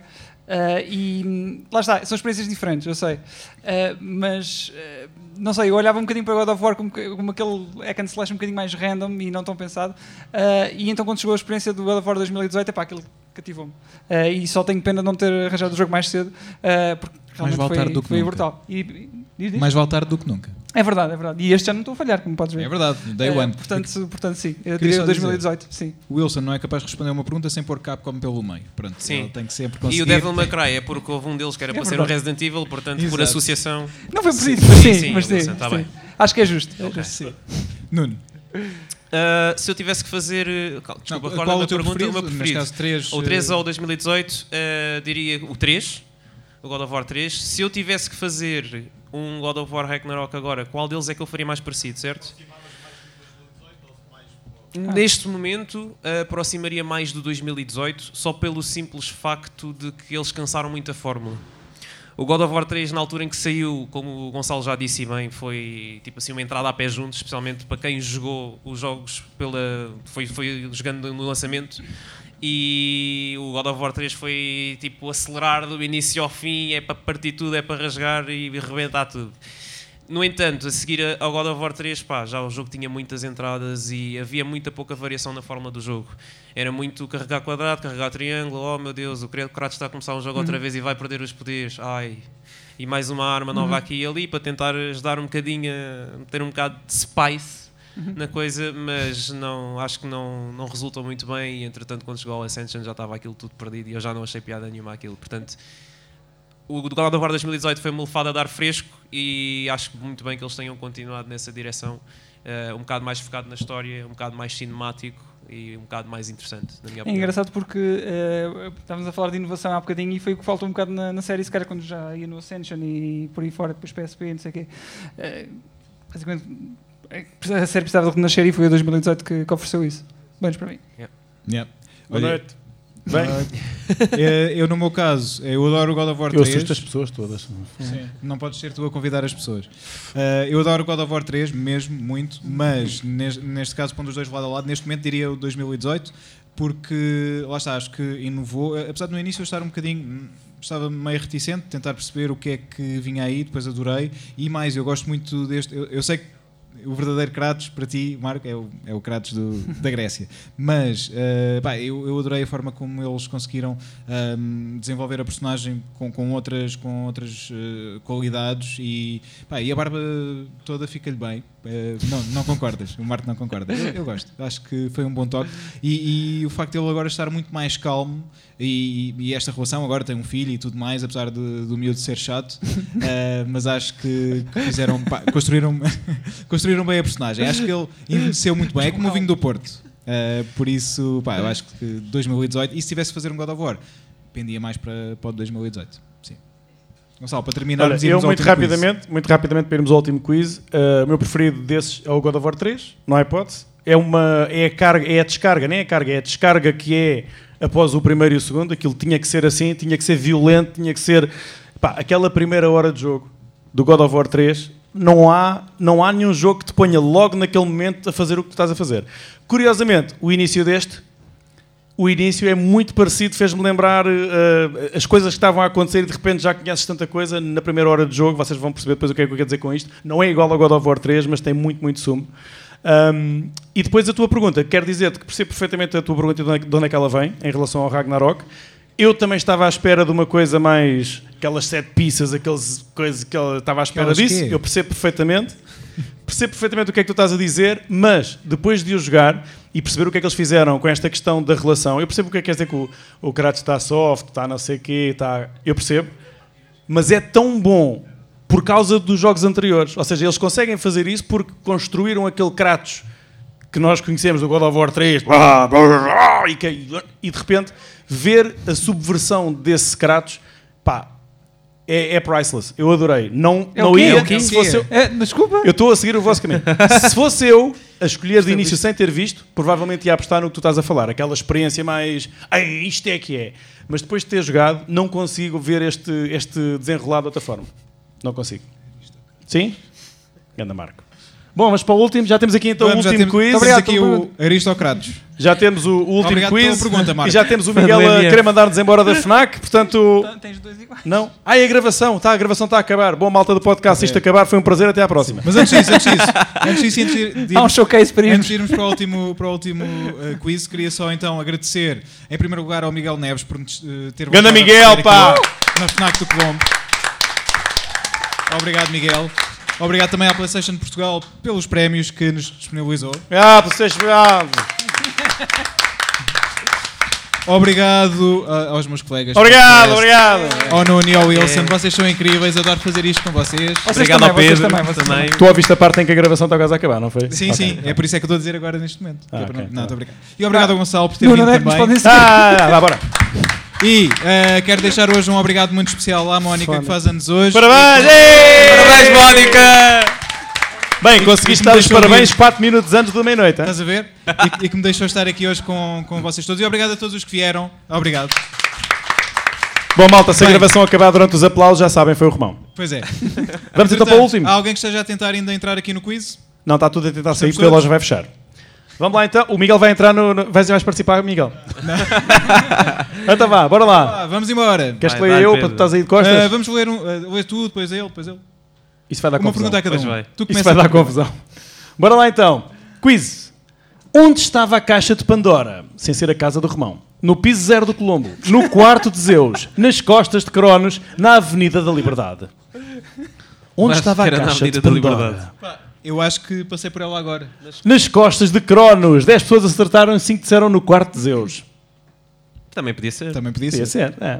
S2: ah, e hum, lá está, são experiências diferentes, eu sei. Ah, mas ah, não sei, eu olhava um bocadinho para o God of War como, que- como aquele hack and slash um bocadinho mais random e não tão pensado. Ah, e então, quando chegou a experiência do God of War 2018, é pá, aquilo cativou-me. Ah, e só tenho pena de não ter arranjado o jogo mais cedo, ah, porque realmente
S3: vale
S2: foi,
S3: tarde do que
S2: foi
S3: nunca.
S2: brutal. E- e- diz, diz?
S3: Mais vale tarde do que nunca.
S2: É verdade, é verdade. E este ano não estou a falhar, como podes ver.
S3: É verdade, day
S2: É,
S3: one.
S2: Portanto, portanto sim. Eu
S3: Queria só dizer.
S2: diria 2018, sim.
S3: Wilson não é capaz de responder uma pergunta sem pôr Capcom pelo meio. Pronto,
S1: Sim.
S3: ele tem que sempre
S1: E
S3: conseguir.
S1: o Devil May Cry é porque houve um deles que era
S2: É
S1: para ser o
S2: verdade.
S1: Resident Evil, portanto, por
S3: Exato.
S1: associação.
S2: Não foi por isso,
S1: Sim,
S2: mas sim,
S1: sim,
S2: mas sim.
S1: Wilson, tá
S2: sim.
S1: bem.
S2: Acho que é justo. Sim.
S3: Nuno,
S1: Ah, se eu tivesse que fazer. eh, cal- Desculpa,
S3: Não,
S1: recorda-me
S3: qual
S1: a
S3: o teu
S1: pergunta,
S3: preferido?
S1: o meu
S3: Neste caso, três,
S1: Ou 3
S3: eh,
S1: ou 2018, ah, diria o 3, o God of War 3. Se eu tivesse que fazer um God of War Ragnarok agora, qual deles é que eu faria mais parecido, certo? Neste momento, ah, aproximaria mais do 2018, só pelo simples facto de que eles cansaram muito a fórmula. O God of War 3, na altura em que saiu, como o Gonçalo já disse bem, foi tipo assim uma entrada a pé juntos, especialmente para quem jogou os jogos pela. foi, foi jogando no lançamento. E o God of War 3 foi tipo acelerar do início ao fim, é para partir tudo, é para rasgar e arrebentar tudo. No entanto, a seguir a- ao God of War 3, pá, já o jogo tinha muitas entradas e havia muita pouca variação na forma do jogo. Era muito carregar quadrado, carregar triângulo, oh meu Deus, o Cre- Kratos está a começar um jogo outra vez e vai perder os poderes, ai. E mais uma arma nova aqui e ali para tentar ajudar um bocadinho, a ter um bocado de spice na coisa, mas não, acho que não, não resultou muito bem e entretanto quando chegou ao Ascension já estava aquilo tudo perdido e eu já não achei piada nenhuma aquilo, portanto o do God of War 2018 foi uma lefada de ar fresco e acho muito bem que eles tenham continuado nessa direção, eh, um bocado mais focado na história, um bocado mais cinemático e um bocado mais interessante, na minha
S2: É
S1: opinião.
S2: engraçado porque eh, estávamos a falar de inovação há bocadinho e foi o que faltou um bocado na, na série, se calhar quando já ia no Ascension e por aí fora, depois PSP e não sei o quê. Eh, basicamente, eh, a série precisava de renascer e foi a 2018 que, que ofereceu isso. Bem para mim.
S3: yeah.
S4: Boa
S3: Olha,
S4: noite. Bem,
S3: Eh, eu, no meu caso, eu adoro o God of War
S4: eu
S3: 3.
S4: assusto as pessoas todas.
S3: Sim, Não podes ser tu a convidar as pessoas. Eh, eu adoro o God of War 3, mesmo, muito, mas nes- neste, caso, pondo os dois lado a lado, neste momento diria o 2018, porque lá está, acho que inovou. Eh, Apesar de no início eu estar um bocadinho. hum, Estava meio reticente, tentar perceber o que é que vinha aí, depois adorei. E mais, eu gosto muito deste. Eu, eu sei que. o verdadeiro Kratos para ti, Marco, é o, é o Kratos do- da Grécia. Mas, eh, pá, eu, eu adorei a forma como eles conseguiram ahm, desenvolver a personagem com, com outras, com outras eh, qualidades e, pá, e a barba toda fica-lhe bem. Eh, não, não concordas, o Marco não concorda. Eu, eu gosto, acho que foi um bom toque. E, e o facto de ele agora estar muito mais calmo e, e esta relação agora tem um filho e tudo mais, apesar de, do miúdo ser chato, eh, mas acho que que fizeram, pá, construíram, construíram bem a personagem. Acho que ele envelheceu muito bem, é como o vinho do Porto. Eh, por isso, pá, eu acho que 2018, e se tivesse de fazer um God of War, pendia mais para, para o 2018. Sim. Gonçalo, para terminarmos,
S4: Olha, eu
S3: irmos ao
S4: muito
S3: último quiz.
S4: rapidamente, muito rapidamente para irmos ao último quiz, uh, o meu preferido desses é o God of War 3, não há hipótese. É, uma, é, a carga, é a descarga, nem é a carga, é a descarga que é após o primeiro e o segundo, aquilo tinha que ser assim, tinha que ser violento, tinha que ser... Pá, aquela primeira hora de jogo do God of War 3, não há, não há nenhum jogo que te ponha logo naquele momento a fazer o que tu estás a fazer. Curiosamente, o início deste o início é muito parecido, fez-me lembrar eh, eh, as coisas que estavam a acontecer e de repente já conheces tanta coisa na primeira hora de jogo, vocês vão perceber depois o que é que eu quero dizer com isto. Não é igual ao God of War 3, mas tem muito, muito sumo. Ahm, e depois a tua pergunta, quero dizer-te que percebo perfeitamente a tua pergunta e de onde- de onde é que ela vem em relação ao Ragnarok. Eu também estava à espera de uma coisa mais. aquelas sete pizzas, aqueles coisas que ela estava à espera
S3: Aquelas
S4: disso.
S3: quê?
S4: Eu percebo perfeitamente percebo perfeitamente o que é que tu estás a dizer, mas depois de o jogar e perceber o que é que eles fizeram com esta questão da relação, eu percebo o que é que quer dizer que o, o Kratos está soft, está não sei o quê, está... eu percebo, mas é tão bom por causa dos jogos anteriores. Ou seja, eles conseguem fazer isso porque construíram aquele Kratos que nós conhecemos do God of War 3 blá, blá, blá, blá, e, que- e de repente ver a subversão desse Kratos pá, é, é priceless. Eu adorei. Não,
S2: É o
S4: não
S2: quê?
S4: ia
S2: É o quê?
S4: se fosse eu-
S2: É, mas desculpa.
S4: eu estou a seguir o vosso caminho. Se fosse eu a escolher de início sem ter visto, provavelmente ia apostar no que tu estás a falar. Aquela experiência mais. Ai, isto é que é. Mas depois de ter jogado, não consigo ver este, este desenrolar de outra forma. Não consigo. Sim? Ganda Marco. Bom, mas para o último, já temos aqui então
S3: Vamos,
S4: o
S3: já
S4: último
S3: temos,
S4: quiz.
S3: temos
S4: Obrigado
S3: aqui
S4: pela
S3: o
S4: pergunta.
S3: Aristocratos.
S4: Já temos o último
S3: Obrigado
S4: quiz.
S3: pela pergunta, Marco.
S4: e já temos o Miguel a
S1: LMF.
S4: querer mandar-nos embora da FNAC, portanto.
S2: Tens dois iguais.
S4: Não. Ai, a gravação, tá, a gravação está a acabar. Bom, malta do podcast, isto acabar, foi um prazer, até à próxima.
S3: Mas antes disso, antes disso, antes disso, antes de- de
S2: Há um showcase para irmos.
S3: Antes de irmos para o último, para o último eh, quiz, queria só então agradecer, em primeiro lugar, ao Miguel Neves por nos eh, ter voltado
S4: Ganda
S3: a
S4: Miguel,
S3: receber
S4: pá!
S3: aqui Na FNAC do Colombo. Obrigado, Miguel. Obrigado também à PlayStation de Portugal pelos prémios que nos disponibilizou.
S4: Ah, vocês bravos.
S3: Obrigado ah, aos meus colegas.
S4: Obrigado,
S3: Podcast,
S4: obrigado.
S3: Ao Nuno e ao Wilson. Vocês são incríveis, adoro fazer isto com vocês.
S2: É. Vocês
S1: Obrigado
S2: também,
S1: ao Pedro
S2: vocês também, vocês
S1: também.
S4: Tu ouviste a parte em que a gravação está quase a acabar, não foi?
S3: Sim,
S4: Ok.
S3: sim, é por isso é que eu estou a dizer agora neste momento. Que é para
S4: ok,
S3: não,
S4: tá
S3: não, estou obrigado. E obrigado ao Gonçalo por ter
S2: Ah, Não,
S3: vindo
S2: não é que nos
S3: também.
S2: podem seguir.
S4: Ah, vá, bora.
S3: E eh, quero deixar hoje um obrigado muito especial à Mónica que faz anos hoje.
S4: Parabéns! ei!
S1: Parabéns, Mónica!
S4: Bem, conseguiste dar os
S3: Deixa eu
S4: parabéns
S3: ouvir.
S4: 4 minutos antes da meia-noite. hein?
S3: Estás a ver? E, e que me deixou estar aqui hoje com, com vocês todos. E obrigado a todos os que vieram. Obrigado.
S4: Bom, malta, se a
S3: Bem.
S4: gravação acabar durante os aplausos, já sabem, foi o Romão.
S3: Pois é.
S4: Vamos então para o
S3: Portanto,
S4: último.
S3: Há alguém que esteja a tentar ainda entrar aqui no quiz?
S4: Não, está tudo a tentar sair
S3: Estamos
S4: porque a
S3: todos?
S4: loja vai fechar. Vamos lá então. O Miguel vai entrar no. no... Vais, vais participar, Miguel? então vá, bora lá.
S3: Ah, vamos embora.
S4: Queres que
S1: Vai,
S4: leia
S1: vai,
S4: eu
S1: Pedro.
S4: para tu estás aí de
S3: Ah,
S4: costas?
S3: vamos ler, um, ah, ler tu, depois ele, depois ele.
S4: Isso vai dar
S3: Uma
S4: confusão.
S3: pergunta a cada
S1: Pois
S3: um.
S1: vai.
S3: Tu
S4: Isso
S3: começas
S4: vai dar
S3: por-
S4: confusão. Bora lá então. Quiz. Onde estava a caixa de Pandora, sem ser a casa do Romão? No piso zero do Colombo, no quarto de Zeus, nas costas de Cronos, na Avenida da Liberdade. Onde
S1: Mas
S4: estava a
S1: era na
S4: caixa de
S1: Avenida da
S4: Pandora?
S1: Liberdade.
S3: Eu acho que passei por ela agora.
S4: Nas costas de Cronos. 10 pessoas acertaram, 5 disseram no quarto de Zeus.
S1: Também podia ser.
S3: Também podia
S4: Podia
S3: ser.
S4: ser, é.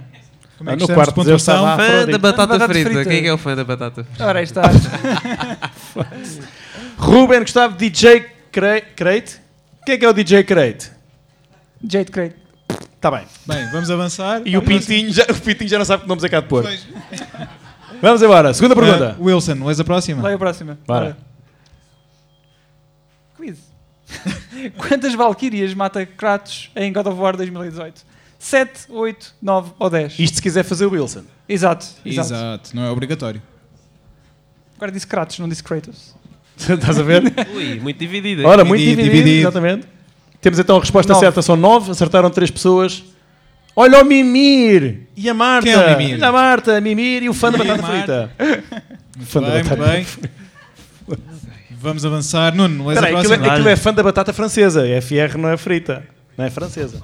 S3: Como é que
S4: no
S3: estamos
S4: quarto
S3: de
S4: de Zeus estava
S3: pontuação?
S4: a
S8: Fã da
S4: Afrodite.
S8: batata,
S2: Batata
S8: frita.
S2: frita.
S8: Quem é que é o fã da batata frita?
S2: Ora, aí está.
S4: Ruben Gustavo, DJ Cre- Crate. Quem é que é o DJ Crate?
S2: Jade Crate.
S4: Está bem.
S3: Bem, vamos avançar.
S4: E o Pintinho, já, o Pintinho já não sabe que nomes é que há de pôr.
S3: Pois.
S4: Vamos embora. Segunda
S3: Ah,
S4: pergunta.
S5: É,
S3: Wilson, lês a próxima?
S2: Lá é a próxima.
S4: Bora.
S2: Quiz. Quantas Valkyrias mata Kratos em God of War 2018? 7, 8, 9 ou 10?
S4: Isto se quiser fazer o Wilson.
S2: Exato, exato.
S3: Exato, não é obrigatório.
S2: Agora disse Kratos, não disse Kratos.
S4: Estás a ver?
S1: Ui, muito dividida.
S4: Ora, muito
S3: Dividido,
S4: dividido,
S3: dividido.
S4: Exatamente. Temos então a resposta
S2: Nove.
S4: certa, são nove. Acertaram três pessoas. Olha o Mimir! E a Marta!
S3: Quem é o Mimir?
S4: Olha A Marta, Mimir e o fã da
S3: E a
S4: batata
S3: Marta.
S4: frita.
S3: Muito
S4: Fã da
S3: bem, muito
S4: batata.
S3: bem. Vamos avançar. Nuno, lês a
S4: Espera aí, aquilo,
S3: próxima.
S4: é- aquilo é fã da batata francesa. FR não é frita. Não é francesa.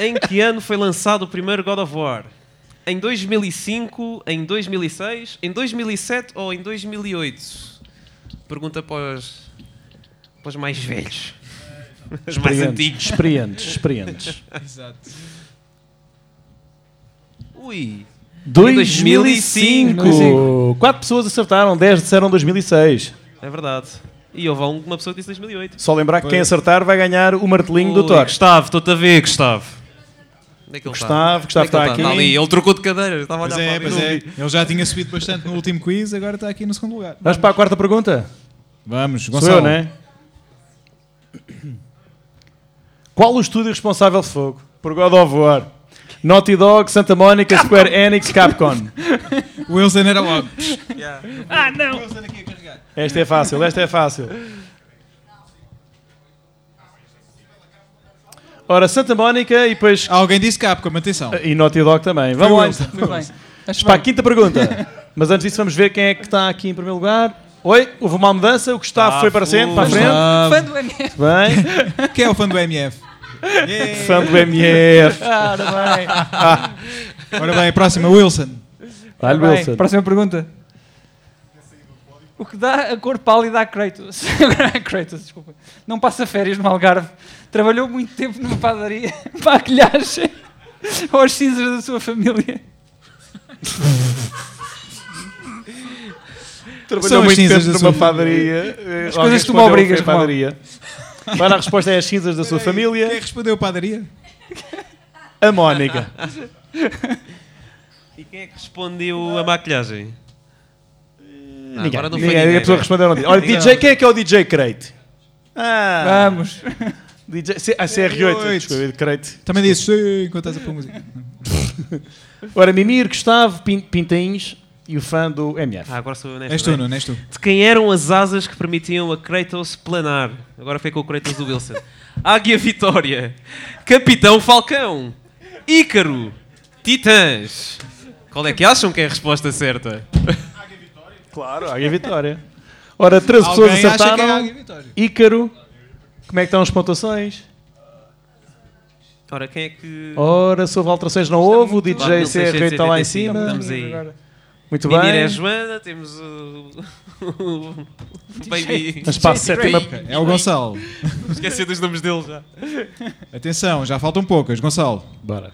S1: Em que ano foi lançado o primeiro God of War? Em 2005, em 2006, em 2007 ou em 2008? Pergunta para os, para os mais velhos. Os mais antigos.
S4: Experientes, experientes.
S1: Ui.
S4: 2005.
S2: 2005.
S4: Quatro pessoas acertaram, 10 disseram 2006.
S1: É verdade. E houve uma pessoa que disse 2008.
S4: Só lembrar que quem acertar vai ganhar o martelinho do
S1: Ui,
S4: Thor.
S1: Gustavo, estou-te a ver, Gustavo. Onde é que ele
S4: Gustavo, Gustavo
S1: Onde é que
S4: está
S1: ele Está
S4: aqui.
S1: ali. Ele trocou de cadeira. Estava a
S3: Pois
S1: olhar
S3: é,
S1: para
S3: pois
S1: ali.
S3: é. Ele já tinha subido bastante no último quiz, agora está aqui no segundo lugar.
S4: Vamos para a quarta pergunta?
S3: Vamos,
S4: Sou
S3: Gonçalo.
S4: eu, né? Qual o estúdio responsável de fogo? Por God of War. Naughty Dog, Santa Monica, Square Enix, Capcom.
S3: Wilson era logo.
S4: Esta é fácil, esta é fácil. Ora, Santa Mónica e depois.
S3: Alguém disse Capcom, atenção.
S4: E Naughty Dog também. Vamos lá. então.
S2: Wilson, Muito bem. Acho
S4: Para a
S2: bem.
S4: quinta pergunta. Mas antes disso, vamos ver quem é que está aqui em primeiro lugar. Oi, houve uma mudança, o Gustavo foi para frente, para a frente.
S3: Ah,
S2: Fã do MF.
S4: Bem,
S3: Quem é o fã do MF?
S4: fã do MF.
S2: Ora bem.
S3: Ora bem, próxima, Wilson.
S4: Vale,
S2: Bem,
S4: Wilson.
S2: Próxima pergunta. O que dá a cor pálida a Kratos? Agora é Kratos, desculpa. Não passa férias no Algarve. Trabalhou muito tempo numa padaria para a quilhagem aos cinzas da sua família.
S3: São
S4: Trabalhou
S3: as
S4: muito
S3: cinzas
S4: tempo
S3: da
S4: numa
S3: sua-
S4: padaria. As
S2: coisas que tu me obrigas, Romão.
S4: padaria. Agora a resposta é as cinzas da sua
S3: Quem
S4: família,
S3: respondeu padaria?
S4: a Mónica.
S1: E quem é que respondeu a maquilhagem? Ah,
S4: Ninguém.
S1: agora não foi
S4: Ninguém.
S1: ninguém,
S4: A pessoa
S1: né?
S4: respondeu não disse. Olha, DJ, quem é que é o DJ Crate? Ah,
S2: Vamos.
S4: DJ, C- ah, CR8.
S3: CR8.
S4: Desculpa, Crate.
S3: Também disse, "Sim", enquanto estás a pôr música.
S4: Ora, Mimir, Gustavo, Pin- Pintains e o fã do MF.
S1: Ah, agora sou eu nesta.
S3: És tu,
S1: né?
S3: Nuno, és tu.
S1: De quem eram as asas que permitiam a Kratos planar? Agora foi com o Kratos do Wilson. Águia Vitória. Capitão Falcão. Ícaro. Titãs. Qual é que acham que é a resposta certa?
S4: Claro, Águia Vitória. Ora, 13 pessoas
S3: Alguém acha que é
S4: acertaram.
S3: Águia Vitória.
S4: Ícaro. Como é que estão as pontuações?
S1: Ora, quem é que.
S4: Ora, se houve alterações, não houve. O DJ
S1: Claro, não sei,
S4: CR8 está lá em cima.
S1: Estamos aí.
S4: Muito
S1: Mimir é a
S4: bem.
S1: Joana, temos o. o Tipo, Baby.
S4: Mas para a sétima.
S3: É o Gonçalo.
S1: Esqueci dos nomes dele já.
S3: Atenção, já faltam poucas, Gonçalo.
S4: Bora.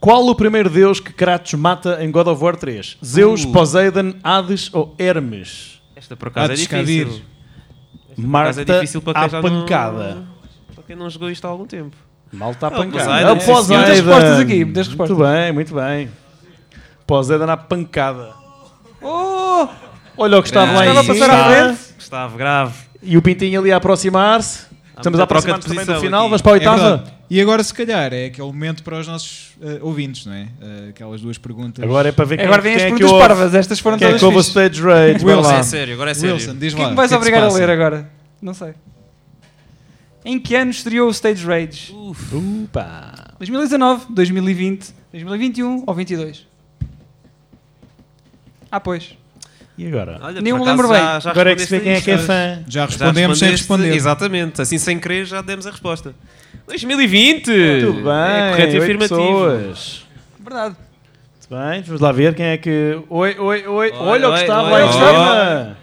S4: Qual o primeiro deus que Kratos mata em God of War 3? Zeus,
S1: Uh.
S4: Poseidon, Hades ou Hermes?
S1: Esta por acaso
S3: Há
S1: é
S3: de escadir.
S1: difícil. acaso é
S4: Marta
S1: difícil para quem
S4: à
S1: já não-
S4: pancada.
S1: Para quem não jogou isto há algum tempo.
S4: Malta à
S1: Não,
S4: pancada.
S1: Poseidon,
S4: Ah,
S1: é, sim,
S4: Poseidon.
S1: senhor.
S2: Muitas respostas aqui, muitas respostas.
S4: Muito bem, muito bem. Poseidon à pancada.
S2: Oh,
S4: Olha o que estava lá
S1: Grande.
S2: estava
S4: em
S2: a passar à
S4: cima.
S2: frente.
S1: Gustavo, grave.
S4: E o Pintinho ali a aproximar-se. Estamos a
S1: muita troca de
S4: aproximar-nos também do
S1: posição
S4: final.
S1: aqui.
S4: Vamos para a
S3: É
S4: oitava?
S3: verdade. e agora, se calhar, é aquele momento para os nossos eh, ouvintes, não é? Eh, aquelas duas perguntas.
S4: Agora é para ver quem,
S2: Agora vêm
S4: quem
S2: as
S4: é que
S2: perguntas
S4: ouve-
S2: parvas. Estas foram
S4: Quem é
S2: todas
S4: que ouve o
S2: fixes.
S4: stage rage? Bora
S3: Wilson.
S4: lá.
S1: É sério, agora é sério.
S3: Wilson, diz
S2: O
S3: lá.
S2: que é que me vais
S3: o se
S2: obrigar a
S3: passa?
S2: ler agora? Não sei. Em que ano estreou o Stage Rage?
S4: Upa.
S2: 2019, 2020, 2021 ou 22? Ah, pois.
S4: E agora?
S1: Olha,
S2: Nem
S1: por
S2: me
S1: acaso
S2: lembro bem.
S1: Ah, já- já
S4: Agora é que se vê
S1: respondeste
S4: quem é que é
S1: isto.
S4: fã.
S3: Já
S1: Já
S3: respondemos
S1: respondeste,
S3: sem responder.
S1: Exatamente, assim sem querer já demos a resposta. 2020!
S4: Muito bem.
S1: É correto e
S4: oito
S1: afirmativo.
S4: pessoas.
S2: Verdade.
S4: Muito bem, vamos lá ver quem é que. Oi, oi, oi.
S1: Oi,
S4: Olha o
S1: oi,
S4: que estava
S1: oi,
S4: lá em
S1: oi.
S4: cima.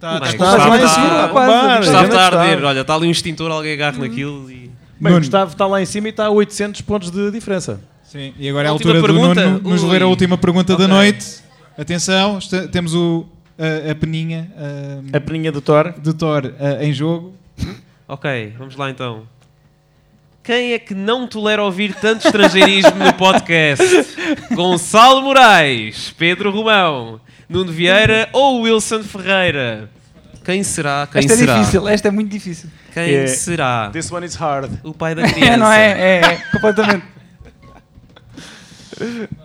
S3: Tá,
S1: Bem,
S3: desculpa,
S1: Gustavo,
S3: vai
S1: tá-
S3: seguir,
S1: Gustavo,
S3: rapaz.
S4: Gustavo,
S1: Gustavo está a
S4: Gustavo.
S1: arder, olha, está ali um extintor, alguém agarra naquilo e.
S4: Bem,
S3: Nuno.
S4: Gustavo está lá em cima e está a 800 pontos de diferença.
S3: Sim, e agora é a
S1: Última
S3: altura
S1: pergunta.
S3: do Nuno nos ler a
S1: Ui.
S3: última pergunta da
S1: Ok.
S3: noite. Atenção, esta- temos o, a, a peninha
S4: A
S3: ah,
S4: peninha do Thor.
S3: do Thor ah, em jogo.
S1: Ok, vamos lá então. Quem é que não tolera ouvir tanto estrangeirismo no podcast? Gonçalo Moraes, Pedro Romão, Nuno Vieira ou Wilson Ferreira? Quem será? Quem
S2: esta
S1: será?
S2: é difícil, esta é muito difícil.
S1: Quem
S4: É.
S1: será?
S4: This one is hard.
S1: O pai da criança.
S2: É, não é? É, é, completamente.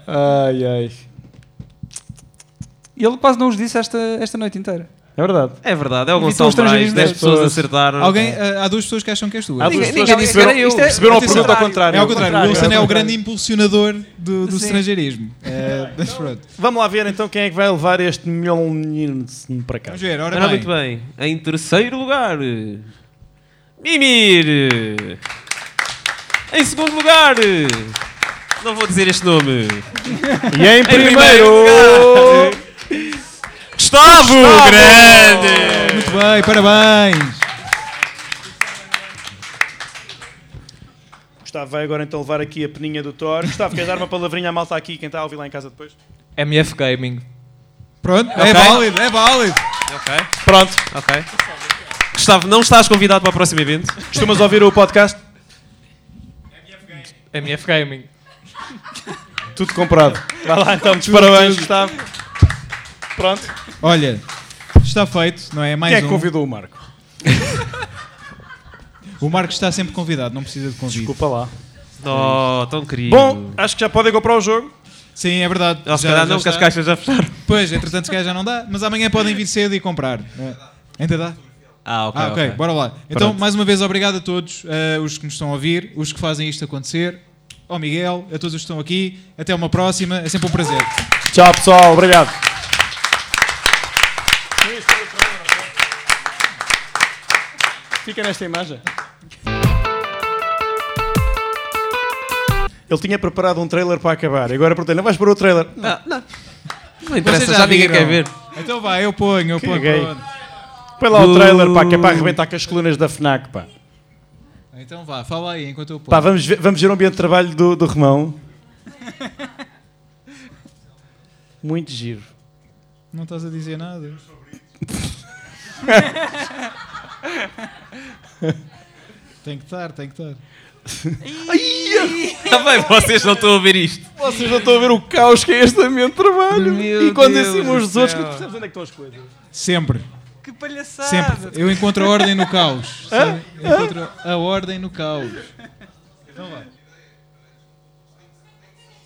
S4: Ai, ai.
S2: E ele quase não os disse esta, esta noite inteira.
S4: É verdade.
S1: É verdade, é o
S2: Evitou
S1: Gonçalo
S2: os
S1: Moraes, 10
S2: estrangeirismos.
S1: pessoas acertaram. então.
S3: Alguém,
S2: eh,
S3: ah, há duas pessoas que acham que és tu.
S4: Há
S3: É
S4: duas
S2: Ninguém-
S4: pessoas que
S2: ninguém-
S4: perceberam,
S2: era eu.
S4: perceberam a
S2: Atenção.
S4: pergunta ao contrário.
S3: ao contrário, o Wilson é o grande impulsionador do, do
S2: Sim.
S3: estrangeirismo. Eh, mas pronto,
S4: Vamos lá ver então quem é que vai levar este menino para cá.
S3: vamos ver, ora
S1: Ora,
S3: bem.
S1: muito bem. Em terceiro lugar, Mimir. Em segundo lugar, não vou dizer este nome.
S4: E em primeiro.
S1: Gustavo, Grande.
S3: Muito bem, parabéns.
S4: Gustavo vai agora então levar aqui a peninha do Thor. Gustavo, queres dar uma palavrinha à malta aqui? Quem está a ouvir lá em casa depois?
S9: MF Gaming.
S3: Pronto, é válido, é válido.
S1: Ok,
S4: Pronto.
S1: ok. Gustavo, não estás convidado para o próximo evento.
S4: Costumas ouvir o podcast?
S9: MF Gaming.
S4: Tudo comprado. Vai lá então, muitos parabéns, Gustavo. Pronto.
S3: Olha, está feito, não é? Mais
S4: Quem é que
S3: um.
S4: convidou o Marco?
S3: O Marcos está sempre convidado, não precisa de convite.
S4: Desculpa lá.
S1: Oh, tão querido.
S4: Bom, acho que já podem comprar o jogo.
S3: Sim, é verdade.
S1: Ou se calhar não, que as
S3: está.
S1: caixas já fecharam.
S3: Pois, entretanto, se calhar já não dá, mas amanhã podem vir cedo e comprar. É. Ainda dá?
S1: Ah, ok.
S3: Ah, ok, bora lá. Então, mais uma vez, obrigado a todos eh, os que nos estão a ouvir, os que fazem isto acontecer, ao Miguel, a todos os que estão aqui. Até uma próxima, é sempre um prazer.
S4: Tchau, pessoal. Obrigado. Fica nesta imagem. Ele tinha preparado um trailer para acabar. Agora perguntei, não vais para o trailer?
S1: Ah, não. Não interessa,
S3: Vocês
S1: já, ninguém
S3: viram?
S1: quer ver.
S3: Então vai, eu ponho, eu ponho.
S4: gay.
S3: pronto.
S4: Põe lá o trailer, pá, que é para arrebentar com as colunas da FNAC, pá.
S3: Então vá, fala aí enquanto eu ponho.
S4: Pá, vamos ver, vamos ver o ambiente de trabalho do, do Romão. Muito giro.
S3: Não estás a dizer nada. tem que estar, tem que estar.
S1: Está bem, vocês não estão a ver isto.
S4: Vocês já estão a ver o caos que é este ambiente de trabalho.
S1: Meu
S4: e quando
S1: Deus
S4: acima
S1: do
S4: os outros,
S1: céu.
S4: que tu percebes onde é que estão as coisas.
S3: Sempre,
S2: Que palhaçada!
S3: sempre. Eu encontro a ordem no caos. Sim, eu encontro a ordem no caos. Então vá.